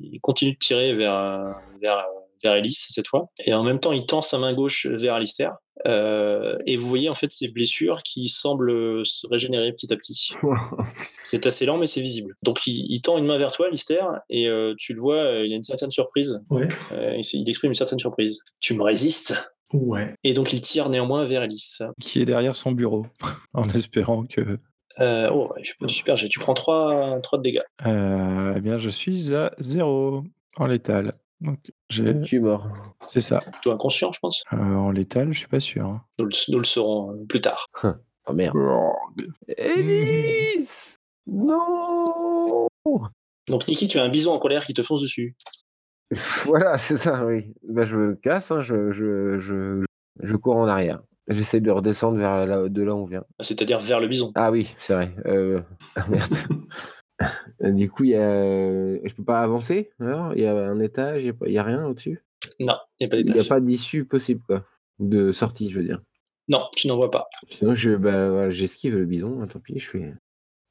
il continue de tirer vers, euh, vers, euh, vers Elise cette fois. Et en même temps, il tend sa main gauche vers Alistair. Euh, et vous voyez en fait ses blessures qui semblent se régénérer petit à petit. C'est assez lent, mais c'est visible. Donc il, il tend une main vers toi, Alistair, et euh, tu le vois, euh, il a une certaine surprise. Ouais. Euh, il, s- il exprime une certaine surprise. Tu me résistes Ouais. Et donc il tire néanmoins vers Elise. Qui est derrière son bureau. En espérant que. Euh, oh, il fait pas du super jet. Tu prends 3, de dégâts. Euh, eh bien, je suis à 0 en létal. Donc, j'ai- Je suis mort. c'est ça. Plutôt inconscient, je pense. Euh, en létal, je suis pas sûr. hein. Nous le, nous le saurons euh, plus tard. Oh merde. Elise Non Donc Niki, tu as un bison en colère qui te fonce dessus. Voilà, c'est ça, oui. Bah, je me casse, hein, je, je, je, je cours en arrière. J'essaie de redescendre vers là, de là où on vient. c'est-à-dire vers le bison. Ah oui, c'est vrai. Euh, ah, merde. du coup, il y a... euh, je peux pas avancer alors Il y a un étage, il y a pas- il y a, rien au-dessus Non, il n'y a pas Il n'y a d'étage. pas d'issue possible, quoi. De sortie, je veux dire. Non, tu n'en vois pas. Sinon, je- bah, voilà, j'esquive le bison, hein, tant pis, je fais...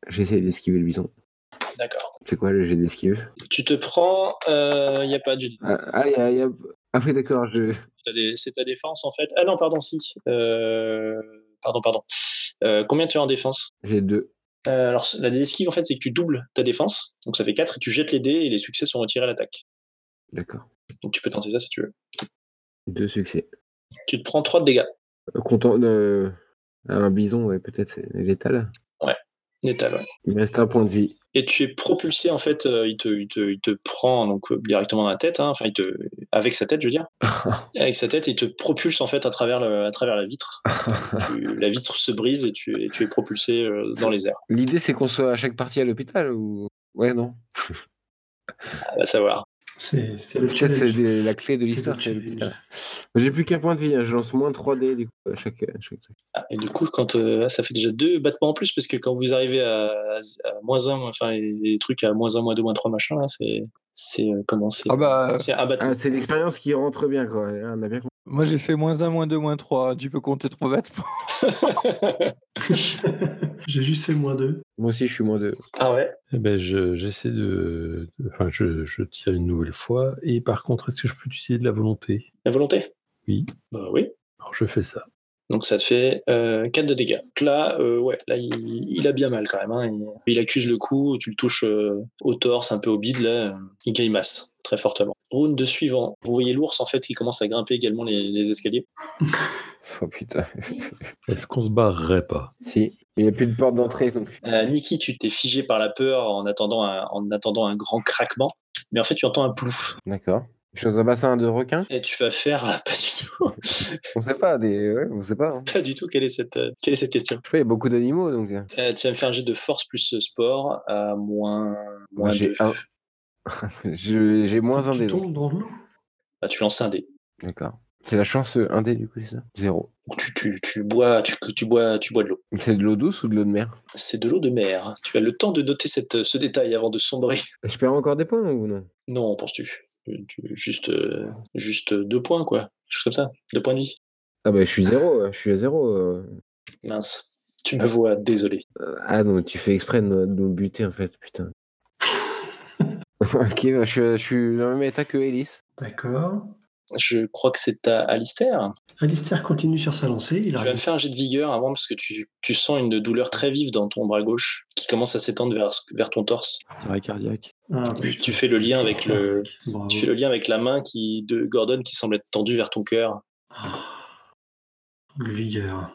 J'essaie d'esquiver le bison. D'accord. C'est quoi le jet d'esquive Tu te prends. euh, Il n'y a pas de. Ah, ah, y a- y a- ah oui, d'accord, je... T'as des- C'est ta défense en fait. Ah non, pardon, si. Euh, Pardon, pardon. Euh, combien tu as en défense j'ai deux. Euh, Alors, la esquive en fait, c'est que tu doubles ta défense. Donc ça fait 4 et tu jettes les dés et les succès sont retirés à l'attaque. D'accord. Donc tu peux tenter ça si tu veux. Deux succès. Tu te prends 3 de dégâts. Euh, Content de... Un bison, ouais, peut-être c'est létal. Létal, ouais. Il me reste un point de vie. et tu es propulsé en fait euh, il, te, il, te, il te prend donc euh, directement dans la tête hein, enfin il te avec sa tête je veux dire avec sa tête il te propulse en fait à travers le, à travers la vitre Tu- la vitre se brise et tu, et tu es propulsé euh, dans les airs L'idée, c'est qu'on soit à chaque partie à l'hôpital ou... Ouais, non. à savoir C'est c'est le Ça, c'est challenge. des- la clé de C'est l'histoire. le c'est le- challenge. Mais J'ai plus qu'un point de vie, hein, je lance moins 3D du coup à chaque, à chaque truc. Ah, et du coup quand euh, ah, ça fait déjà deux battements en plus parce que quand vous arrivez à, à z- à moins un enfin les, les trucs à moins un moins deux moins trois machin là, c'est c'est euh, comment c'est Ah bah, c'est un battement Ah, c'est l'expérience qui rentre bien quoi. Là, on a bien compris. moi j'ai fait moins 1, moins 2, moins 3. Tu peux compter trop bêtement. hein. J'ai juste fait moins 2. Moi aussi, je suis moins 2. ah ouais Eh ben, je- j'essaie de. de- Enfin, je, je tire une nouvelle fois. Et par contre, est-ce que je peux utiliser de la volonté la volonté Oui. bah oui Alors, je fais ça. Donc ça te fait euh, 4 de dégâts. Donc là, euh, ouais, là il, il a bien mal quand même. hein. Il, il accuse le coup, tu le touches euh, au torse, un peu au bide, là, euh, il grimace très fortement. Round de suivant. Vous voyez l'ours en fait qui commence à grimper également les, les escaliers. Oh putain. Est-ce qu'on se barrerait pas si. Il n'y a plus de porte d'entrée. donc. Euh, Niki, tu t'es figé par la peur en attendant un, en attendant un grand craquement. Mais en fait, tu entends un plouf. D'accord. Je suis dans un bassin de requins. Et tu vas faire ah, pas du tout, On sait pas. Des... ouais, on sait pas. hein. pas du tout quelle est cette, euh, quelle est cette question. Je sais pas, il y a beaucoup d'animaux donc. euh, Euh, tu vas me faire un jet de force plus euh, sport à moins. moins moi, j'ai deux. un. Je- j'ai moins Faut que un dé. Tu donc. tombes dans l'eau. Bah, tu lances un dé. D'accord. C'est la chance euh, un dé du coup, c'est ça Zéro. Donc, Tu, tu, tu bois, tu, tu bois, tu bois de l'eau. C'est de l'eau douce ou de l'eau de mer c'est de l'eau de mer. Tu as le temps de noter cette, ce détail avant de sombrer. Je perds encore des points ou non Non, penses-tu Tu- tu- Juste, euh, juste deux points, quoi. Quelque chose comme ça. Deux points de vie. Ah bah je suis zéro. euh, Je suis à zéro. euh. Mince. Tu me vois, désolé. Euh, Ah non, tu fais exprès de nous, de nous buter en fait, putain. ok, bah, je, suis- je suis dans le même état que Ellis. D'accord. Je crois que c'est à Alistair. Alistair continue sur sa lancée. Il Tu vas me arrive. faire un jet de vigueur avant parce que tu, tu sens une douleur très vive dans ton bras gauche qui commence à s'étendre vers, vers ton torse. Arrêt cardiaque. Ah, Tu- putain. tu fais le lien avec le- Bravo. Tu fais le lien avec la main qui, de Gordon qui semble être tendue vers ton cœur. Ah. Le vigueur.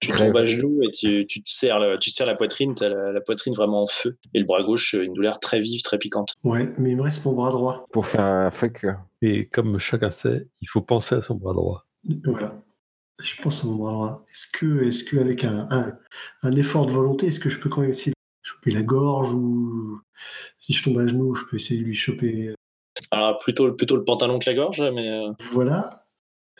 Tu Très tombes à bien. genoux et tu, tu te serres la, tu te serres la poitrine, t'as la, la poitrine vraiment en feu. Et le bras gauche, euh, une douleur très vive, très piquante. Ouais, mais il me reste mon bras droit. Pour faire un fuck. euh. Et comme chacun sait, il faut penser à son bras droit. Voilà. Je pense à mon bras droit. Est-ce que, est-ce que avec un, un, un effort de volonté, est-ce que je peux quand même essayer de choper la gorge ou si je tombe à genoux, je peux essayer de lui choper. euh, Alors, Ah, plutôt, plutôt le pantalon que la gorge, mais euh, Voilà.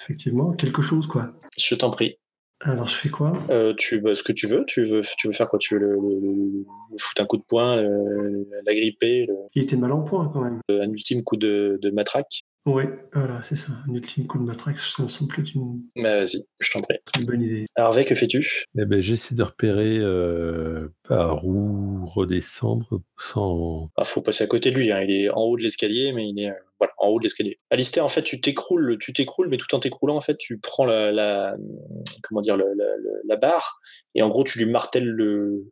Effectivement, quelque chose quoi. je t'en prie. Alors je fais quoi Euh, tu, bah, ce que tu veux, tu veux, tu veux faire quoi Tu veux le, le- le- le foutre un coup de poing, le- la gripper, le- Il était mal en point quand même. le- un ultime coup de, de matraque Ouais, voilà, c'est ça. Un ultime coup de matraque, ça me semble être une, Bah, Vas-y, je t'en prie. une bonne idée. Harvey, que fais-tu Eh ben, j'essaie de repérer euh, par où redescendre sans. bah, Faut passer à côté de lui. hein. Il est en haut de l'escalier, mais il est euh, voilà, en haut de l'escalier. Alistair, en fait, tu t'écroules, tu t'écroules, mais tout en t'écroulant, en fait, tu prends la, la- comment dire, le- la, le- la barre et en gros, tu lui martèles le,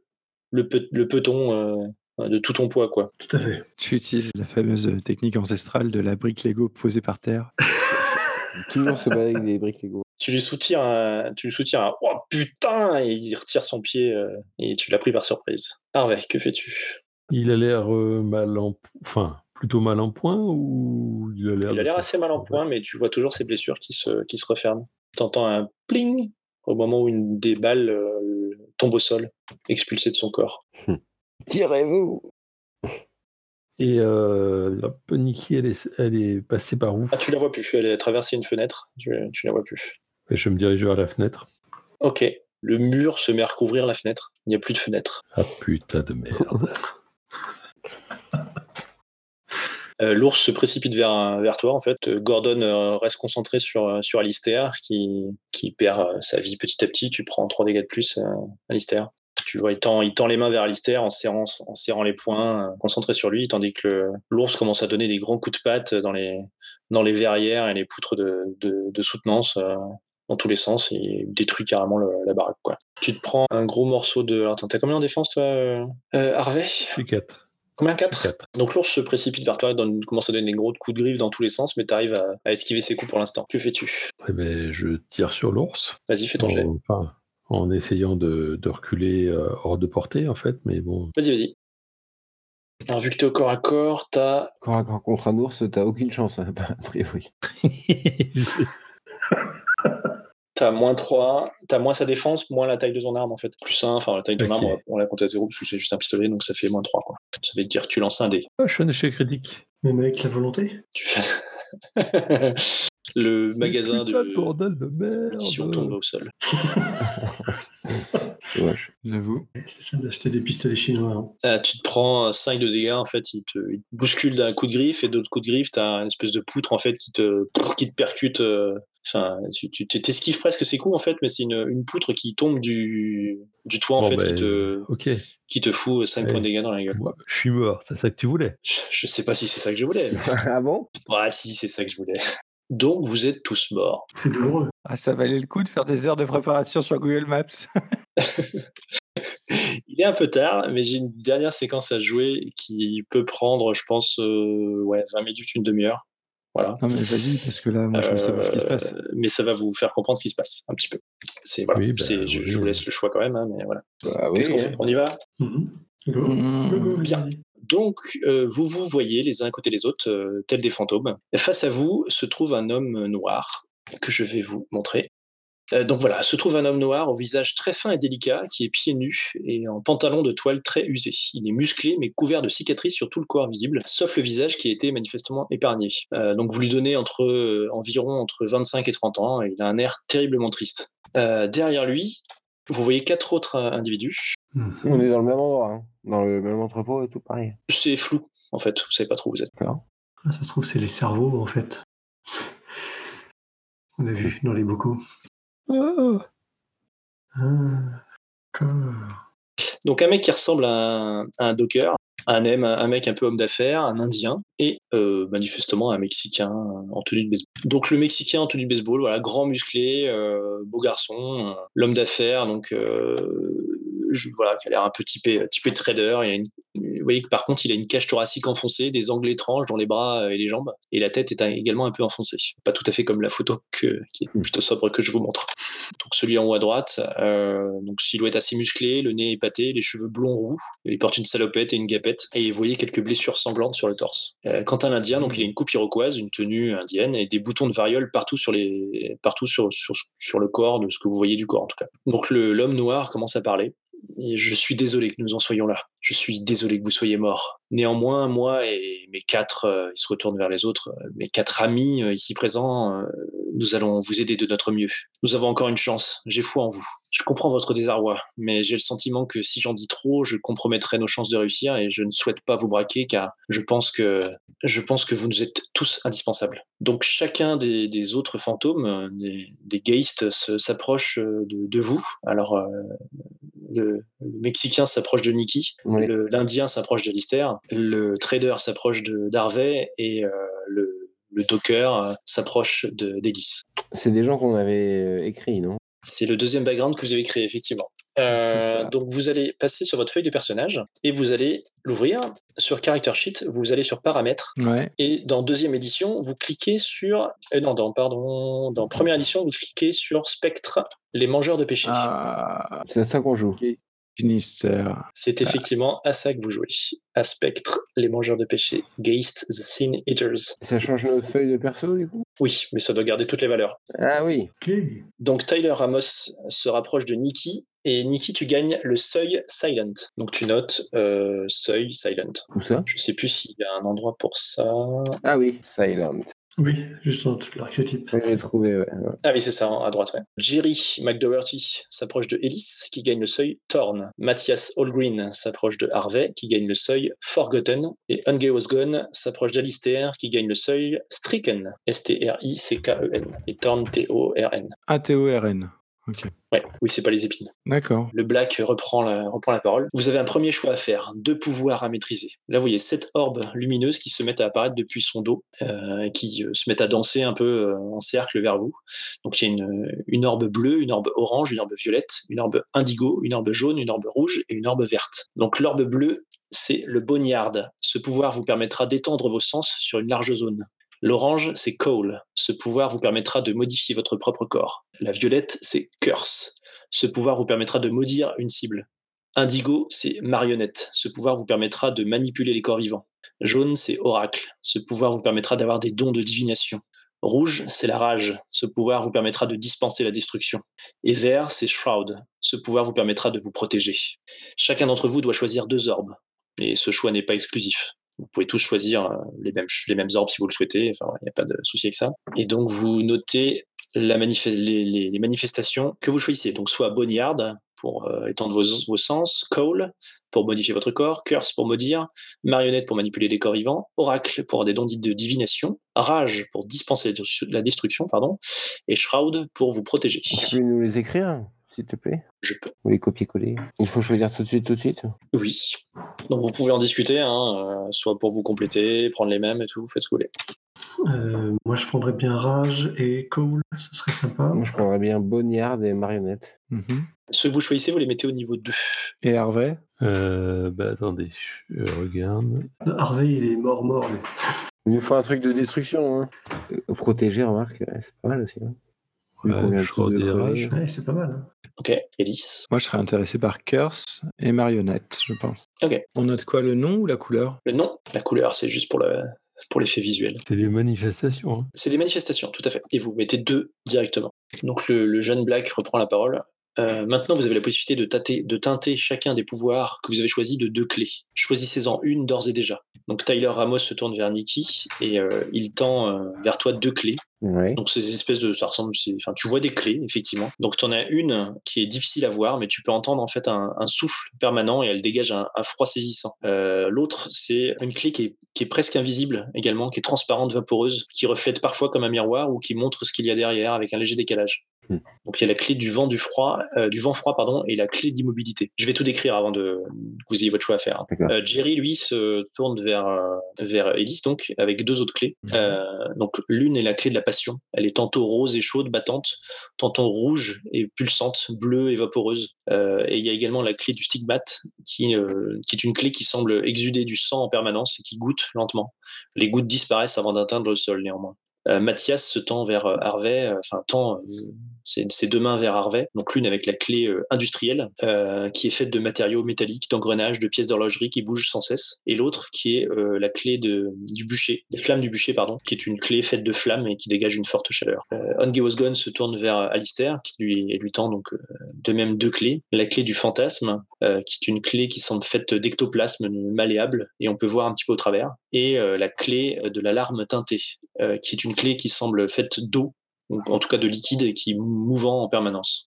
le, pe- le peton euh, de tout ton poids, quoi. Tout à fait. Tu utilises la fameuse euh, technique ancestrale de la brique Lego posée par terre. Toujours se balader avec des briques Lego. tu lui soutires un, tu lui soutires un oh putain et il retire son pied euh, et tu l'as pris par surprise. Harvey, que fais-tu Il a l'air euh, mal en. Enfin, plutôt mal en point ou il a l'air. Il de a l'air s'en assez mal en sortir point, mais tu vois toujours ses blessures qui se, qui se referment. T'entends un pling au moment où une des balles euh, tombe au sol, expulsée de son corps. Tirez-vous Et euh, la p- Nikki, elle est, elle est passée par où Ah, tu la vois plus. Elle a traversé une fenêtre. Tu, tu la vois plus. Et Ben, Je me dirige vers la fenêtre. Ok. Le mur se met à recouvrir la fenêtre. Il n'y a plus de fenêtre. Ah putain de merde. Euh, L'ours se précipite vers, vers toi, en fait. Euh, Gordon euh, reste concentré sur, euh, sur Alistair, qui, qui perd euh, sa vie petit à petit. Tu prends 3 dégâts de plus, euh, Alistair. Tu vois, il tend, il tend les mains vers Alistair en serrant, en serrant les poings, euh, concentré sur lui, tandis que le- l'ours commence à donner des grands coups de patte dans les, dans les verrières et les poutres de, de, de soutenance. euh, dans tous les sens, et détruit carrément le- la baraque. Quoi. Tu te prends un gros morceau de... Alors, attends, t'as combien en défense, toi, euh, euh, Harvey J'ai 4. Combien 4 donc l'ours se précipite vers toi, et donne- commence à donner des gros coups de griffe dans tous les sens, mais t'arrives à, à esquiver ses coups pour l'instant. Que fais-tu Eh ben, je tire sur l'ours. Vas-y, fais ton jet. En, enfin, en essayant de, de reculer euh, hors de portée, en fait. Mais bon, Vas-y, vas-y. Alors vu que t'es au corps à corps, t'as... Quand on rencontre un ours, t'as aucune chance, hein, a priori. T'as moins 3, t'as moins sa défense, moins la taille de son arme en fait. Plus 1, enfin la taille de ton Ok. arme, on la- on la compte à 0 parce que c'est juste un pistolet, donc ça fait moins 3 quoi. Ça veut dire que tu lances un dé. Ah, je suis un échec critique. Même avec la volonté Tu fais... Le magasin Putain de... bordel de munitions tombe merde. au sol. C'est moche. J'avoue. Eh, C'est ça d'acheter des pistolets chinois. hein. Ah, tu te prends 5 de dégâts, en fait, il te, il te bouscule d'un coup de griffe et d'autres coups de griffe, t'as une espèce de poutre, en fait, qui te, qui te percute. euh, Enfin, tu tu- tu t'esquives presque ses coups, en fait, mais c'est une, une poutre qui tombe du, du toit, en Bon, fait, qui, ben, te, Ok, qui te fout 5 Ouais. points de dégâts dans la gueule. moi, je suis mort, c'est ça que tu voulais. Je, je sais pas si c'est ça que je voulais. mais- ah bon Ah, si, c'est ça que je voulais. Donc, vous êtes tous morts. C'est douloureux. Ah, ça valait le coup de faire des heures de préparation sur Google Maps. Il est un peu tard, mais j'ai une dernière séquence à jouer qui peut prendre, je pense, euh, ouais, 20 minutes, une demi-heure. Voilà. Non, mais vas-y, parce que là, moi, je veux savoir ce qui se passe. Euh, Mais ça va vous faire comprendre ce qui se passe un petit peu. C'est voilà. Oui, bah, C'est- je, oui. je vous laisse le choix quand même, hein, mais voilà. Bah Qu'est-ce qu'on fait On y va. Mhm. Go. Mm-hmm. Go, go, Mmh. les Bien. amis. Donc euh, vous vous voyez les uns à côté des autres, euh, tels des fantômes. Face à vous se trouve un homme noir que je vais vous montrer. Euh, donc voilà, se trouve un homme noir au visage très fin et délicat, qui est pieds nus et en pantalon de toile très usé. Il est musclé mais couvert de cicatrices sur tout le corps visible, sauf le visage qui a été manifestement épargné. Euh, donc vous lui donnez entre euh, environ entre 25 et 30 ans, et il a un air terriblement triste. Euh, derrière lui, vous voyez quatre autres euh, individus. Mm. On est dans le même endroit, hein. dans le même entrepôt et tout pareil. C'est flou en fait, vous savez pas trop où vous êtes. Ah, Ça se trouve, c'est les cerveaux, en fait. On a vu dans les bocaux. Ah, d'accord. Donc un mec qui ressemble à un, à un docker, un, M, un mec un peu homme d'affaires, un indien, et euh, manifestement un Mexicain euh, en tenue de baseball. Donc le Mexicain en tenue de baseball, voilà, grand musclé, euh, beau garçon, euh, l'homme d'affaires, donc euh, je- voilà, qui a l'air un peu typé, euh, typé trader. Il a une- vous voyez que par contre il a une cage thoracique enfoncée, des angles étranges dans les bras euh, et les jambes, et la tête est un- également un peu enfoncée. Pas tout à fait comme la photo que- qui est plutôt sobre que je vous montre. Donc celui en haut à droite, euh, donc silhouette assez musclée, le nez épaté, les cheveux blonds roux. Il porte une salopette et une guêpette. Et vous voyez quelques blessures sanglantes sur le torse. Euh, quant à l'Indien, donc il a une coupe iroquoise, une tenue indienne et des boutons de variole partout sur les, partout sur, sur, sur le corps de ce que vous voyez du corps en tout cas. Donc le- l'homme noir commence à parler. Et je suis désolé que nous en soyons là. Je suis désolé que vous soyez morts. Néanmoins, moi et mes quatre, euh, ils se retournent vers les autres, euh, mes quatre amis euh, ici présents, euh, nous allons vous aider de notre mieux. Nous avons encore une chance. J'ai foi en vous. Je comprends votre désarroi, mais j'ai le sentiment que si j'en dis trop, je compromettrai nos chances de réussir et je ne souhaite pas vous braquer car je pense que je pense que vous nous êtes tous indispensables. Donc chacun des, des autres fantômes, euh, des, des gaistes, se- s'approche euh, de, de vous. Alors euh, le, le Mexicain s'approche de Nikki, Oui. le- l'Indien s'approche d'Alistair, le trader s'approche de- d'Harvey et euh, le, le docker euh, s'approche de- d'Ellis. C'est des gens qu'on avait écrit, non C'est le deuxième background que vous avez créé, effectivement. Euh, C'est ça. donc vous allez passer sur votre feuille de personnage et vous allez l'ouvrir sur Character Sheet, vous allez sur Paramètres Ouais. et dans deuxième édition, vous cliquez sur... euh, non, dans, pardon, dans première édition, vous cliquez sur Spectre, les mangeurs de péché. Ah, C'est à ça qu'on joue. Sinistère. C'est effectivement à ça que vous jouez, à Spectre, les mangeurs de péché, Geist, the Sin Eaters. Ça change notre feuille de perso, du coup Oui, mais ça doit garder toutes les valeurs. Ah oui. Ok. Donc Tyler Ramos se rapproche de Nikki Et Niki, tu gagnes le seuil silent. Donc tu notes euh, seuil silent. Où ça Je sais plus s'il y a un endroit pour ça. Ah oui, Silent. Oui, juste en dessous de l'archétype. Je l'ai trouvé, ouais. ouais. Ah oui, c'est ça, hein, à droite. ouais. Jerry McDougherty s'approche de Ellis, qui gagne le seuil Thorn. Matthias Allgreen s'approche de Harvey, qui gagne le seuil Forgotten. Et Unge Osgon s'approche d'Alistair, qui gagne le seuil Stricken. S-T-R-I-C-K-E-N. E Et Thorn, T-O-R-N. ATORN. Ok. Ouais, oui, c'est pas les épines. D'accord. Le black reprend la, reprend la parole. Vous avez un premier choix à faire, hein, deux pouvoirs à maîtriser. Là, vous voyez sept orbes lumineuses qui se mettent à apparaître depuis son dos, euh, qui euh, se mettent à danser un peu euh, en cercle vers vous. Donc, il y a une, une orbe bleue, une orbe orange, une orbe violette, une orbe indigo, une orbe jaune, une orbe rouge et une orbe verte. Donc, l'orbe bleue, c'est le boneyard. Ce pouvoir vous permettra d'étendre vos sens sur une large zone. L'orange, c'est Cole. Ce pouvoir vous permettra de modifier votre propre corps. La violette, c'est Curse. Ce pouvoir vous permettra de maudire une cible. Indigo, c'est marionnette. Ce pouvoir vous permettra de manipuler les corps vivants. Jaune, c'est oracle. Ce pouvoir vous permettra d'avoir des dons de divination. Rouge, c'est la rage. Ce pouvoir vous permettra de dispenser la destruction. Et vert, c'est shroud. Ce pouvoir vous permettra de vous protéger. Chacun d'entre vous doit choisir deux orbes. Et ce choix n'est pas exclusif. Vous pouvez tous choisir euh, les mêmes, ch- les mêmes orbes si vous le souhaitez. Enfin, il n'y a pas de souci avec ça. Et donc, vous notez la manif- les, les- les manifestations que vous choisissez. Donc, soit Boneyard pour euh, étendre vos, vos sens, Cole pour modifier votre corps, Curse pour maudire, Marionnette pour manipuler les corps vivants, Oracle pour des dons dits de divination, Rage pour dispenser la destruction- la destruction, pardon, et Shroud pour vous protéger. Tu peux nous les écrire, s'il te plaît Je peux. Ou les copier-coller Il faut choisir tout de suite, tout de suite Oui. Donc, vous pouvez en discuter, hein, euh, soit pour vous compléter, prendre les mêmes et tout, faites ce que vous voulez. Euh, moi, je prendrais bien Rage et Cole, ce serait sympa. Moi, je prendrais bien Boneyard et Marionnette. Mhm. Ceux que vous choisissez, vous les mettez au niveau 2. Et Hervé Euh, bah, attendez, je regarde. Harvey, il est mort, mort. lui. Il nous faut un truc de destruction. Hein. Euh, Protéger, remarque, ouais, c'est pas mal aussi. Hein. Vu Ouais, qu'on vient je tous de redérange. crever. Ouais, c'est pas mal. hein. Ok, Elise. Moi, je serais intéressé par Curse et Marionnette, je pense. Ok. On note quoi, le nom ou la couleur Le nom, la couleur, c'est juste pour le pour l'effet visuel. C'est des manifestations. hein. C'est des manifestations, tout à fait. Et vous mettez deux directement. Donc le, le jeune Black reprend la parole. Euh, maintenant, vous avez la possibilité de, tâter- de teinter chacun des pouvoirs que vous avez choisis de deux clés. Choisissez-en une d'ores et déjà. Donc Tyler Ramos se tourne vers Nikki et euh, il tend euh, vers toi deux clés. Ouais. Donc ces espèces de, ça ressemble, c'est- enfin tu vois des clés effectivement. Donc tu en as une qui est difficile à voir, mais tu peux entendre en fait un, un souffle permanent et elle dégage un, un froid saisissant. Euh, L'autre c'est une clé qui est, qui est presque invisible également, qui est transparente, vaporeuse, qui reflète parfois comme un miroir ou qui montre ce qu'il y a derrière avec un léger décalage. Hmm. Donc il y a la clé du vent du froid, euh, du vent froid pardon, et la clé d'immobilité. Je vais tout décrire avant de que vous ayez votre choix à faire. D'accord. Euh, Jerry lui se tourne vers euh, vers Elise donc avec deux autres clés. Hmm. Euh, donc l'une est la clé de la passion. Elle est tantôt rose et chaude, battante, tantôt rouge et pulsante, bleue et vaporeuse. Euh, et il y a également la clé du stigmate, qui, euh, qui est une clé qui semble exuder du sang en permanence et qui goûte lentement. Les gouttes disparaissent avant d'atteindre le sol néanmoins. Euh, Mathias se tend vers euh, Harvey, euh, enfin tend euh, ses, ses deux mains vers Harvey, donc l'une avec la clé euh, industrielle euh, qui est faite de matériaux métalliques, d'engrenages, de pièces d'horlogerie qui bougent sans cesse, et l'autre qui est euh, la clé de, du bûcher, les flammes du bûcher pardon, qui est une clé faite de flammes et qui dégage une forte chaleur. Euh, Onge Osgon se tourne vers euh, Alistair qui lui, et lui tend donc euh, de même deux clés, la clé du fantasme euh, qui est une clé qui semble faite d'ectoplasme malléable et on peut voir un petit peu au travers, et euh, la clé de l'alarme teintée euh, qui est une clé qui semble faite d'eau, ou en tout cas de liquide, et qui est mouvant en permanence.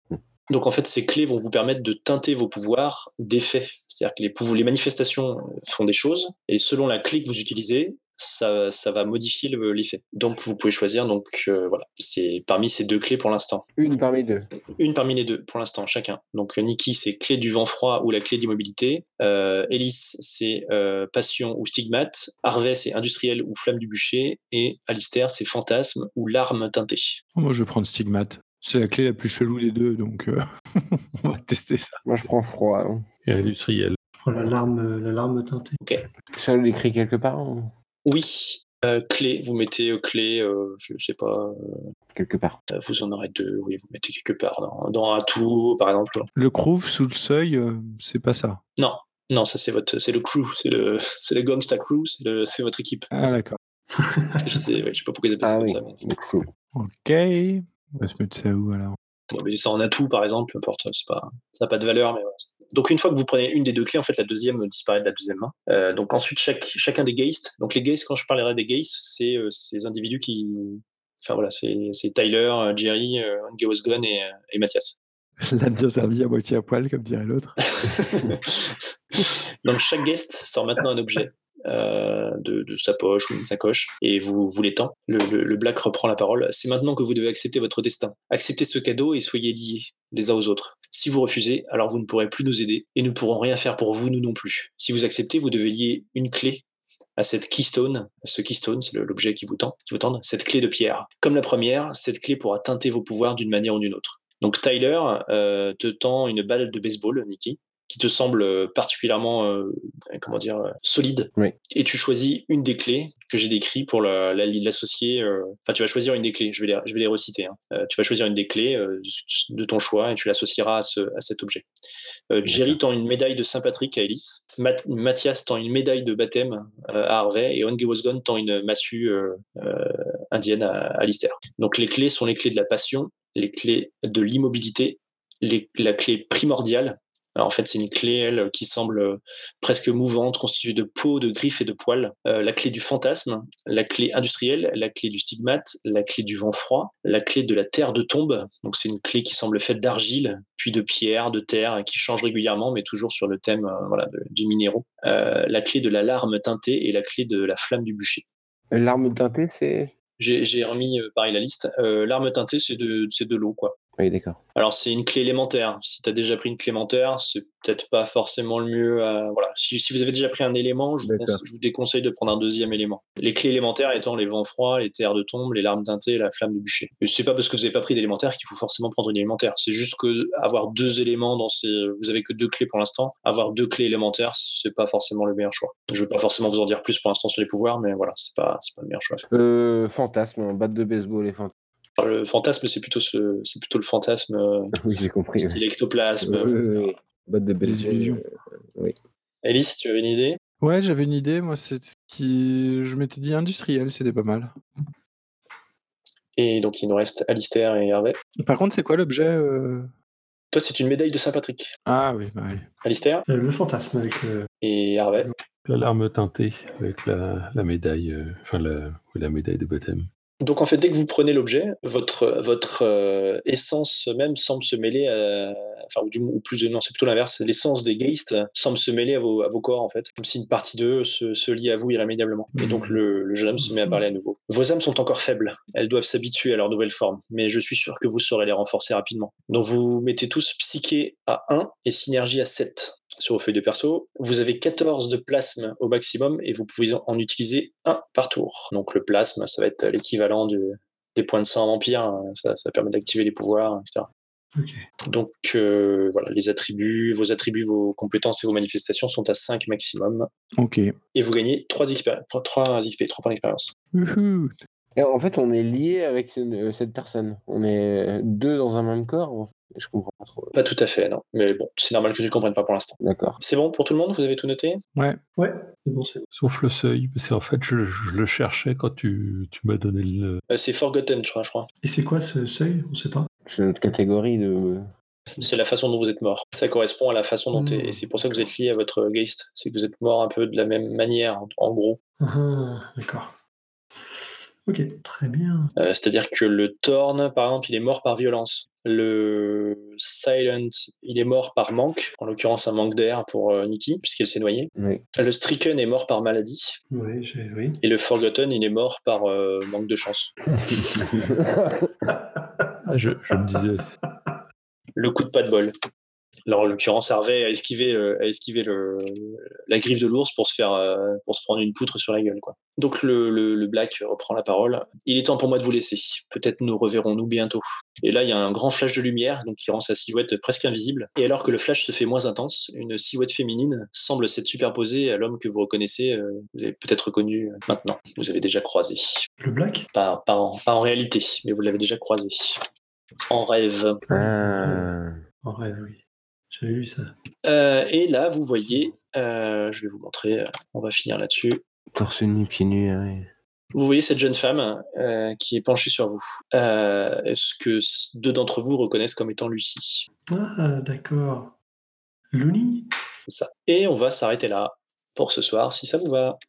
Donc en fait, ces clés vont vous permettre de teinter vos pouvoirs d'effets. C'est-à-dire que les, pouvo- les manifestations euh, font des choses, et selon la clé que vous utilisez, ça, ça va modifier le- l'effet. donc vous pouvez choisir, donc euh, voilà, c'est parmi ces deux clés pour l'instant. Une parmi deux. Une parmi les deux, pour l'instant, chacun. Donc, euh, Nikki, c'est clé du vent froid ou la clé d'immobilité. Euh, Ellis, c'est euh, passion ou stigmate. Harvey, c'est industriel ou flamme du bûcher. Et Alistair, c'est fantasme ou larme teintée. Oh, Moi, je vais prendre Stigmate. C'est la clé la plus chelou des deux, donc euh, on va tester ça. Moi, je prends froid. hein. Et industriel. Je prends la larme, la larme teintée. Ça, on l'écrit quelque part hein Oui, euh, clé, vous mettez euh, clé, euh, je sais pas, Quelque part. euh, vous en aurez deux, oui, vous mettez quelque part dans, dans un tout, par exemple. Le Crouf sous le seuil, euh, c'est pas ça. Non, ça, c'est votre, c'est le crew, c'est le, c'est le Gomsta crew, c'est le- c'est votre équipe. Ah, d'accord. je sais, ouais, je sais pas pourquoi ils appellent ça Ah comme oui, ça. mais- donc, cool. Ok. On va se mettre ça où alors On va ça en atout, par exemple, peu importe, c'est pas, ça n'a pas de valeur. Mais voilà. Donc, une fois que vous prenez une des deux clés, en fait, la deuxième disparaît de la deuxième main. Euh, donc, ensuite, chaque, chacun des geistes. Donc, les geistes, quand je parlerai des geistes, c'est euh, ces individus qui. Enfin, voilà, c'est c'est Tyler, euh, Jerry, euh, Angie Osgood et, euh, et Mathias. L'a bien servi à moitié à poil, comme dirait l'autre. Donc, chaque guest sort maintenant un objet euh, de, de sa poche ou de sa coche et vous, vous l'étend. Le, le, le black reprend la parole. C'est maintenant que vous devez accepter votre destin. Acceptez ce cadeau et soyez liés les uns aux autres. Si vous refusez, alors vous ne pourrez plus nous aider et nous ne pourrons rien faire pour vous, nous non plus. Si vous acceptez, vous devez lier une clé à cette keystone. Ce keystone, c'est le- l'objet qui vous tend, qui vous tend, cette clé de pierre. Comme la première, cette clé pourra teinter vos pouvoirs d'une manière ou d'une autre. Donc Tyler euh, te tend une balle de baseball, Nikki, qui te semble euh, particulièrement, euh, comment dire, euh, solide. Oui. Et tu choisis une des clés que j'ai décrites pour la- la- l'associer. euh, Enfin, tu vas choisir une des clés. Je vais les, je vais les reciter. hein. Euh, tu vas choisir une des clés euh, de ton choix et tu l'associeras à, ce- à cet objet. Euh, Jerry tend une médaille de Saint-Patrick à Ellis. Math- Mathias tend une médaille de baptême euh, à Harvey et Onge Wasgon tend une massue euh, euh, indienne à à Alistair. Donc les clés sont les clés de la passion, les clés de l'immobilité, les- la clé primordiale. Alors en fait, c'est une clé, elle, qui semble euh, presque mouvante, constituée de peau, de griffes et de poils. Euh, la clé du fantasme, la clé industrielle, la clé du stigmate, la clé du vent froid, la clé de la terre de tombe. Donc c'est une clé qui semble faite d'argile, puis de pierre, de terre, et qui change régulièrement, mais toujours sur le thème euh, voilà, de- des minéraux. Euh, la clé de la larme teintée et la clé de la flamme du bûcher. L'arme teintée, c'est. J'ai j'ai remis euh, pareil la liste. Euh, l'arme teintée, c'est de, c'est de l'eau, quoi. Oui, d'accord. Alors c'est une clé élémentaire. Si tu as déjà pris une clé élémentaire, c'est peut-être pas forcément le mieux. à- Voilà. Si, si vous avez déjà pris un élément, je vous, D'accord. conse- je vous déconseille de prendre un deuxième élément. Les clés élémentaires étant les vents froids, les terres de tombe, les larmes teintées, et la flamme du bûcher. Et c'est pas parce que vous n'avez pas pris d'élémentaire qu'il faut forcément prendre une élémentaire. C'est juste que avoir deux éléments dans ces, vous avez que deux clés pour l'instant. Avoir deux clés élémentaires, c'est pas forcément le meilleur choix. Je veux pas forcément vous en dire plus pour l'instant sur les pouvoirs, mais voilà, c'est pas, c'est pas le meilleur choix. à faire. Euh, fantasme, batte de baseball et fantasme. Le fantasme, c'est plutôt ce, c'est plutôt le fantasme, euh, Oui, j'ai compris. style ectoplasme. Oui, oui, oui. Batte de Les illusions. baseball. Alice, tu avais une idée Ouais, j'avais une idée, moi, c'est ce qui. Je m'étais dit industriel, c'était pas mal. Et donc il nous reste Alistair et Hervé. Par contre, c'est quoi l'objet euh Toi, c'est une médaille de Saint-Patrick. Ah oui, bah oui. Alistair Euh, le fantasme avec le. et Hervé. La larme teintée avec la, la médaille, euh, enfin la, oui, la médaille de baptême. Donc en fait, dès que vous prenez l'objet, votre, votre euh, essence même semble se mêler à... Enfin, ou, du, ou plus, non, c'est plutôt l'inverse. L'essence des geistes semble se mêler à vos, à vos corps, en fait. Comme si une partie d'eux se, se liait à vous irrémédiablement. Et donc le, le jeune homme se met à parler à nouveau. Vos âmes sont encore faibles. Elles doivent s'habituer à leur nouvelle forme. Mais je suis sûr que vous saurez les renforcer rapidement. Donc vous mettez tous psyché à 1 et synergie à 7 sur vos feuilles de perso. Vous avez 14 de plasme au maximum et vous pouvez en utiliser un par tour. Donc le plasme, ça va être l'équivalent du- des points de sang en vampire. hein. Ça, ça permet d'activer les pouvoirs, etc. Ok. Donc euh, voilà, les attributs, vos attributs, vos compétences et vos manifestations sont à 5 maximum. Ok. Et vous gagnez 3, expé- 3 XP, 3 points d'expérience. Wouhou. Et en fait, on est lié avec ce- euh, cette personne. On est deux dans un même corps. Je comprends pas trop. Pas tout à fait, non. Mais bon, c'est normal que tu ne comprennes pas pour l'instant. D'accord. C'est bon pour tout le monde Vous avez tout noté Ouais, c'est bon, c'est bon. Sauf le seuil, parce qu'en fait, je, je le cherchais quand tu, tu m'as donné le. Euh, C'est Forgotten, je crois. Je crois. Et c'est quoi ce seuil On sait pas. C'est notre catégorie de. euh, C'est la façon dont vous êtes mort. Ça correspond à la façon dont Hmm. t'es- Et c'est pour ça que vous êtes lié à votre geist. C'est que vous êtes mort un peu de la même manière, en- en gros. Ah, D'accord. Ok, très bien. Euh, C'est-à-dire que le Thorn, par exemple, il est mort par violence. Le Silent, il est mort par manque. En l'occurrence, un manque d'air pour euh, Nikki, puisqu'elle s'est noyée. Oui. Le Stricken est mort par maladie. Oui, j'ai- oui. Et le Forgotten, il est mort par euh, manque de chance. Ah, je, je me disais, Le coup de pas de bol. Alors, en l'occurrence, Harvey a esquivé, euh, a esquivé le, la griffe de l'ours pour se faire, euh, pour se prendre une poutre sur la gueule, quoi. Donc le, le- le Black reprend la parole. Il est temps pour moi de vous laisser. Peut-être nous reverrons-nous bientôt. Et là, il y a un grand flash de lumière, donc qui rend sa silhouette presque invisible. Et alors que le flash se fait moins intense, une silhouette féminine semble s'être superposée à l'homme que vous reconnaissez. euh, vous avez peut-être reconnu euh, maintenant. Vous avez déjà croisé. Le black Pas, pas en, pas en réalité, mais vous l'avez déjà croisé. En rêve. Ah. En rêve, oui. J'avais lu ça. Euh, et là, vous voyez, euh, je vais vous montrer, euh, on va finir là-dessus. Torse nu, pieds nus. ouais. Vous voyez cette jeune femme euh, qui est penchée sur vous. Euh, Est-ce que s- deux d'entre vous reconnaissent comme étant Lucie Ah, d'accord. Looney C'est ça. Et on va s'arrêter là pour ce soir, si ça vous va.